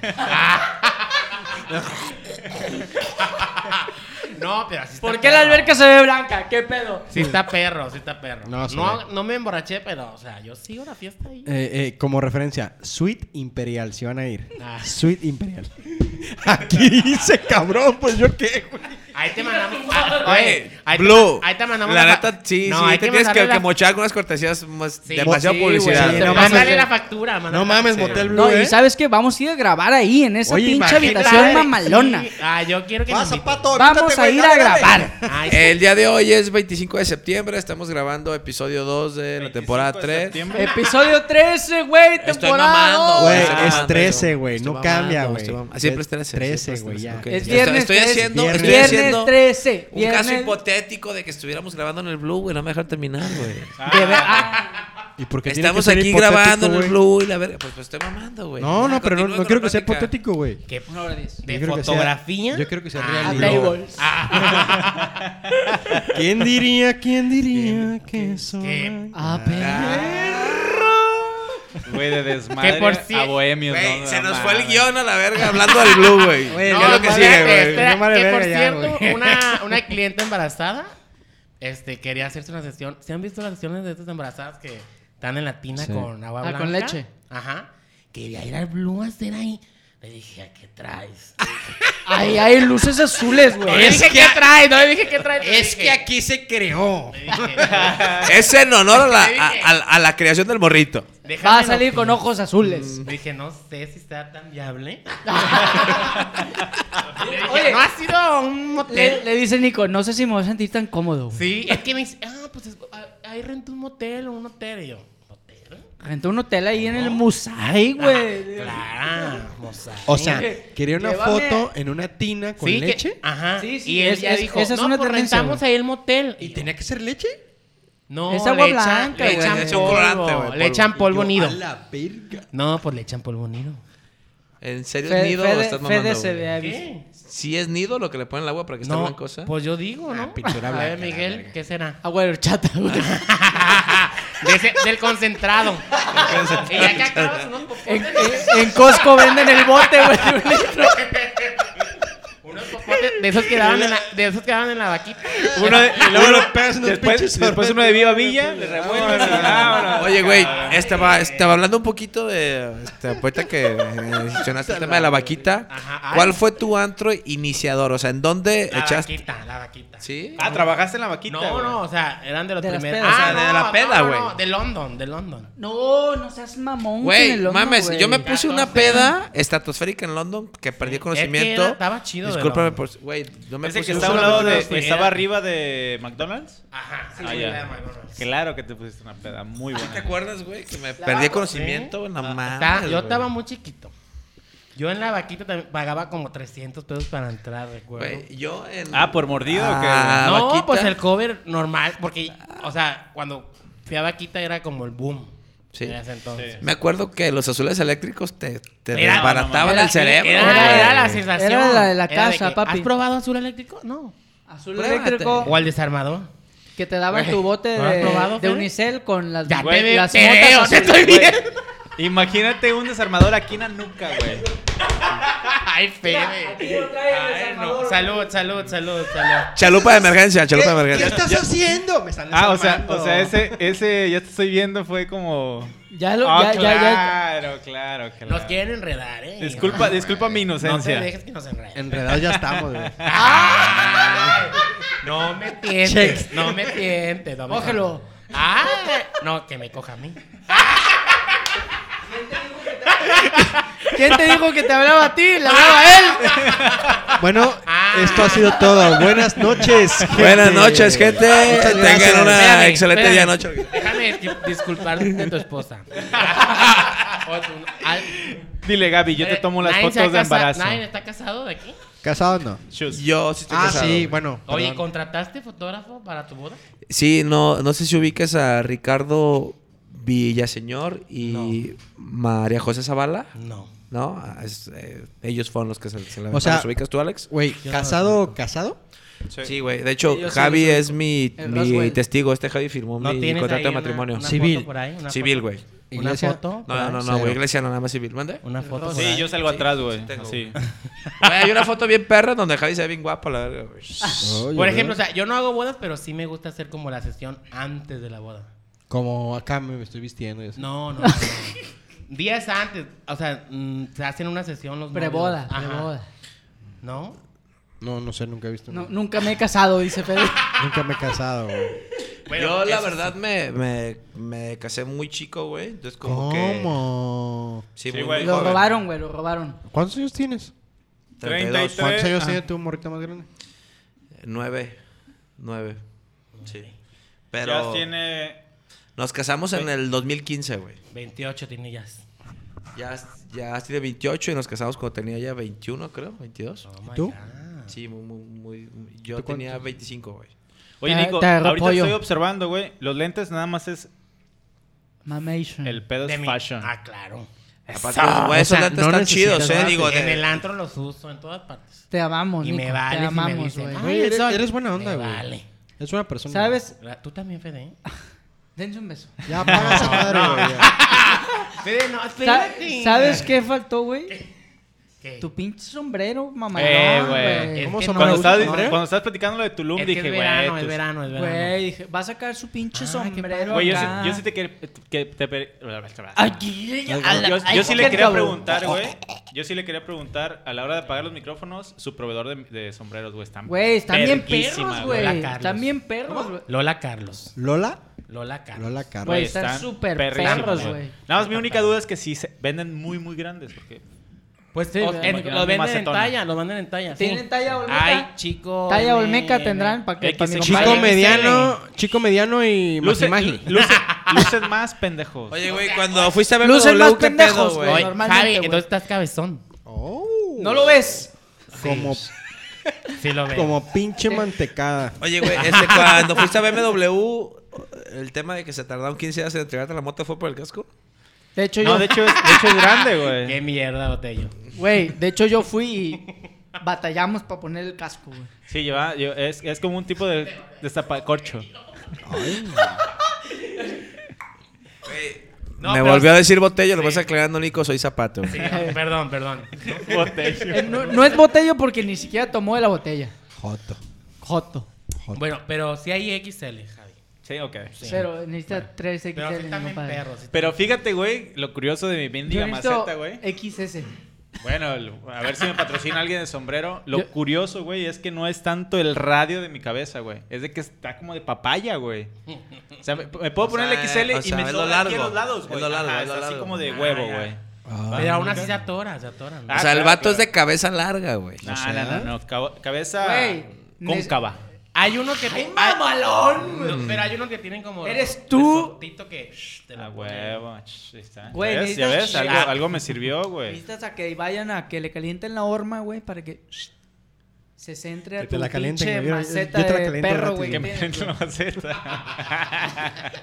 no, pero así está
¿Por qué
perro.
la alberca se ve blanca? ¿Qué pedo?
Sí está perro, sí está perro.
No,
No,
se
no,
ve.
me emborraché, pero, o sea, yo sigo la fiesta ahí.
Eh, eh, como referencia, Sweet Imperial, si van a ir.
Ah.
Sweet Imperial. Aquí dice, cabrón, pues yo qué, güey.
Ahí te mandamos. ah,
Oye,
oye, ahí te
Blue.
ma- ahí te mandamos.
La
fa-
neta, sí,
No,
sí.
ahí
te tienes que,
mandarle
que
la-
mochar algunas cortesías. más-
Sí.
demasiada
Sí, güey,
publicidad.
sí,
Te-
no
mándale
mames.
la factura. mándale
No
la
mames,
factura.
Motel Blue,
No,
¿eh?
y sabes que vamos a ir a grabar ahí en esa
Oye,
pinche
imagínate.
habitación
Sí.
mamalona.
Ah, yo quiero que
Va,
nos inviten.
zapato,
Vamos
avítate,
a
güey,
ir a
dale, dale.
grabar.
Ay,
Eh.
sí.
El día de hoy es 25 de septiembre. Estamos grabando episodio 2 de la temporada 3.
Episodio 13, güey,
Estoy
temporada
mamando,
dos.
Oh, güey.
Güey,
Estoy mamando,
es 13, güey.
estoy
No
mamando,
cambia, güey.
estoy mamando. Siempre es 13, siempre
13,
es
güey,
13,
ya.
ok.
Es
Estoy-
viernes
estoy
13,
haciendo- estoy
viernes
haciendo
13.
Un caso
viernes-
hipotético de que estuviéramos grabando en el Blue, güey. No me dejaron terminar, güey.
de ver- ah,
¿Y por qué tiene
Estamos
que ser
aquí
hipotético,
grabando en el
güey?
Blue y la verga. Pues, pues estoy mamando, güey.
No, no, pero no, no quiero que sea hipotético,
hipotético.
güey.
¿Qué?
una hora diez.
¿De
Yo creo que sea-
fotografía?
Yo creo que sea
Ah,
real.
A
y luego-
Playboys.
¿Quién diría, quién diría que eso?
qué-
Ah, perro.
Güey, de desmadre
Que por ci-
a bohemios,
Güey,
¿no?
se
No
nos fue el
mames.
guión a la verga hablando del Blue, güey. ¿Qué
Güey,
es lo
No,
que
espérate,
sigue, güey?
espera,
No vale
que por
verga ya, güey.
cierto, una, una clienta embarazada este, quería hacerse una sesión. ¿Se han visto las sesiones de estas embarazadas que están en la tina
Sí.
con agua
Ah,
blanca?
con leche.
Ajá. Quería ir al Blue a hacer ahí. Le dije, ¿a qué traes?
Ahí hay luces azules,
Le
güey.
dije, ¿qué traes? No le dije, ¿qué traes? Le dije,
se creó.
le dije,
Es en honor a la,
Te dije.
a- a- a la creación del morrito.
déjame
Va a
lo
salir con
pienso.
ojos azules.
Mm.
Le dije, no sé si está tan viable.
Oye.
Oye, ¿no ha sido un motel?
Le, le dice Nico, no sé si me voy a sentir tan cómodo. güey.
Sí, es que me dice, ah, pues es- ah, ahí rento un motel o un hotel. Y yo, ¿hotel?
Renté un hotel ahí en el Musai,
Ah,
güey. eh.
Claro, moza.
O sea,
Sí.
quería una
Llévame.
foto en una tina con
Sí, que-
leche.
ajá.
Sí, sí,
y él
es-
ya
es-
dijo,
esa es
no,
una
pues
tendencia,
rentamos
güey.
ahí el motel.
¿Y tenía que ser leche?
No,
Es agua
le echan-
blanca,
le
güey.
echan
Le echan
colorante,
polvo.
güey,
Le echan polvo
Yo,
nido.
A la verga.
No, pues le echan polvo nido.
¿En serio
Fe-
es nido o
Fede-
estás
Fede
mamando?
se
güey?
ve a-
¿Sí es nido lo que le ponen al agua para que esté
No,
blancosa?
pues yo digo, ¿no?
Ah, pintura
A ver,
blanca, la
Miguel,
verga.
¿qué será?
Agua de horchata, Ah, güey.
Ah.
De ese- del concentrado. y ya que acabas unos
En,
popotes,
en- en Costco venden el bote, güey. de un litro.
unos popotes de esos que daban en la, de esos que daban en la vaquita.
Uno de- y luego
Uno
lo-
pega unos pinches
después, después uno de Viva Villa, le revuelve.
Ah,
Oye, güey, estaba, estaba hablando un poquito de. Este, ahorita que eh, mencionaste el tema de la vaquita.
Ajá, ay.
¿Cuál fue tu antro iniciador? O sea, ¿en dónde
La
echaste?
vaquita, la vaquita.
¿Sí?
Ah, trabajaste en la vaquita.
No,
güey.
no, o sea, eran de los
De las
primeros.
pedas.
Ah,
O sea, de la peda, güey.
de London, de London.
No, no seas mamón.
Güey,
con el hombro,
mames,
güey.
yo me puse una
14.
peda estratosférica en London que perdí
Es
conocimiento.
que era- estaba chido de
Discúlpame
London.
por. Güey, no me
Ese
puse
que estaba,
un
al lado
solo
de-
minuto.
estaba arriba de McDonald's.
Ajá, sí,
Ah,
sí,
ya.
la de McDonald's.
Claro que te pusiste una peda muy
¿Te
buena.
acuerdas, güey? Que me perdí conocimiento en la
Ah,
mano.
está- yo estaba muy chiquito. Yo en la vaquita también pagaba como 300 pesos para entrar, recuerdo.
Güey, yo en.
Ah,
Ah, ¿por mordido o qué, güey?
Ah,
no,
vaquita.
pues el cover normal, porque, o sea, cuando Pipiá Vaquita era como el boom.
Sí.
En ese entonces.
Me acuerdo que los azules eléctricos te, te
Era-
desbarataban
Era-
el cerebro.
Era,
güey.
era la sensación.
Era la de la
Era
casa,
que,
papi.
¿Has probado azul eléctrico? No.
Azul
Pruébate.
O
eléctrico
al desarmador.
que te daban tu bote
¿No has
de,
probado,
de
Fede?
unicel con las,
Ya
güey,
te, ve-
las
te veo, te
azules.
estoy
güey.
viendo.
Imagínate un desarmador aquí en la nuca, güey.
Ay, Fede. Ay, no. Salud, salud, salud, salud.
Chalupa de emergencia, chalupa de
¿Qué
emergencia.
estás haciendo? Me están
Ah, o sea,
desarmando.
o sea, ese, ese, ya te estoy viendo, fue como.
Ya lo,
oh,
Ah,
ya, ya, ya.
claro, claro, claro.
Nos quieren enredar, eh.
Disculpa, disculpa mi
No te
inocencia.
dejes que nos enreden.
Enredados ya estamos, güey.
Ay, No me tientes.
Check.
No me tientes. No me
Cógelo.
Ah, no, que me coja a mí.
¿Quién te dijo que te hablaba a ti? Le hablaba
Ah.
a él.
Bueno, esto ha sido todo. Buenas noches. gente.
Buenas noches, gente.
Ah, Muchas gracias.
Tengan una
Espérame,
excelente
espérame.
día noche.
Déjame dis- disculpar de tu esposa. O tu- al-
Dile, Gaby, yo te
Eh,
tomo las
nadie se
fotos
ha
de
casa-
embarazo.
¿Nadie está casado de aquí?
¿Casado o no?
Chus.
Yo sí estoy
Ah,
casado,
sí,
güey.
bueno.
Oye,
perdón.
¿contrataste fotógrafo para tu boda?
Sí, no, no sé si ubiques a Ricardo Villaseñor y María José Zavala.
No.
¿No? Ah, es, eh, ellos fueron los que se, se
O sea-
¿los ubicas tú, Alex?
Güey, ¿casado, casado?
Sí, güey. De hecho,
Ellos son
Javi
los-
es mi,
el
mi
Roswell.
testigo. Este Javi firmó
Eh, ¿No
mi
tienes ahí
contrato de
una-
matrimonio.
una
Civil.
foto por ahí? Una
Civil,
foto-
güey.
¿Una
Iglesia.
foto? por
No,
ahí?
no, no,
Cero.
güey. Iglesia no, nada más civil. ¿Mande?
Una foto por
Sí,
ahí.
yo salgo atrás, güey.
tengo.
así.
Güey, hay una foto bien perra donde Javi se ve bien guapo, la verga, güey.
Por ejemplo, o sea, yo no hago bodas, pero sí me gusta hacer como la sesión antes de la boda.
Como acá me me estoy vistiendo. y así.
No, no, no. Días antes, o sea, mm, se hacen una sesión los novios.
Preboda,
Ajá.
preboda.
¿no?
No, no sé, nunca he visto.
No, nunca me he casado, dice Fede.
Nunca me he casado, güey.
Yo, la verdad, me, me, me casé muy chico, güey. Entonces, como que...
¿Cómo?
Sí,
Sí,
muy,
güey.
muy
Lo
joven.
robaron, güey, lo robaron.
¿Cuántos años tienes?
32.
¿Cuántos años
Ah.
tiene tu morrita más grande?
Nueve. Nueve. Sí.
Ya
Pero
tiene.
nos casamos en el 2015, güey.
28 eh, tiene ellas.
Ya, ya tiene 28 y nos casamos cuando tenía ya 21, creo. 22.
Oh my
¿Tú?
Ah.
God.
Sí, muy, muy, muy- Yo
¿Tú cuánto?
tenía 25, güey.
Oye,
Te-
Nico,
te agarró
ahorita
pollo.
estoy observando, güey. Los lentes nada más es
Mamation.
el pedo
De
es
mi-
fashion.
Ah, claro.
Aparte, los güeyes
O sea,
antes
no
están
necesitas
chidos, ¿eh?
nada.
Digo,
en
de-
el antro los uso en todas partes.
Te amamos,
Y
Nico.
me vale
te
si me
amamos,
dicen, "Ah,
güey.
"Ay,
Güey,
el
eres,
sol".
eres buena onda,
Me
güey.
vale.
Es buena persona.
¿Sabes?
La- Tú también, Fede.
Dense un beso.
Ya apaga esa madre, güey. ya.
Fede, no,
Sa-
espérate.
¿Sabes qué faltó, güey?
¿Qué?
Tu pinche sombrero, mamá.
Eh,
No,
güey.
Es
¿Cómo
que
son
no
Cuando
me gusta
estabas,
el
¿no?
cuando estabas platicando lo de Tulum,
Es que
dije,
es
güey. pues,
verano, es
tus-
verano, es verano. Ah,
Güey, dije, va a sacar su pinche sombrero.
Güey, yo sí,
acá.
yo sí te quería. que te pe-
Ah. Ay, qué-
Yo-
a la-
yo,
ay,
yo sí le quería
cabrón.
preguntar, güey. Yo sí le quería preguntar, a la hora de apagar los micrófonos, su proveedor de, de sombreros, güey, están
Güey, están bien
verguísima,
perros,
Lola
güey.
Carlos.
Están bien perros, güey.
Lola Carlos.
¿Lola?
Lola Carlos.
Lola Carlos.
Güey, están súper
perrísimas,
perros, güey.
Nada más mi única duda es que sí se venden muy, muy grandes. Porque...
Pues sí,
O-
o- en-
imagínate,
lo venden en
macetona.
talla, lo venden en talla. sí.
¿Tienen talla olmeca?
Ay, chico.
Talla
nene.
Olmeca tendrán para que pa' mi
XXL.
compadre.
Chico
Vaya,
mediano, chico mediano y
Luce-
Magimagi.
lu- luce- lucen más pendejos.
Oye, güey, cuando fuiste a ver
Lucen más
BMW, ¿qué
pendejos,
pedo,
güey.
Oye,
güey?
Normalmente,
Javi,
güey.
entonces estás cabezón.
Oh.
¿No lo ves?
Como,
Sí lo veo.
como pinche mantecada.
Oye, güey, este, cuando fuiste a BMW, el tema de que se tardaron 15 días en entregarte la moto fue por el casco.
De hecho,
No,
yo,
de hecho, es, de hecho es grande,
Qué
güey.
mierda, botello.
güey, de hecho yo fui y batallamos para poner el casco, güey.
Sí, lleva, lleva- es, es como un tipo de, de zapacorcho.
No,
Me
pero-
volvió a decir botello, lo vas aclarando, Nico, soy zapato.
Sí, perdón, perdón.
Eh, no, no es botello porque ni siquiera tomó de la botella.
Joto.
Joto.
Bueno, pero sí hay XL, Javi.
Sí, ok.
Pero necesita 3 XL.
Pero sí están bien
compadre.
perros. sí están-
Pero fíjate, güey, lo curioso de mi
Yo
mendiga
necesito
maceta, güey.
XS.
Bueno, el- a ver si me patrocina alguien de sombrero. Lo
Yo-
curioso, güey, es que no es tanto el radio de mi cabeza, güey. Es de que está como de papaya, güey. O sea, me, me puedo
O
poner
sea,
el XL
o
y
sea,
me
es lo
sobra aquí a
largo.
los lados, güey.
Es lo largo,
Ajá,
es lo
está así
largo.
como de
Ah,
huevo,
ya.
güey.
Pero aún así se atoran, se atoran.
Ah,
o sea, el
claro,
vato es
claro.
de cabeza larga, güey.
No, no, no, no. cabo- cabeza
Güey,
cóncava.
Hay uno que... ¡Ay, mamalón! pero hay uno que tienen como...
Eres tú.
resortito que... shh, te lo
A
ponen.
huevo. ch, ahí está.
Güey,
¿Ya ves? ¿Ya ves?
necesitas
Algo,
llegar.
algo me sirvió, güey.
Necesitas a que vayan a que le calienten la horma, güey, para que... se centre a
Que
tu
te la calienten,
pinche
güey. Yo- yo- yo
maceta
te la
de
caliento
perro,
gratis,
güey.
güey.
Que
que
me
tienes,
entre
güey.
la maceta.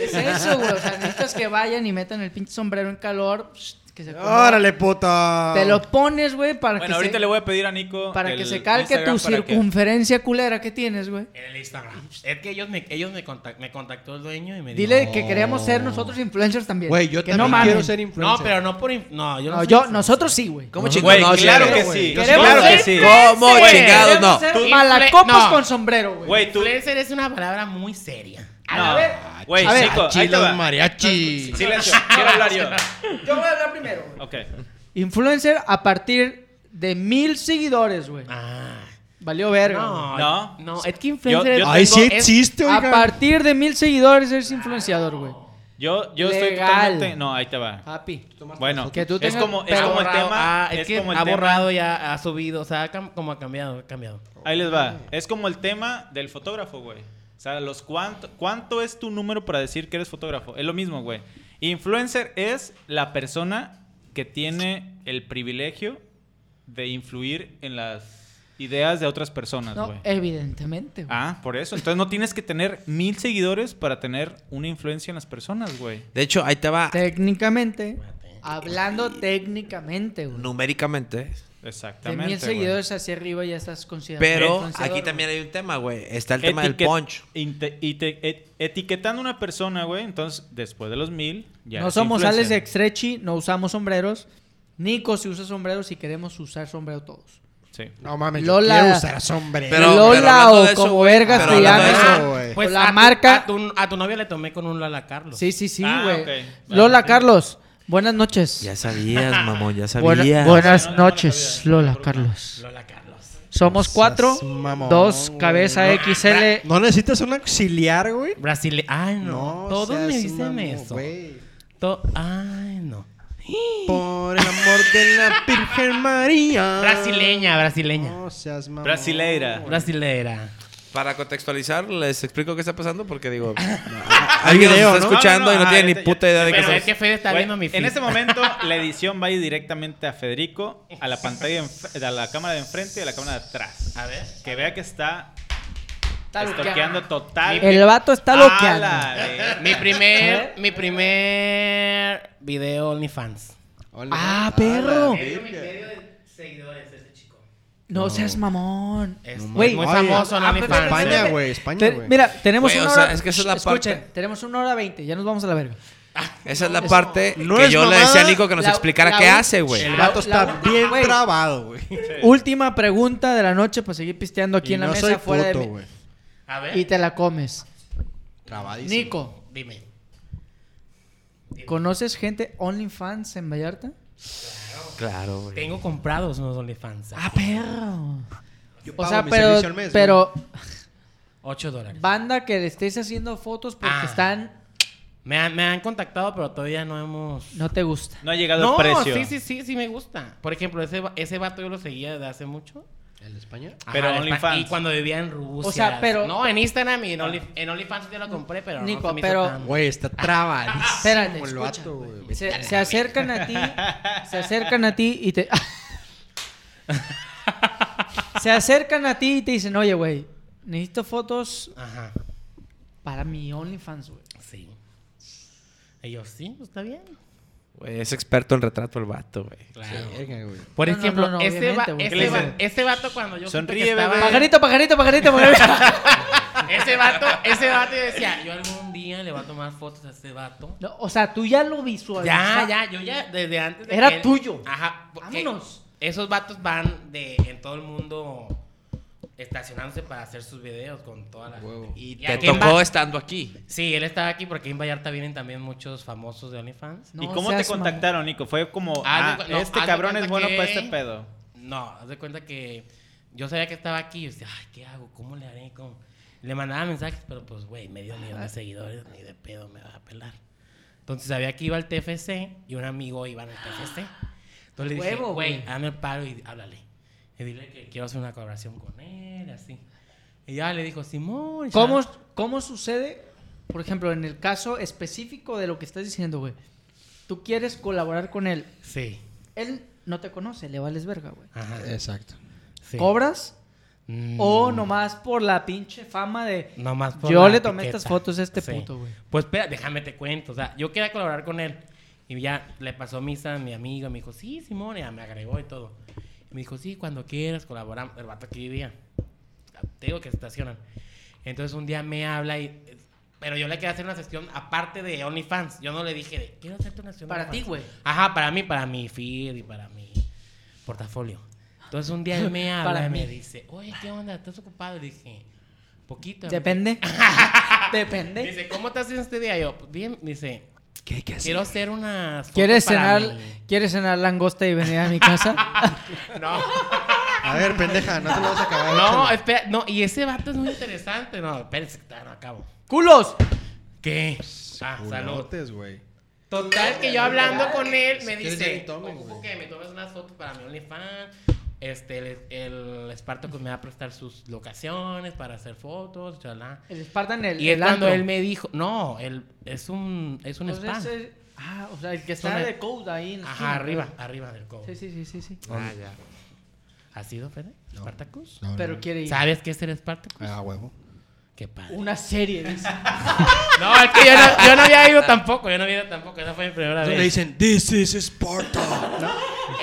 Es eso, güey. O sea, necesitas que vayan y metan el pinche sombrero en calor. psh, Que se ponga.
¡Órale, puta!
Te lo pones, güey, para
Bueno,
que
ahorita
se,
le voy a pedir a Nico.
para que
el
se calque
Instagram
tu
para que-
circunferencia culera que tienes, güey.
En el Instagram. Es que ellos me, ellos me, contac- me contactó el dueño y me dijo.
Dile que queremos ser nosotros influencers también.
Güey, yo
que
también
no mamen.
quiero ser influencer.
No, pero no por. inf- No, yo no.
No,
soy
yo,
influencer.
nosotros sí, güey.
¿Cómo
Ajá.
chingados?
Güey,
No,
claro
sí,
que
güey.
sí.
Queremos
Claro que
ser
sí.
¿Cómo
influencers.
chingados? No.
Queremos ser
Tú-
Malacopos
No.
con sombrero, güey.
Güey, tú.
Influencer es una palabra muy seria.
A
no.
la ver,
Güey,
a ver,
Nico, ahí te
Chilo,
va.
mariachi.
Silencio, quiero hablar yo.
yo voy a hablar primero, güey.
Ok.
Influencer a partir de mil seguidores, güey.
Ah.
Valió verga. güey.
No,
No.
no, es que influencer
Yo- yo
Ay, sí
es-
existe,
A
oiga.
partir de mil seguidores eres influenciador, güey.
Yo, yo estoy
Legal.
totalmente. No, ahí te va.
Papi.
Bueno,
Que tú
es
tengas-
como, es
pero
como el
borrado.
tema.
Ah, es, que
como el
ha
tema-
borrado ya, ha subido, o sea, ha cam- como ha cambiado, ha cambiado.
Ahí les va.
Oh.
Es como el tema del fotógrafo, güey. O sea, los cuánto, ¿cuánto es tu número para decir que eres fotógrafo? Es lo mismo, güey. Influencer es la persona que tiene el privilegio de influir en las ideas de otras personas,
No, eh.
güey.
evidentemente, güey.
Ah, por eso. Entonces no tienes que tener mil seguidores para tener una influencia en las personas, güey.
De hecho, ahí te va
Técnicamente. Hablando técnicamente, güey.
numéricamente.
De
Exactamente.
mil
güey.
seguidores hacia arriba ya estás considerado.
Pero
influenciador,
aquí
güey.
también hay un tema, güey. Está el tema del
Etiquet-
punch.
inte- ite- et- etiquetando una persona, güey. Entonces, después de los mil, ya
no
eres
somos Alex
influencer.
Extrechi, no usamos sombreros. Nico si usa sombreros y queremos usar sombrero todos.
Sí.
No mames,
Lola-
yo quiero usar sombrero.
Pero-
Lola
hablando
o
de eso,
como
güey,
vergas
pero
te
hablando de
llames.
eso,
Ah,
güey.
o la
Pues, a tu-
marca-
a tu, a tu novia le tomé con un Lala Carlos.
Sí, sí, sí,
Ah,
güey.
ok. Vale.
Lola Carlos, buenas noches.
Ya sabías, mamón, ya
Buena-
sabías.
buenas
No, no, no la
noches,
sabía.
Lola Carlos.
Lola Carlos.
Somos cuatro,
mamón,
dos
güey.
cabeza XL.
¿No necesitas un auxiliar, güey?
Brasile. Ay, no. Todos
seas
me dicen
mamón,
eso.
güey.
To- Ay, no.
Por el amor de la Virgen María.
Brasileña, brasileña.
No seas mamón.
Brasileira.
güey.
Brasilera.
Para contextualizar, les explico qué está pasando porque digo,
Hay
alguien nos
video,
está
¿no?
escuchando
No, no, no,
y no
ah,
tiene ni
este-
puta idea de qué
Pero
estamos-
es que Fede está
Güey,
viendo mi feed.
en este momento, la edición va a ir directamente a Federico, a la pantalla, de enf- a la cámara de enfrente y a la cámara de atrás.
A ver.
Que vea que está
Está
estoqueando total.
El vato está
¡Ala,
loqueando.
güey!
Mi
¿Eh?
primer, mi primer video OnlyFans.
Hola.
Ah, perro.
Medio, medio de seguidores ese chico.
No seas mamón.
Es
Güey.
muy
Ay,
famoso en
ah,
OnlyFans.
pero-
España, güey. España,
Te-
güey.
mira, tenemos
Güey,
una
o sea,
hora.
es que esa es la
Escuchen,
parte-
tenemos una hora veinte. Ya nos vamos a la verga.
Esa es la parte
no
que
es
yo le decía a
mamada.
Nico que nos
La-
explicara
la
qué
u-
hace, güey.
El
la-
vato está
la-
bien
güey.
trabado, güey.
Última pregunta de la noche para seguir pisteando aquí
Y
en la
no
mesa
soy
fuera de
puto,
mi-
güey.
A ver.
Y te la comes.
Trabadísimo.
Nico,
Dime.
¿conoces gente OnlyFans en Vallarta?
Claro, güey.
Tengo comprados unos OnlyFans.
Ah, perro.
Yo
O
pago
sea,
mi
pero,
servicio al mes,
pero
8 dólares.
banda que le estés haciendo fotos porque
Ah.
están
Me han, me han contactado, pero todavía no hemos.
no te gusta.
No ha llegado el precio.
sí, sí, sí, sí me gusta. Por ejemplo, ese, va- ese vato yo lo seguía desde hace mucho.
güey. ¿El de España?
Pero
de Espa-
OnlyFans.
Y cuando vivía en Rusia.
O sea, pero-
No, en Instagram y en, Only- en OnlyFans yo lo compré, pero
Nico,
no se me hizo
pero-
tan-
Güey, está trabadísimo.
Ah, Espérate,
el
escucha.
vato, güey.
Se, se acercan a ti, se acercan a ti y te Se acercan a ti y te dicen, "Oye, güey, necesito fotos
Ajá,
para mi OnlyFans, güey."
sí. Y yo, sí, pues, está bien.
Güey, Es experto en retrato el vato, güey.
Claro.
Verga, güey.
Por
No, no,
ejemplo,
no, no,
ese, va-
obviamente, güey.
¿Qué le
ese, va-
dices?
ese vato cuando yo supe
Sonríe,
que estaba-
Ah.
bebé.
Pajarito, pajarito, pajarito, pajarito.
Ese vato, ese vato yo decía, yo algún día le voy a tomar fotos a ese vato.
No, o sea, tú ya lo visualizaste.
Ya, ya, yo ya desde antes de
Pues, Era
que él-
tuyo.
Ajá. porque
Vámonos.
Esos vatos van de en todo el mundo estacionándose para hacer sus videos con toda la
Huevo.
Y
Te
aquí en
tocó
Va-
estando aquí.
Sí, él estaba aquí porque en Vallarta vienen también muchos famosos de OnlyFans.
No
¿Y cómo te
seas mamón.
contactaron, Nico? Fue como,
Ah,
ah,
no, no,
este
haz de
cabrón
cuenta
es bueno
que-
para este pedo.
No, haz de cuenta que yo sabía que estaba aquí y yo decía, ay, ¿qué hago? ¿Cómo le haré? ¿Cómo? Le mandaba mensajes, pero pues, güey, medio millón de seguidores, ni de pedo me va a pelar. Entonces sabía que iba al TFC y un amigo iba al TFC. Entonces le dije,
Huevo,
güey,
güey.
hazme el paro y háblale. Y dile que quiero hacer una colaboración con él, así. Y ya le dijo, Simón.
¿Cómo,
ya".
¿Cómo sucede, por ejemplo, en el caso específico de lo que estás diciendo, güey? Tú quieres colaborar con él.
Sí.
Él no te conoce, le vales verga, güey.
Ajá.
Exacto.
Sí.
¿Cobras?
Mm.
O nomás por la pinche fama de.
Nomás por
Yo
la
le tomé
etiqueta.
estas fotos a este puto, güey.
Pues espera, déjame te cuento. O sea, yo quería colaborar con él. Y ya le pasó misa a mi amigo. Me dijo, sí, Simón, y ya me agregó y todo. Y me dijo, sí, cuando quieras colaboramos. El vato aquí vivía. Te digo que estacionan. Entonces un día me habla y. Pero yo le quería hacer una sesión aparte de OnlyFans. Yo no le dije, de, quiero hacerte una sesión de
Para ti,
OnlyFans".
güey.
Ajá, para mí, para mi feed y para mi portafolio. Entonces un día él me habla
Para
y me
mí.
dice, oye, ¿qué onda? ¿Estás ocupado? Y dije, poquito. amigo".
Depende. Depende.
Dice, ¿cómo te haciendo este día? Yo, "Pues bien, dice,
¿Qué hay que hacer?
quiero hacer unas. fotos
¿Quieres
para
cenar,
mi-".
¿Quieres cenar langosta y venir a mi casa?
No,
A ver, pendeja, no te lo vas a acabar.
no,
Ah, échale.
espera, no, y ese vato es muy interesante. No, espérense, todavía no acabo.
¡Culos!
¿Qué? Ah, salud.
Culotes, güey.
Total, que yo hablando con él me
Si quieres, ya
dice:
ni tomes,
Ocupo
güey.
que me tomes unas fotos para mi OnlyFans. Este, el, el Spartacus me va a prestar sus locaciones para hacer fotos, chalá.
El Spartan, el.
Y es
el
cuando
antro.
él me dijo: No, él, es un, es un
Pues
spa.
ese- Ah, o sea, el que
Es
está
una-
de Code ahí. en la esquina.
Ajá, arriba, arriba del cobo.
Sí, sí, sí, sí. sí.
Ah, ya. ¿Has ido, Fede? ¿Spartacus?
Pero quiere ir.
¿Sabes qué es ser Spartacus?
Ah, huevo.
Qué padre.
Una serie, dice.
No, es que yo no, yo no había ido tampoco. Yo no había ido tampoco. Esa fue mi primera
Entonces le dicen,
vez.
this is Sparta.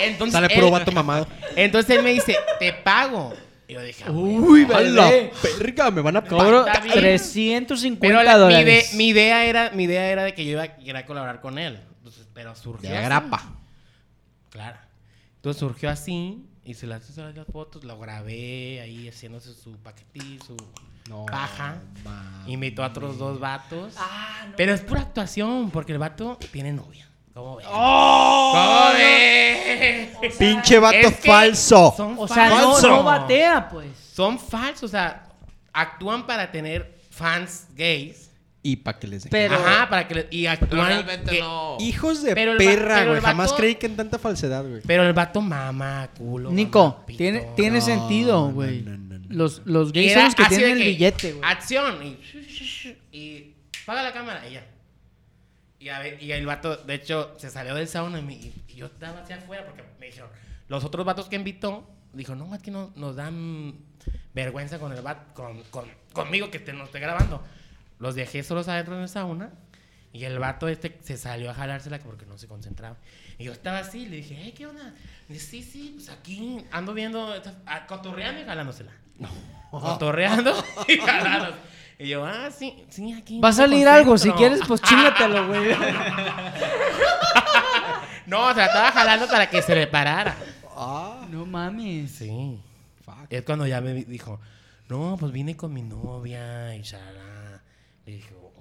Entonces,
Sale
él-
puro vato mamado.
Entonces él me dice, te pago. Y yo dije, ah, güey.
Uy,
¡A la
vale.
perga! Me van a
Cobro
Está bien.
350
Pero la- mi,
dólares.
ide- mi idea era, mi idea era de que yo iba a, quería colaborar con él. Entonces, pero surgió.
De
así.
agrapa.
Claro. Entonces surgió así. Y se las hice las fotos, lo grabé ahí haciéndose su paquetí, su paja. Invitó a otros dos vatos.
Ah,
Pero es pura actuación, porque el vato tiene novia. ¿Cómo ves?
¡Oh!
¿Cómo ves?
Pinche vato
Es que
falso.
Son
O sea, no,
falsos.
no batea, pues.
Son falsos, o sea, actúan para tener fans gays.
Y pa' que les den.
Pero.
Ajá, para que le- y
Pero
actúan
realmente
que-
no.
Hijos de
Pero el va- pero
perra,
el
güey. Jamás
vato-
creí que en tanta falsedad, güey.
Pero el vato mama, culo.
Nico,
mama, pito.
tiene, tiene sentido, güey.
no, no, no.
Los, los
Y
gays
era
son los que
así de
tienen el
que,
billete, güey.
Acción. Y, y paga la cámara. Y ya. Y, a ver, y el vato, de hecho, se salió del sauna y, me- y- y yo estaba hacia afuera porque me dijeron, los otros vatos que invitó, dijo, no, es que no, nos dan vergüenza con el vato, con, con- conmigo que te, nos esté grabando. Los dejé solos adentro en el sauna y el vato este se salió a jalársela porque no se concentraba. Y yo estaba así, le dije, hey, ¿qué onda? Y dice, sí, sí, pues aquí ando viendo, estas- a- cotorreando y jalándosela. Cotorreando y jalándosela. Y yo, ah, sí, sí, aquí.
Va a
no me
salir algo, si
concentro".
quieres, pues chingatelo, güey.
No, o sea, estaba jalando para que se le parara.
No mames.
Sí. Es cuando ya me di- dijo, no, pues vine con mi novia y shalala. Le dijo,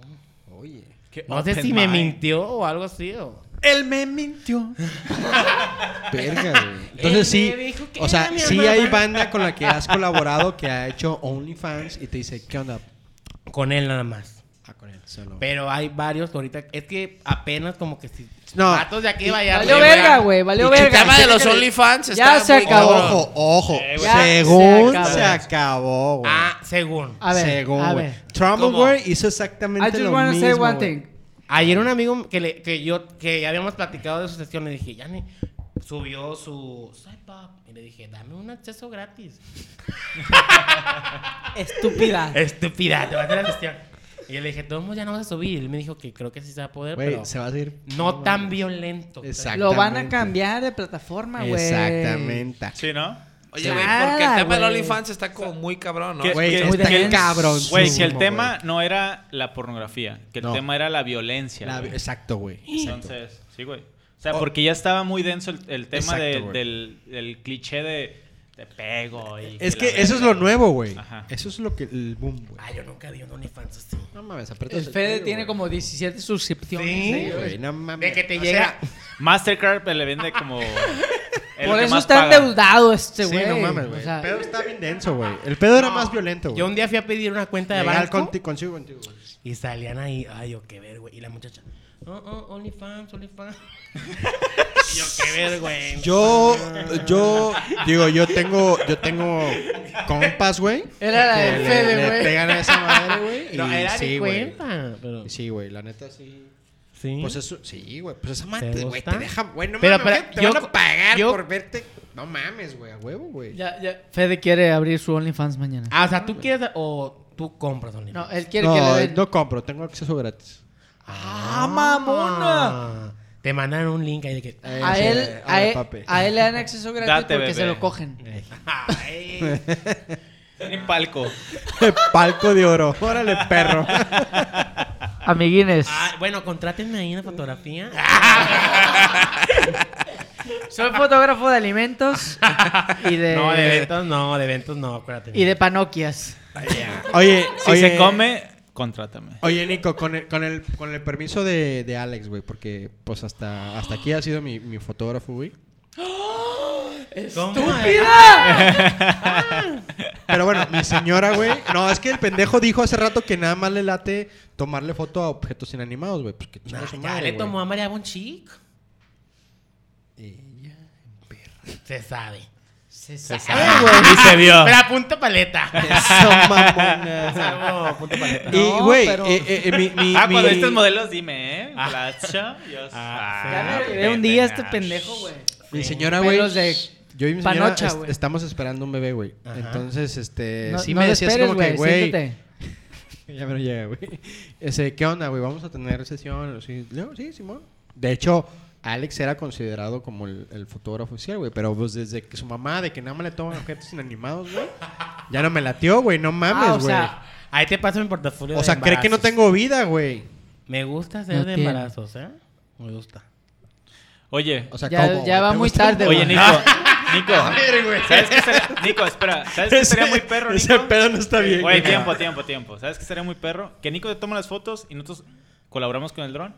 Oye.
no sé si me mintió o algo así. O...
Él me mintió. Verga, güey. Entonces sí,
me dijo que
o sea,
era mi
sí
mamá.
hay banda con la que has colaborado que ha hecho OnlyFans y te dice, ¿qué onda?
Con él nada más.
Ah, con él, solo.
Pero hay varios que ahorita, es que apenas como que si...
No.
Vatos de aquí vaya.
Valió verga, güey, valió
Y
El
verga.
tema de los OnlyFans
Ya
está
se
muy
acabó.
cabrón.
Ojo, ojo.
Eh,
güey. Ya
Según
se
se acabó, güey.
Ah, según.
A ver,
Según,
a
güey.
ver.
Trumble,
¿Cómo?
güey, hizo exactamente
I just
lo
wanna
mismo.
say one
güey.
thing.
Ayer un amigo que, le, que yo, que ya habíamos platicado de su sesión, le dije, ya ni subió su swipe up", Y le dije, dame un acceso gratis.
Estúpida.
Estúpida, te va a hacer la sesión. Y yo le dije, todo ya no vas a subir. Y él me dijo que creo que sí se va a poder,
Güey,
pero
se va a ir.
no tan violento.
Exacto.
Lo van a
Exactamente.
cambiar de plataforma, Ah, güey.
Exactamente.
Sí, ¿no?
Oye, güey,
Nada,
porque el tema del
güey.
OnlyFans está como muy cabrón, ¿no?
Que-
Güey,
que-
está
que el-
cabrón.
Güey, que el tema no era la pornografía, que el
No.
tema era la violencia. güey.
Exacto, güey.
Entonces, sí, güey. O sea, porque ya estaba muy denso el, el tema
Exacto,
de-
güey.
del, del cliché de, de pego. Y
Es
la
que eso es
verga.
lo nuevo, güey.
Ajá.
Eso es lo que el boom, güey.
Ay, Ah, yo nunca vi un OnlyFans así.
No mames, apretas
El Fede
cuello,
tiene
güey.
como 17 suscripciones.
Sí.
güey.
Güey, no mames.
De que te
O
llega.
sea, Mastercard pues, le vende como. es lo
Por
que
eso
más
está
paga.
endeudado este,
Sí,
güey.
no mames, güey.
O sea,
el pedo está bien denso, güey. El pedo era
No.
más violento, güey.
yo un día fui a pedir una cuenta de
Legal
banco
conti- consigo contigo, güey.
y salían ahí. Ay, yo qué ver, güey. Y la muchacha, oh, oh, OnlyFans, OnlyFans. Y yo qué ver, güey.
Yo, yo, digo, yo tengo, yo tengo compas, güey.
Era la
que
del
le-
Fede,
le
güey.
pegan a esa madre, güey.
No,
y
era mi
sí, güey.
cuenta. Pero...
Sí, güey, la neta sí.
Sí.
Pues eso, sí, güey. Pues esa madre,
¿Te
güey,
gusta?
te deja, güey. No
Pero,
mames,
pero,
güey, te
yo
van
co-
a pagar
yo-
por verte. No mames, güey, a huevo, güey.
Ya, ya. Fede quiere abrir su OnlyFans mañana.
Ah, o sea, tú quieres o tú compras OnlyFans.
No, él quiere que le den.
no compro, tengo acceso gratis.
¡Ah, mamona! Te mandan un link ahí de que.
a,
Eh,
él,
eh,
a,
ah,
él-
papi.
a él le dan acceso gratis
Date,
porque
bebé.
se lo cogen.
Ay.
Ni palco.
Palco de oro. Órale, perro.
Amiguines.
Ah, bueno, contrátenme ahí en la fotografía.
Soy fotógrafo de alimentos y de,
No, de eventos no, de eventos no, acuérdate.
y de panoquias.
Oye,
Si
oye,
se come, contrátame.
Oye, Nico, con el, con el, con el permiso de, de Alex, güey, porque pues hasta, hasta aquí ha sido mi, mi fotógrafo, güey. Pero bueno, mi señora, güey. No, es que el pendejo dijo hace rato que nada más le late tomarle foto a objetos inanimados, güey. Pues que chingue
Nah,
su
ya
madre,
le
güey.
tomó a María Bonchic. Se sabe.
Se
sabe.
Y se vio.
Pero apunta paleta.
Eso, mamona.
Salvo punto paleta.
Y,
No,
güey,
pero-
eh, eh, eh, mi, mi,
Ah,
mi- Ah.
cuando estos modelos, dime, ¿eh? Placha. Dios.
Ah,
Ya
Ah,
me llevé un día este pendejo, güey.
mi señora, güey.
Pelos de
Yo y mi señora
panocha,
est-
güey.
estamos esperando un bebé, güey.
Ajá.
Entonces, este...
No,
sí
no
me
le
decías
esperes,
como que, güey...
siéntate.
Ya me lo llega, güey. Ese, ¿qué onda, güey? ¿Vamos a tener sesión? Sí, Leo, sí, Simón. De hecho, Alex era considerado como el, el fotógrafo oficial, güey. Pero pues desde que su mamá, de que nada más le toman objetos inanimados, güey. Ya no me latió, güey. No mames,
Ah,
pues, güey.
o
o sea,
sea,
Ahí te paso mi portafolio. de
cree que no
embarazos.
tengo vida, güey.
Me gusta ser
No
de
tiene.
embarazos, ¿eh? Me gusta.
Oye,
O sea,
ya,
¿cómo,
ya
güey?
va
¿Te
muy
gusta?
tarde,
oye,
güey.
Nico. Nico. ¿Sabes qué sería? Nico, espera. ¿Sabes qué sería muy perro, Nico?
Ese pedo no está bien,
Oye,
güey.
tiempo, tiempo, tiempo. ¿Sabes qué sería muy perro? Que Nico te toma las fotos y nosotros colaboramos con el dron.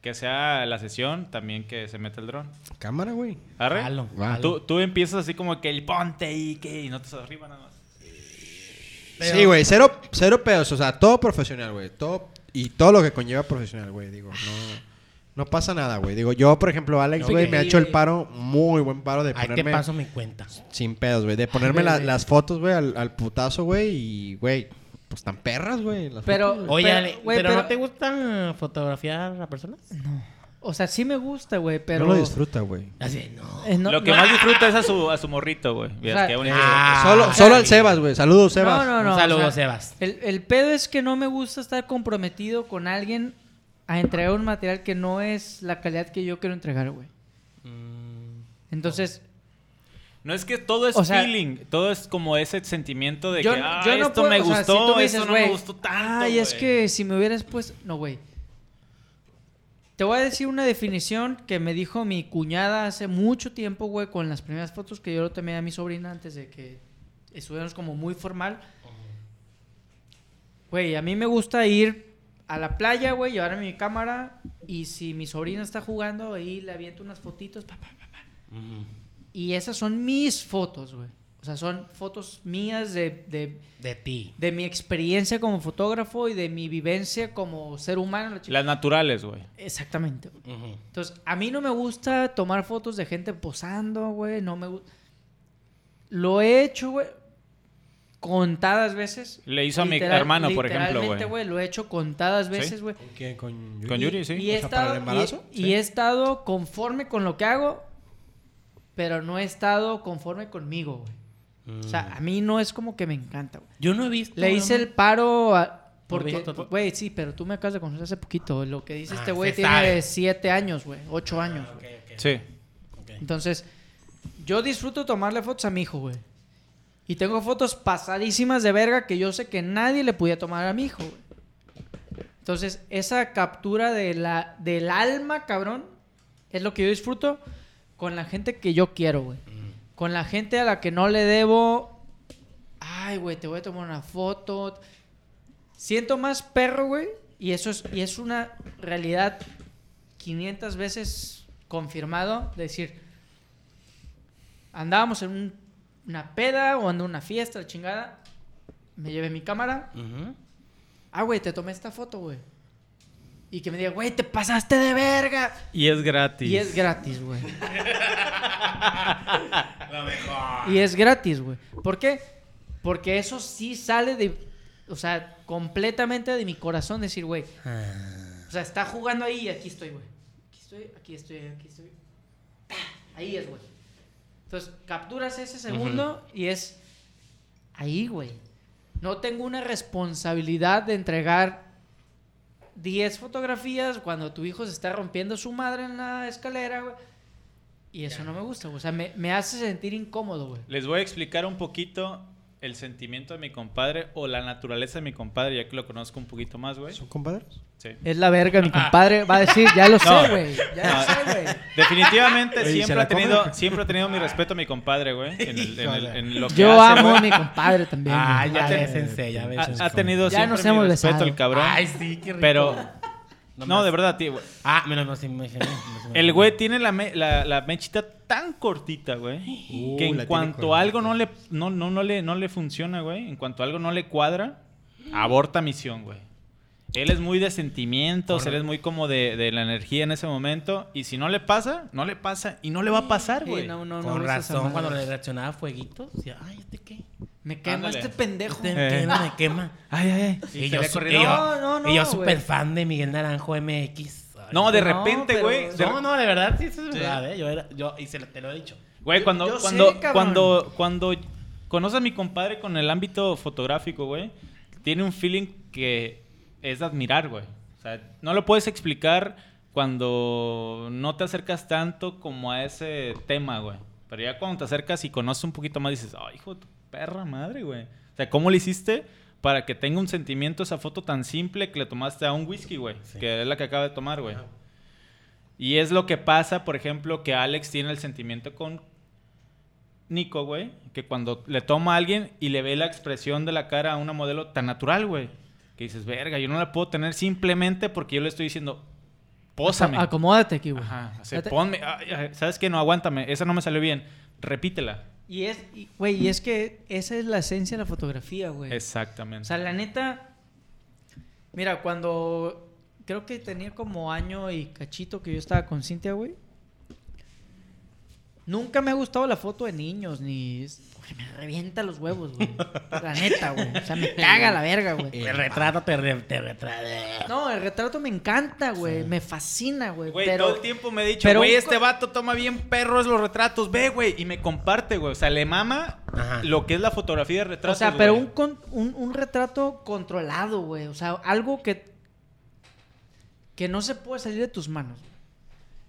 Que sea la sesión también que se meta el dron.
Cámara, güey.
¿Arre?
Jalo,
Va.
jalo.
Tú, tú empiezas así como que el ponte y que y nosotros arriba nada más.
Sí, güey. Cero, cero pedos. O sea, todo profesional, güey. Todo... Y todo lo que conlleva profesional, güey. Digo, no... No pasa nada, güey. Digo, yo, por ejemplo, Alex,
Yo
güey,
que-
me ha hecho el paro, muy buen paro de
Ahí
ponerme...
te paso mi cuenta.
Sin pedos, güey. De ponerme la- las fotos, güey, al, al putazo, güey. Y, güey, pues tan perras, güey. las
Pero-
fotos, güey.
Oye,
Pero,
Ale, pero,
güey, pero-
¿no te gusta fotografiar a personas?
O sea, sí me gusta, güey, pero...
No lo disfruta, güey.
Así, no.
Eh, no-
Lo que
no-
más disfruta es a su, a su morrito, güey. Mira,
sea,
qué bonito.
ah,
solo
o sea,
solo al Sebas, güey. Saludos, Sebas.
No, no, no.
Un saludo,
o sea,
Sebas.
El, el pedo es que no me gusta estar comprometido con alguien a entregar un material que no es la calidad que yo quiero entregar, güey.
Mm,
Entonces,
No es que todo es
O sea-
feeling, todo es como ese sentimiento de
yo,
que ah,
yo no
esto
puedo...
me
o sea,
gustó,
si tú me dices,
esto no
güey,
me gustó tanto.
Ay, es
güey".
que si me hubieras puesto... No, güey. Te voy a decir una definición que me dijo mi cuñada hace mucho tiempo, güey, con las primeras fotos que yo le tomé a mi sobrina antes de que estuviéramos como muy formal. Güey, a mí me gusta ir a la playa, güey, llevarme mi cámara y si mi sobrina está jugando ahí le aviento unas fotitos, pa, pa, pa, pa. Y esas son mis fotos, güey. O sea, son fotos mías de- de
De ti.
de mi experiencia como fotógrafo y de mi vivencia como ser humano. la chica-
Las naturales, güey.
Exactamente. güey. Entonces, a mí no me gusta tomar fotos de gente posando, güey. No me gusta. Lo he hecho, güey. Contadas veces.
Le hizo a mi
Literal-
hermano, por ejemplo,
literalmente,
güey.
Lo he hecho contadas veces,
Sí.
güey.
¿Qué? ¿Con
Con Yuri, sí.
Y he,
O sea, ¿para
estado,
el embarazo?
y- y
Sí.
he estado conforme con lo que hago, pero no he estado conforme conmigo, güey. O sea,
Mm.
a mí no es como que me encanta, güey.
Yo no he visto.
Le
¿no?
hice el paro a- porque,
Por gusto.
güey, sí, pero tú me acabas de conocer hace poquito. Lo que dice
Ah,
este güey
se
tiene
sabe.
siete años, güey, ocho años. güey.
Sí.
Entonces, yo disfruto tomarle fotos a mi hijo, güey. Y tengo fotos pasadísimas de verga que yo sé que nadie le podía tomar a mi hijo, güey. Entonces, esa captura de la, del alma, cabrón, es lo que yo disfruto con la gente que yo quiero, güey. Con la gente a la que no le debo. Ay, güey, te voy a tomar una foto. Siento más perro, güey. Y eso es, y es una realidad 500 veces confirmado. Decir, andábamos en un- una peda o ando en una fiesta, la chingada. Me llevé mi cámara. Ah, güey, te tomé esta foto, güey. Y que me diga, güey, te pasaste de verga.
Y es gratis.
Y es gratis, güey. Y es gratis, güey. ¿Por qué? Porque eso sí sale de. O sea, completamente de mi corazón decir, güey, O sea, está jugando ahí y aquí estoy, güey. Aquí estoy, aquí estoy, aquí estoy. ¡Pah! Ahí es, güey. Entonces, capturas ese segundo y es ahí, güey. No tengo una responsabilidad de entregar 10 fotografías cuando tu hijo se está rompiendo su madre en la escalera, güey. Y eso no me gusta, güey. O sea, me, me hace sentir incómodo, güey.
Les voy a explicar un poquito el sentimiento de mi compadre o la naturaleza de mi compadre, ya que lo conozco un poquito más, güey.
¿Son compadres?
Sí.
Es la verga, mi compadre va a decir, ya lo
Ah. No.
sé, güey. Ya
No.
lo sé, güey.
Ah, Definitivamente
Oye, ¿y se
siempre
la
ha tenido
come?
siempre ha tenido mi respeto a mi compadre, güey, en, el- en el- en lo que
Yo
hace,
amo
güey.
a mi compadre también.
Ah,
güey.
ya
Vale.
ves, en serio, ya ves.
Ha, ha tenido
Ya
siempre
nos
mi
hemos
respeto
besado.
el cabrón.
Ay, sí, qué rico.
Pero no,
No más.
de verdad, tío. güey.
Ah, me lo me lo imaginé. me lo
El güey tiene la, me- la, la mechita tan cortita, güey,
Uh,
que
la
en
tiene
cuanto
cortita.
algo no le no, no, no le no le funciona, güey, en cuanto algo no le cuadra, aborta misión, güey. Él es muy de sentimientos, él es muy como de, de la energía en ese momento y si no le pasa, no le pasa y no le va a pasar,
Sí,
güey.
no, no, no,
Con
no uses esa
razón,
madre.
cuando le reaccionaba a fueguitos, decía, ay, ¿este qué?
Me quema
Ándale.
este pendejo.
Este me
Eh.
quema, me quema.
Ay, ay, ay.
Y,
Y
yo,
se le
su-
corrió.
y yo,
No, no, no,
y yo
güey.
súper fan de Miguel Naranjo MX. Ay,
No, de
No,
repente,
pero-
güey. de-
No, no, de verdad, sí, eso es verdad, ¿eh? Yo, era, yo y se lo, te lo he dicho.
Güey, cuando,
yo sé,
cuando,
cabrón.
cuando, cuando conoces a mi compadre con el ámbito fotográfico, güey, tiene un feeling que es de admirar, güey. O sea, no lo puedes explicar cuando no te acercas tanto como a ese tema, güey. Pero ya cuando te acercas y conoces un poquito más, dices, ay, hijo de tu perra madre, güey. O sea, ¿cómo le hiciste para que tenga un sentimiento esa foto tan simple que le tomaste a un whisky, güey? Que es la que acaba de tomar, güey. Y es lo que pasa, por ejemplo, que Alex tiene el sentimiento con Nico, güey, que cuando le toma a alguien y le ve la expresión de la cara a una modelo tan natural, güey, que dices, verga, yo no la puedo tener simplemente porque yo le estoy diciendo, pósame.
Acomódate aquí, güey.
Ajá, así,
Date-
ponme, ay, ay, ¿sabes qué? No, aguántame, esa no me salió bien, repítela.
Y es, y, güey, y es que esa es la esencia de la fotografía, güey. O
Exactamente.
sea, la neta. Mira, cuando. Creo que tenía como año y cachito que yo estaba con Cintia, güey. Nunca me ha gustado la foto de niños, ni. güey, me revienta los huevos, güey. La neta, güey. O sea, me caga la verga, güey.
El retrato te, re- te retrae.
No, el retrato me encanta, güey. Me fascina, güey.
Güey,
pero...
todo el tiempo me he dicho,
pero
güey,
un
este
co-
vato toma bien perros los retratos, ve, güey, y me comparte, güey. O sea, le mama
Ajá.
lo que es la fotografía de retratos.
O sea, pero
güey.
un, con- un, un retrato controlado, güey. O sea, algo que. que no se puede salir de tus manos.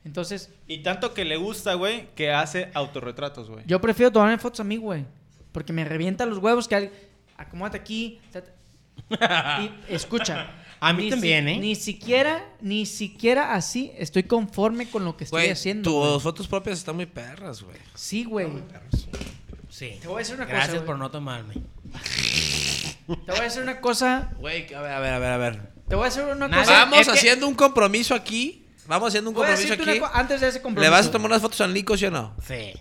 Entonces,
Y tanto que le gusta, güey, que hace autorretratos, güey.
yo prefiero tomarme fotos a mí, güey. Porque me revienta los huevos que alguien. Acomódate aquí. ta- ta- Y escucha.
A mí
ni
también,
si-
¿eh?
Ni siquiera, ni siquiera así estoy conforme con lo que estoy
Güey,
haciendo.
tus
güey.
fotos propias están muy perras, güey.
Sí, güey.
Sí.
Te voy a decir una cosa,
Gracias
güey.
por no tomarme.
Te voy a hacer una cosa.
Güey, a ver, a ver, a ver, a ver.
Te voy a hacer una
Nada,
cosa.
Vamos
es que-
haciendo un compromiso aquí. Vamos haciendo un
Voy a
compromiso
decirte una
aquí.
cosa antes de ese compromiso.
¿Le vas a tomar unas fotos al Nico, sí o no?
Sí.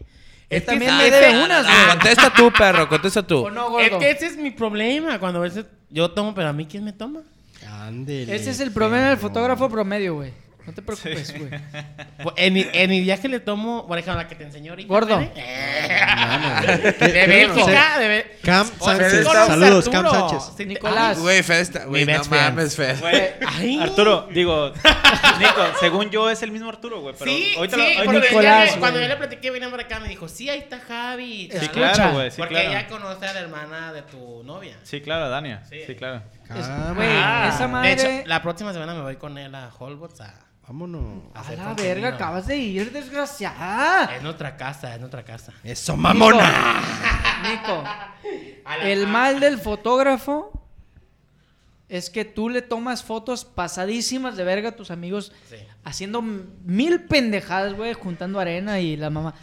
Él
que
también
sí,
me
es
debe
que-
unas,
Ah,
güey.
Contesta tú, perro, contesta tú.
¿O no,
Es
gordo?
que ese es mi problema. Cuando a veces yo tomo, pero a mí, ¿quién me toma?
Ándele.
Ese es el problema del fotógrafo promedio, güey. No te preocupes, güey.
Pues, En mi, en mi viaje le tomo, por ejemplo, la que te enseñó ahorita.
Gordo.
Fede.
Qué-
De
qué
Bélgica, de Bélgica.
Cam Sánchez.
Psicólogo
Saludos, Cam
Arturo.
Sánchez.
Sí, te-
Nicolás.
Güey, Fede está- Güey,
Mi
no
best friend.
mames, Fede.
Güey,
Ay.
Arturo, digo, Nico, según yo es el mismo Arturo, güey. Pero
Sí,
ahorita
sí,
lo- ahorita
porque
lo-
Nicolás,
ya le-
güey.
cuando yo le platiqué, vine para acá, me dijo, sí, ahí está
Sí,
Javi. chalala".
Escucha.
claro, güey. Sí,
porque
claro.
ella conoce a la hermana de tu novia.
Sí, claro, Dania.
Sí.
Sí, claro.
Es-
Cam,
güey,
Ah.
esa madre-
De hecho, la próxima semana me voy con él a Holbox a,
Vámonos.
a
A
hacer
la
contenido.
verga, acabas de ir, desgraciada.
Es nuestra casa, es nuestra casa.
Eso, mamona.
Nico,
A la-
el
a-
mal del fotógrafo es que tú le tomas fotos pasadísimas de verga a tus amigos
Sí.
haciendo m- mil pendejadas, güey, juntando arena y la mamá.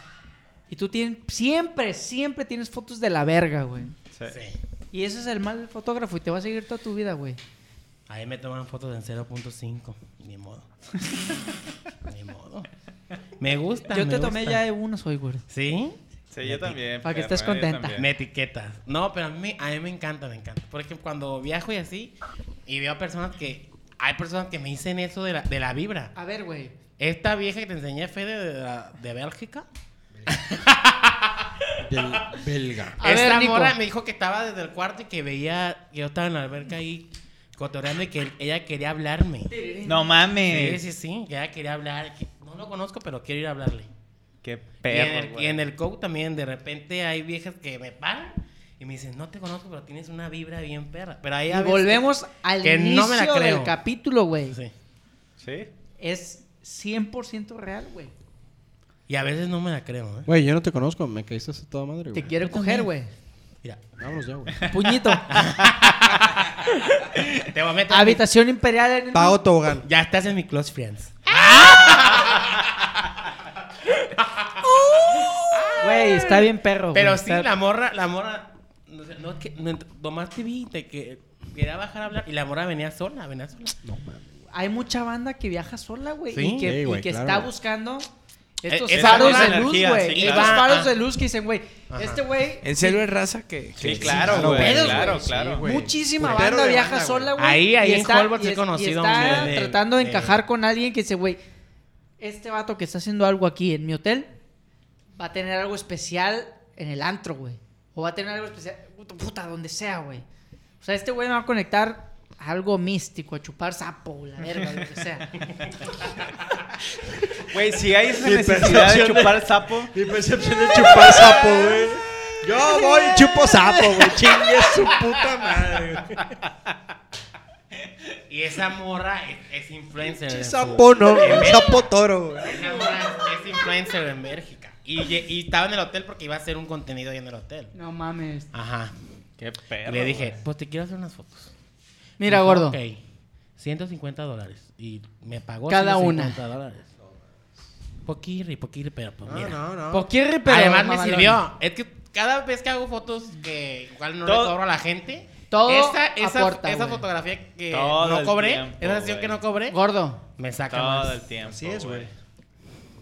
Y tú tienes, siempre, siempre tienes fotos de la verga, güey.
Sí.
Sí.
Y ese es el mal del fotógrafo y te va a seguir toda tu vida, güey.
Ahí me toman fotos en 0.5. Ni modo. Ni modo. Me gusta.
Yo
me
te tomé
gusta.
ya unas hoy, güey.
¿Sí?
Sí, yo también.
Para que
perra,
estés
yo
contenta.
también.
Me etiquetas. No, pero a mí, a mí me encanta, me encanta. Por ejemplo, cuando viajo y así, y veo a personas que. Hay personas que me dicen eso de la, de la vibra.
A ver, güey.
Esta vieja que te enseñé, Fede, de, la- de Bélgica.
Del belga.
A
esta
ver, Nico.
mora me dijo que estaba desde el cuarto y que veía. que Yo estaba en la alberca ahí cotorreando y que ella quería hablarme.
No
Sí,
mames.
sí, sí, que ella quería hablar. que No lo conozco, pero quiero ir a hablarle.
Qué
y en
perro,
el, y
güey.
en el coach también, de repente hay viejas que me paran y me dicen, no te conozco, pero tienes una vibra bien perra. Pero ahí
Y
a veces-
volvemos al
que
inicio
no me la creo.
del capítulo, güey.
Sí.
Sí.
Es 100% real, güey.
Y a veces no me la creo, ¿eh?
Güey, yo no te conozco, me caíste a toda madre,
Te
güey.
quiere coger, güey.
Mira,
Vámonos ya, güey.
Puñito.
te voy a meter.
Habitación imperial en el...
Pago Tobogán.
Ya estás en mi close friends.
Güey, está bien perro, güey.
Pero sí,
Está-
la morra, la morra, no sé, no, es que, no, ent- nomás te vi, te que, quería bajar a hablar y la morra venía sola, venía sola.
Hay mucha banda que viaja sola, güey.
Sí.
Y que,
Sí,
y
güey,
que
claro,
está
güey.
buscando
Eh,
estos
esa
faros
buena
de luz,
energía,
güey.
sí,
estos
claro. Ah.
faros
Ajá.
de luz que dicen, güey, este güey...
En serio es raza que.
Sí,
que-
claro,
claro,
güey.
pedos,
claro,
güey.
claro.
Sí, güey.
Muchísima
Putero
banda
de
viaja
banda,
sola,
güey.
güey.
Ahí-
y
ahí en
está-
Holbox
y
he
es-
conocido
Y
mujeres
está
de-
tratando de
de-
encajar con alguien que dice, güey, este vato que está haciendo algo aquí en mi hotel va a tener algo especial en el antro, güey. O va a tener algo especial, puta, puta, donde sea, güey. O sea, este güey me va a conectar a algo místico, a chupar sapo, la verga, lo que sea.
Güey, si hay esa
Mi
necesidad de
percepción de-
chupar sapo,
Mi percepción de chupar sapo, güey. Yo voy y chupo sapo, güey. Chingue su puta madre, güey.
Y esa morra es, es influencer. en su-
Sapo no,
en Bélgica.
sapo toro, güey.
Esa morra es influencer en Bélgica. Y, lle- y estaba en el hotel porque iba a hacer un contenido ahí en el hotel.
No mames.
Ajá.
qué
Y
perro.
le dije,
güey.
pues te quiero hacer unas fotos.
Mira,
Dijo,
gordo.
Ok, 150 dólares. Y me pagó
Cada
150 dólares. Poquirri, poquirri, pero pues mira.
no, no.
Poquirri, pero
Además me
mamalón.
sirvió. Es que cada vez que hago fotos que igual no
Todo-
le cobro a la gente.
Todo
esa, esa,
aporta,
esa
güey.
fotografía que
Todo
no
el
cobré,
tiempo,
esa sesión
güey.
que no cobré,
Gordo,
me saca
Todo
más.
el tiempo.
Así es, güey.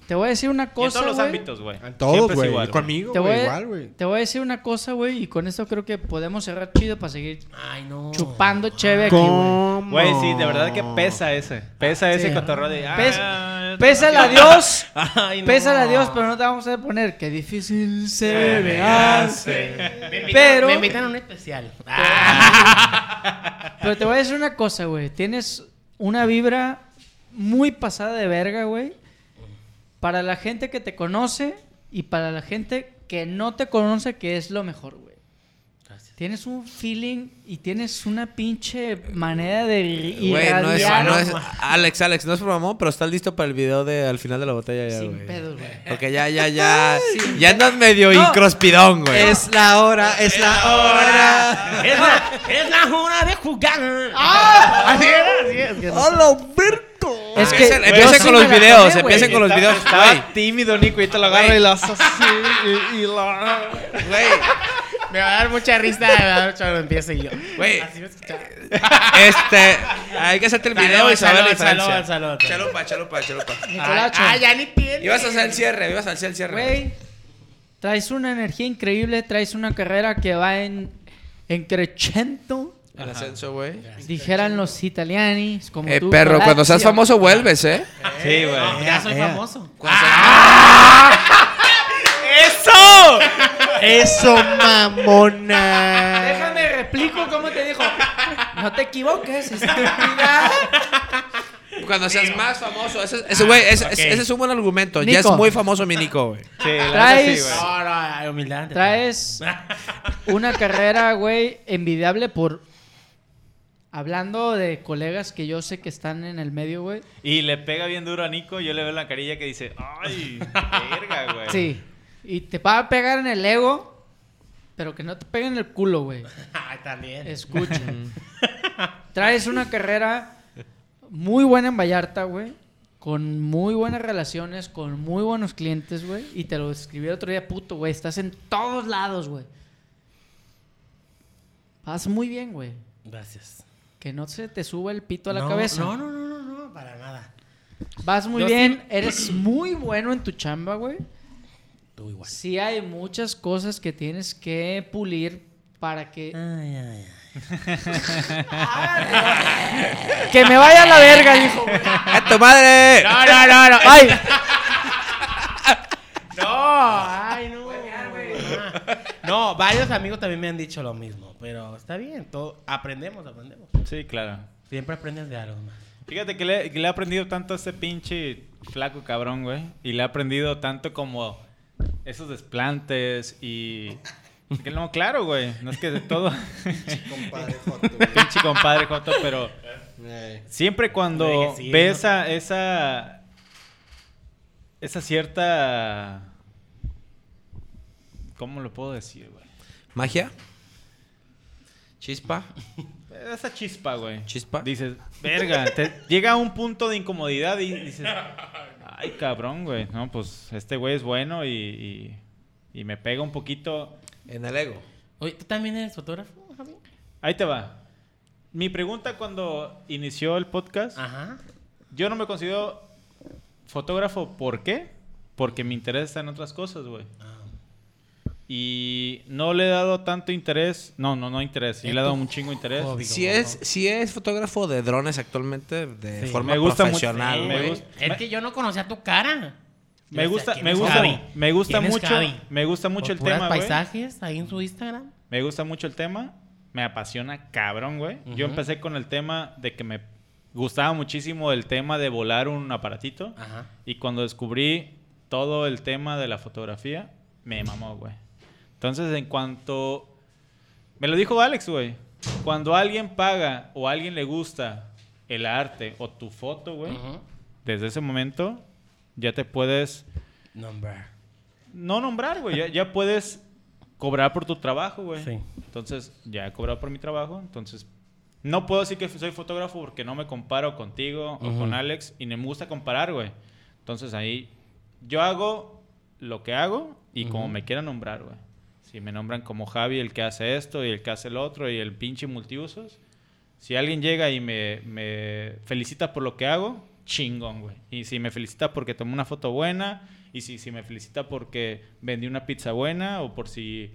te voy a decir una
Y En
cosa,
todos los
güey.
ámbitos, güey.
En
Siempre
todos,
es
güey.
igual,
Y Conmigo,
Te voy,
güey,
a-
igual, güey.
te voy a decir una cosa, güey, y con esto creo que podemos cerrar chido para seguir
Ay, no.
chupando cheve aquí, güey.
Güey, sí, de verdad que pesa ese. Pesa ese
Sí.
cotorreo de. ah,
Pesa-
yo te-
Pésale a Dios,
Ay, no.
pésale a Dios, pero no te vamos a poner que difícil
Eh,
se me hace.
Me invitan-
Pero- Ah.
Me invitan a un especial.
Pero te voy a decir una cosa, güey. Tienes una vibra muy pasada de verga, güey. Para la gente que te conoce y para la gente que no te conoce, que es lo mejor, güey.
Gracias.
Tienes un feeling y tienes una pinche manera de ir-
Güey, no es,
irradiar
no es- Alex, Alex, no es por mamón, pero estás listo para el video de al final de la botella ya,
sin
güey.
pedos, güey.
Porque ya, ya, ya. ya andas medio incrospidón, güey.
Es la hora, es la hora.
es, la, es la hora de jugar. Así es, así es.
Alberto!
Es que
Empiecen-
yo
empiecen
sí
con
me
los
la
videos,
tomé, güey.
empiecen con los
Está-
videos. Güey,
Estaba tímido, Nico, y te lo agarra y la haces así. Y, y la.
Me va a dar mucha risa, me va a dar mucha cuando empiece yo.
Güey.
Así me escuchaba.
este, hay que hacerte el video y saber la
Salud, salud,
diferencia.
salud.
Chalupa, chalupa, chalupa.
Nicolacho.
Ah, ya ni tiene.
Ibas a hacer el cierre, ibas a hacer el cierre.
Güey, traes una energía increíble, traes una carrera que va en, en crescendo,
El ascenso, güey.
dijeran los italianos, como
Eh,
tú,
perro,
Horacio.
cuando seas famoso vuelves, ¿eh?
Sí, güey.
No, ya soy famoso.
¡Eso!
Eso, mamona.
Déjame replico cómo te dijo. No te equivoques, estúpida.
Cuando seas más famoso. Ese, ese,
Ah,
güey, ese, ese- ese es un buen argumento. Ya es
Nico.
muy famoso mi Nico, güey.
Sí, la
Traes-
neta sí, güey.
No, no, humildad.
Traes una carrera, güey, envidiable por... Hablando de colegas que yo sé que están en el medio, güey.
Y le pega bien duro a Nico. Yo le veo la carilla que dice: ¡Ay! ¡Verga, güey!
Sí. Y te va a pegar en el ego, pero que no te peguen en el culo, güey.
Ay, también.
Escuchen. Traes una carrera muy buena en Vallarta, güey. Con muy buenas relaciones, con muy buenos clientes, güey. Y te lo escribí el otro día, puto, güey. Estás en todos lados, güey. Vas muy bien, güey.
Gracias.
Que no se te suba el pito a la
No,
cabeza.
No, no, no, no, no, para nada.
Vas muy
Yo
bien. Eres muy bueno en tu chamba, güey.
Tú igual.
Sí hay muchas cosas que tienes que pulir para que
Ay, ay, ay.
Que me vaya a la verga, dijo.
¡A tu madre!
Ah. No, no, no, no.
Ay,
No, ay, no. Ah. No, varios amigos también me han dicho lo mismo, pero está bien, todo, aprendemos, aprendemos.
Sí, claro.
Siempre aprendes de algo, man.
Fíjate que le, que le he aprendido tanto a este pinche flaco cabrón, güey. Y le he aprendido tanto como esos desplantes y... Que no, claro, güey. No es que de todo...
Compadre
pinche compadre Joto, pero... Siempre
Le
cuando
dije, sí,
ves
¿no?
esa, esa... Esa cierta... ¿Cómo lo puedo decir, güey?
¿Magia? ¿Chispa?
Esa chispa, güey.
¿Chispa?
Dices, verga, te llega a un punto de incomodidad y dices, ay, cabrón, güey. No, pues este güey es bueno y, y- y me pega un poquito.
En el ego.
Oye, ¿tú también eres fotógrafo, Javi?
Ahí te va. Mi pregunta cuando inició el podcast,
Ajá.
yo no me considero fotógrafo. ¿Por qué? Porque mi interés está en otras cosas, güey.
Ah.
Y no le he dado tanto interés. No, no, no interés. Sí
Es
le he dado
tu
un chingo de interés.
hobby.
Eh, Si es, si es fotógrafo de drones actualmente de
Sí.
forma
Me gusta mucho-
profesional,
sí, me
güey.
gusta-
Es que yo no conocía tu cara.
Me
Yo
gusta,
decía,
me
"¿Quién es
gusta,
Javi?".
me gusta
¿Quién es
mucho,
Javi?
me gusta mucho
Por
el
puras
tema, güey.
paisajes ahí en su Instagram.
Me gusta mucho el tema. Me apasiona cabrón, güey. Yo
Ujú.
empecé con el tema de que me gustaba muchísimo el tema de volar un aparatito.
Ajá.
Y cuando descubrí todo el tema de la fotografía, me mamó, güey. Entonces, en cuanto... Me lo dijo Alex, güey. Cuando alguien paga o a alguien le gusta el arte o tu foto, güey,
Ujú.
desde ese momento ya te puedes...
Number.
No nombrar, güey. Ya, ya puedes cobrar por tu trabajo, güey.
Sí.
Entonces, ya he cobrado por mi trabajo. Entonces, no puedo decir que soy fotógrafo porque no me comparo contigo o
Ujú.
con Alex. Y no me gusta comparar, güey. Entonces, ahí yo hago lo que hago y como
Ujú.
me quieran nombrar, güey. Si me nombran como Javi, el que hace esto y el que hace el otro y el pinche multiusos. Si alguien llega y me, me felicita por lo que hago, chingón, güey. Y si me felicita porque tomé una foto buena, y si, si me felicita porque vendí una pizza buena, o por si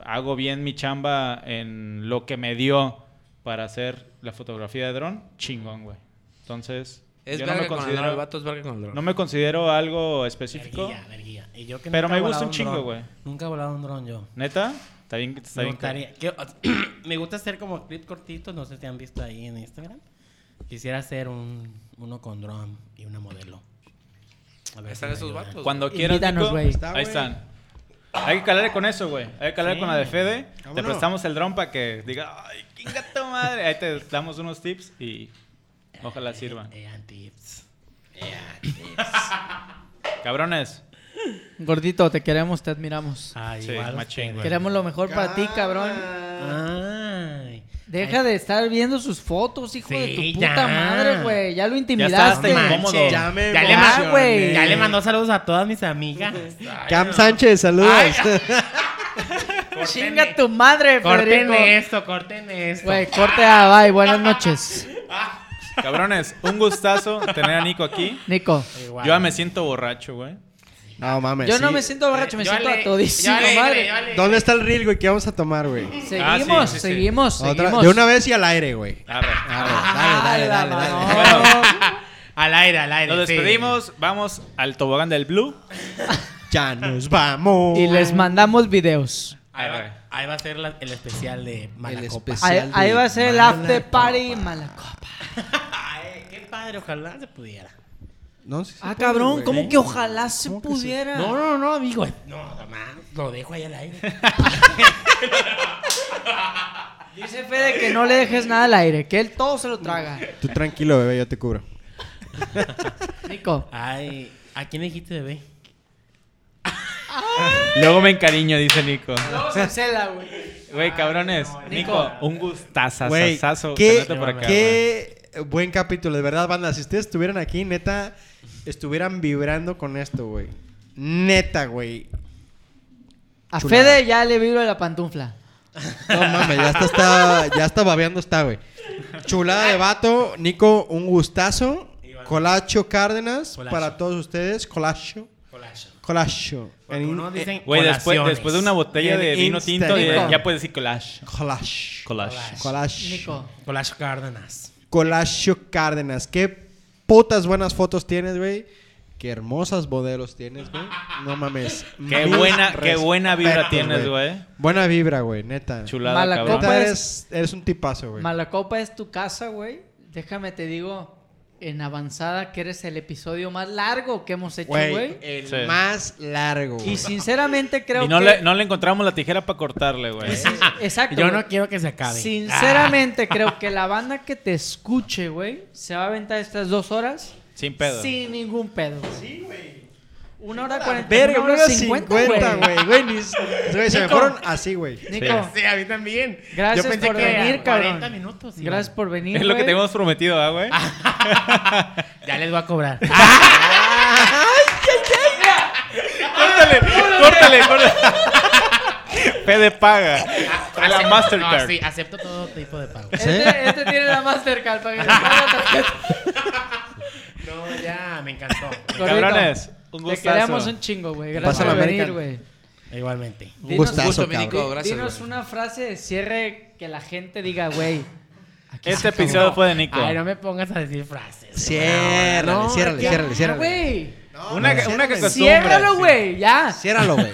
hago bien mi chamba en lo que me dio para hacer la fotografía de dron, chingón, güey. Entonces,
Es
yo no
verga
me,
con el drone, el
considero,
vato es verga con el drone.
no me considero algo específico.
Verguilla, verguilla. Y yo que
Pero
nunca
me
he
gusta
volado
un chingo,
dron.
güey.
Nunca he volado un dron yo.
¿Neta? Está bien, está
me,
bien.
gustaría- que- me gusta hacer como clip cortitos, no sé si han visto ahí en Instagram. Quisiera hacer un, uno con dron y una modelo. A ver
Están
si me
esos
ayudan.
vatos.
Cuando quieras,
Invítanos,
Nico,
güey.
Pues, Está,
ahí
güey.
están. Hay que calarle con eso, güey. Hay que calarle
Sí.
con la de Fede. Te
Vámonos.
prestamos el dron para que diga, ay, qué gato madre. Ahí te damos unos tips y ojalá sirvan.
Eh, eh, tips.
Cabrones.
Gordito, te queremos, te admiramos.
Ay,
Sí,
igual
machín,
ustedes.
güey.
Queremos lo mejor para ti, cabrón.
Ay.
Deja de estar viendo sus fotos, hijo de
Sí,
tu
ya.
puta madre, güey. Ya lo
hasta
intimidaste.
incómodo.
Ya me
Ya le,
emocioné.
ma- güey, ya le mandó saludos a todas mis amigas.
Cam Sánchez, saludos. e-
Chinga tu madre,
corten
Federico.
esto, corten esto.
Güey, corte a bye. Buenas noches.
Cabrones, un gustazo tener a Nico aquí.
Nico.
Yo ya me siento borracho, güey.
No mames.
Yo
sí.
no me siento borracho, me
Eh, Yo
siento
ale-
atodísimo,
yo alegre,
madre.
yo alegre.
¿Dónde está el reel, güey? ¿Qué vamos a tomar, güey?
Seguimos,
Ah, sí, sí, sí.
seguimos,
Otra-
seguimos.
De una vez y al aire, güey.
A ver.
A
Ah,
ver, dale, dale, dale, dale.
Al aire, al aire.
Nos
sí.
despedimos. Vamos al tobogán del Blue.
Ya nos vamos.
Y les mandamos videos.
Ahí
Arre.
va, ahí va a ser la- el especial de
El
Malacopa.
especial.
Ahí,
de
ahí va a ser el after
Malacopa.
party Malacopa.
Ay, qué padre, ojalá se pudiera.
No, sí se
Ah,
puede,
cabrón,
güey.
¿cómo que ojalá se
¿Cómo que sí?
pudiera?
No, no, no, amigo. No, nomás lo dejo ahí al aire.
Dice Fede que no le dejes nada al aire, que él todo se lo traga.
Tú tranquilo, bebé, yo te cubro.
Nico.
Ay, ¿a quién le dijiste bebé?
Luego me encariño, dice Nico.
No, cancela, güey.
Güey, cabrones. Nico, un gustazo.
Güey,
tenerte
qué,
por acá, güey.
qué buen capítulo. De verdad, banda, si ustedes estuvieran aquí, neta, estuvieran vibrando con esto, güey. Neta, güey.
A
Chulada.
Fede ya le vibro la pantufla.
No mames, ya está, está- ya está babeando está, güey. Chulada de vato, Nico, un gustazo. Colacho Cárdenas,
Colacho.
para todos ustedes. Colacho.
Colacho.
Colacho. En-
Algunos dicen
eh, Güey, después,
colaciones.
después de una botella
En
de vino
Insta,
tinto,
Nico.
ya, ya puedes decir collage.
Colacho.
Collage.
Colacho.
Nico.
Colacho Cárdenas.
Colacho Cárdenas. Qué putas buenas fotos tienes, güey. Qué hermosas modelos tienes, güey. No mames.
Qué
Mil
buena, qué buena vibra
respetos,
tienes, güey.
Buena vibra, güey, neta.
Chulada,
Mala
cabrón.
copa.
Neta, eres, eres un tipazo, güey.
Malacopa es tu casa, güey. Déjame te digo en avanzada que eres el episodio más largo que hemos hecho,
Güey,
güey.
el
Sí.
más largo. güey.
Y sinceramente creo
Y no,
que
le, no le encontramos la tijera para cortarle, güey.
Y sin- Exacto.
Yo
güey.
no quiero que se acabe.
Sinceramente creo que la banda que te escuche, güey, se va a aventar estas dos horas
Sin pedo.
sin ningún pedo. Sí, güey. Una hora cuarenta,
Verga,
una hora cincuenta, güey.
güey. Güey, ni- güey, se me
Nico.
fueron así, güey.
Nico,
Sí, a mí también.
Gracias
Yo pensé
por
que era
venir,
40
cabrón.
minutos. sí,
gracias por venir,
es lo que
güey.
te hemos prometido, ¿ah, güey?
Ya les voy a cobrar.
córtale, córtale, córtale. Fede paga. A la
Acepto-
Mastercard.
no, sí, acepto todo tipo de pago.
Este, este tiene la Mastercard para que le pague la tarjeta.
No, ya, me encantó.
Gordito,
Cabrones, un
Te
gustazo.
queremos un chingo, güey. Gracias
Pásala,
por venir, güey.
American.
Igualmente.
Un
Dinos-
gustazo,
gusto, mi
cabrón.
Nico. Gracias,
Dinos
güey.
una frase de cierre que la gente diga, güey. aquí se
Este
acabó.
episodio fue de Nico.
Ay, no me pongas a decir frases.
Ciérrale,
No,
ciérrale,
ya,
ciérrale,
Ya,
ciérrale.
güey.
una, que- una que acostumbra.
Ciérralo, güey. Ya.
Ciérralo, güey.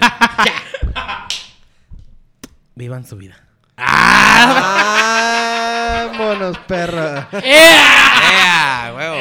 Vivan su vida.
Vámonos, perro.
Eh,
¡Ea, huevo!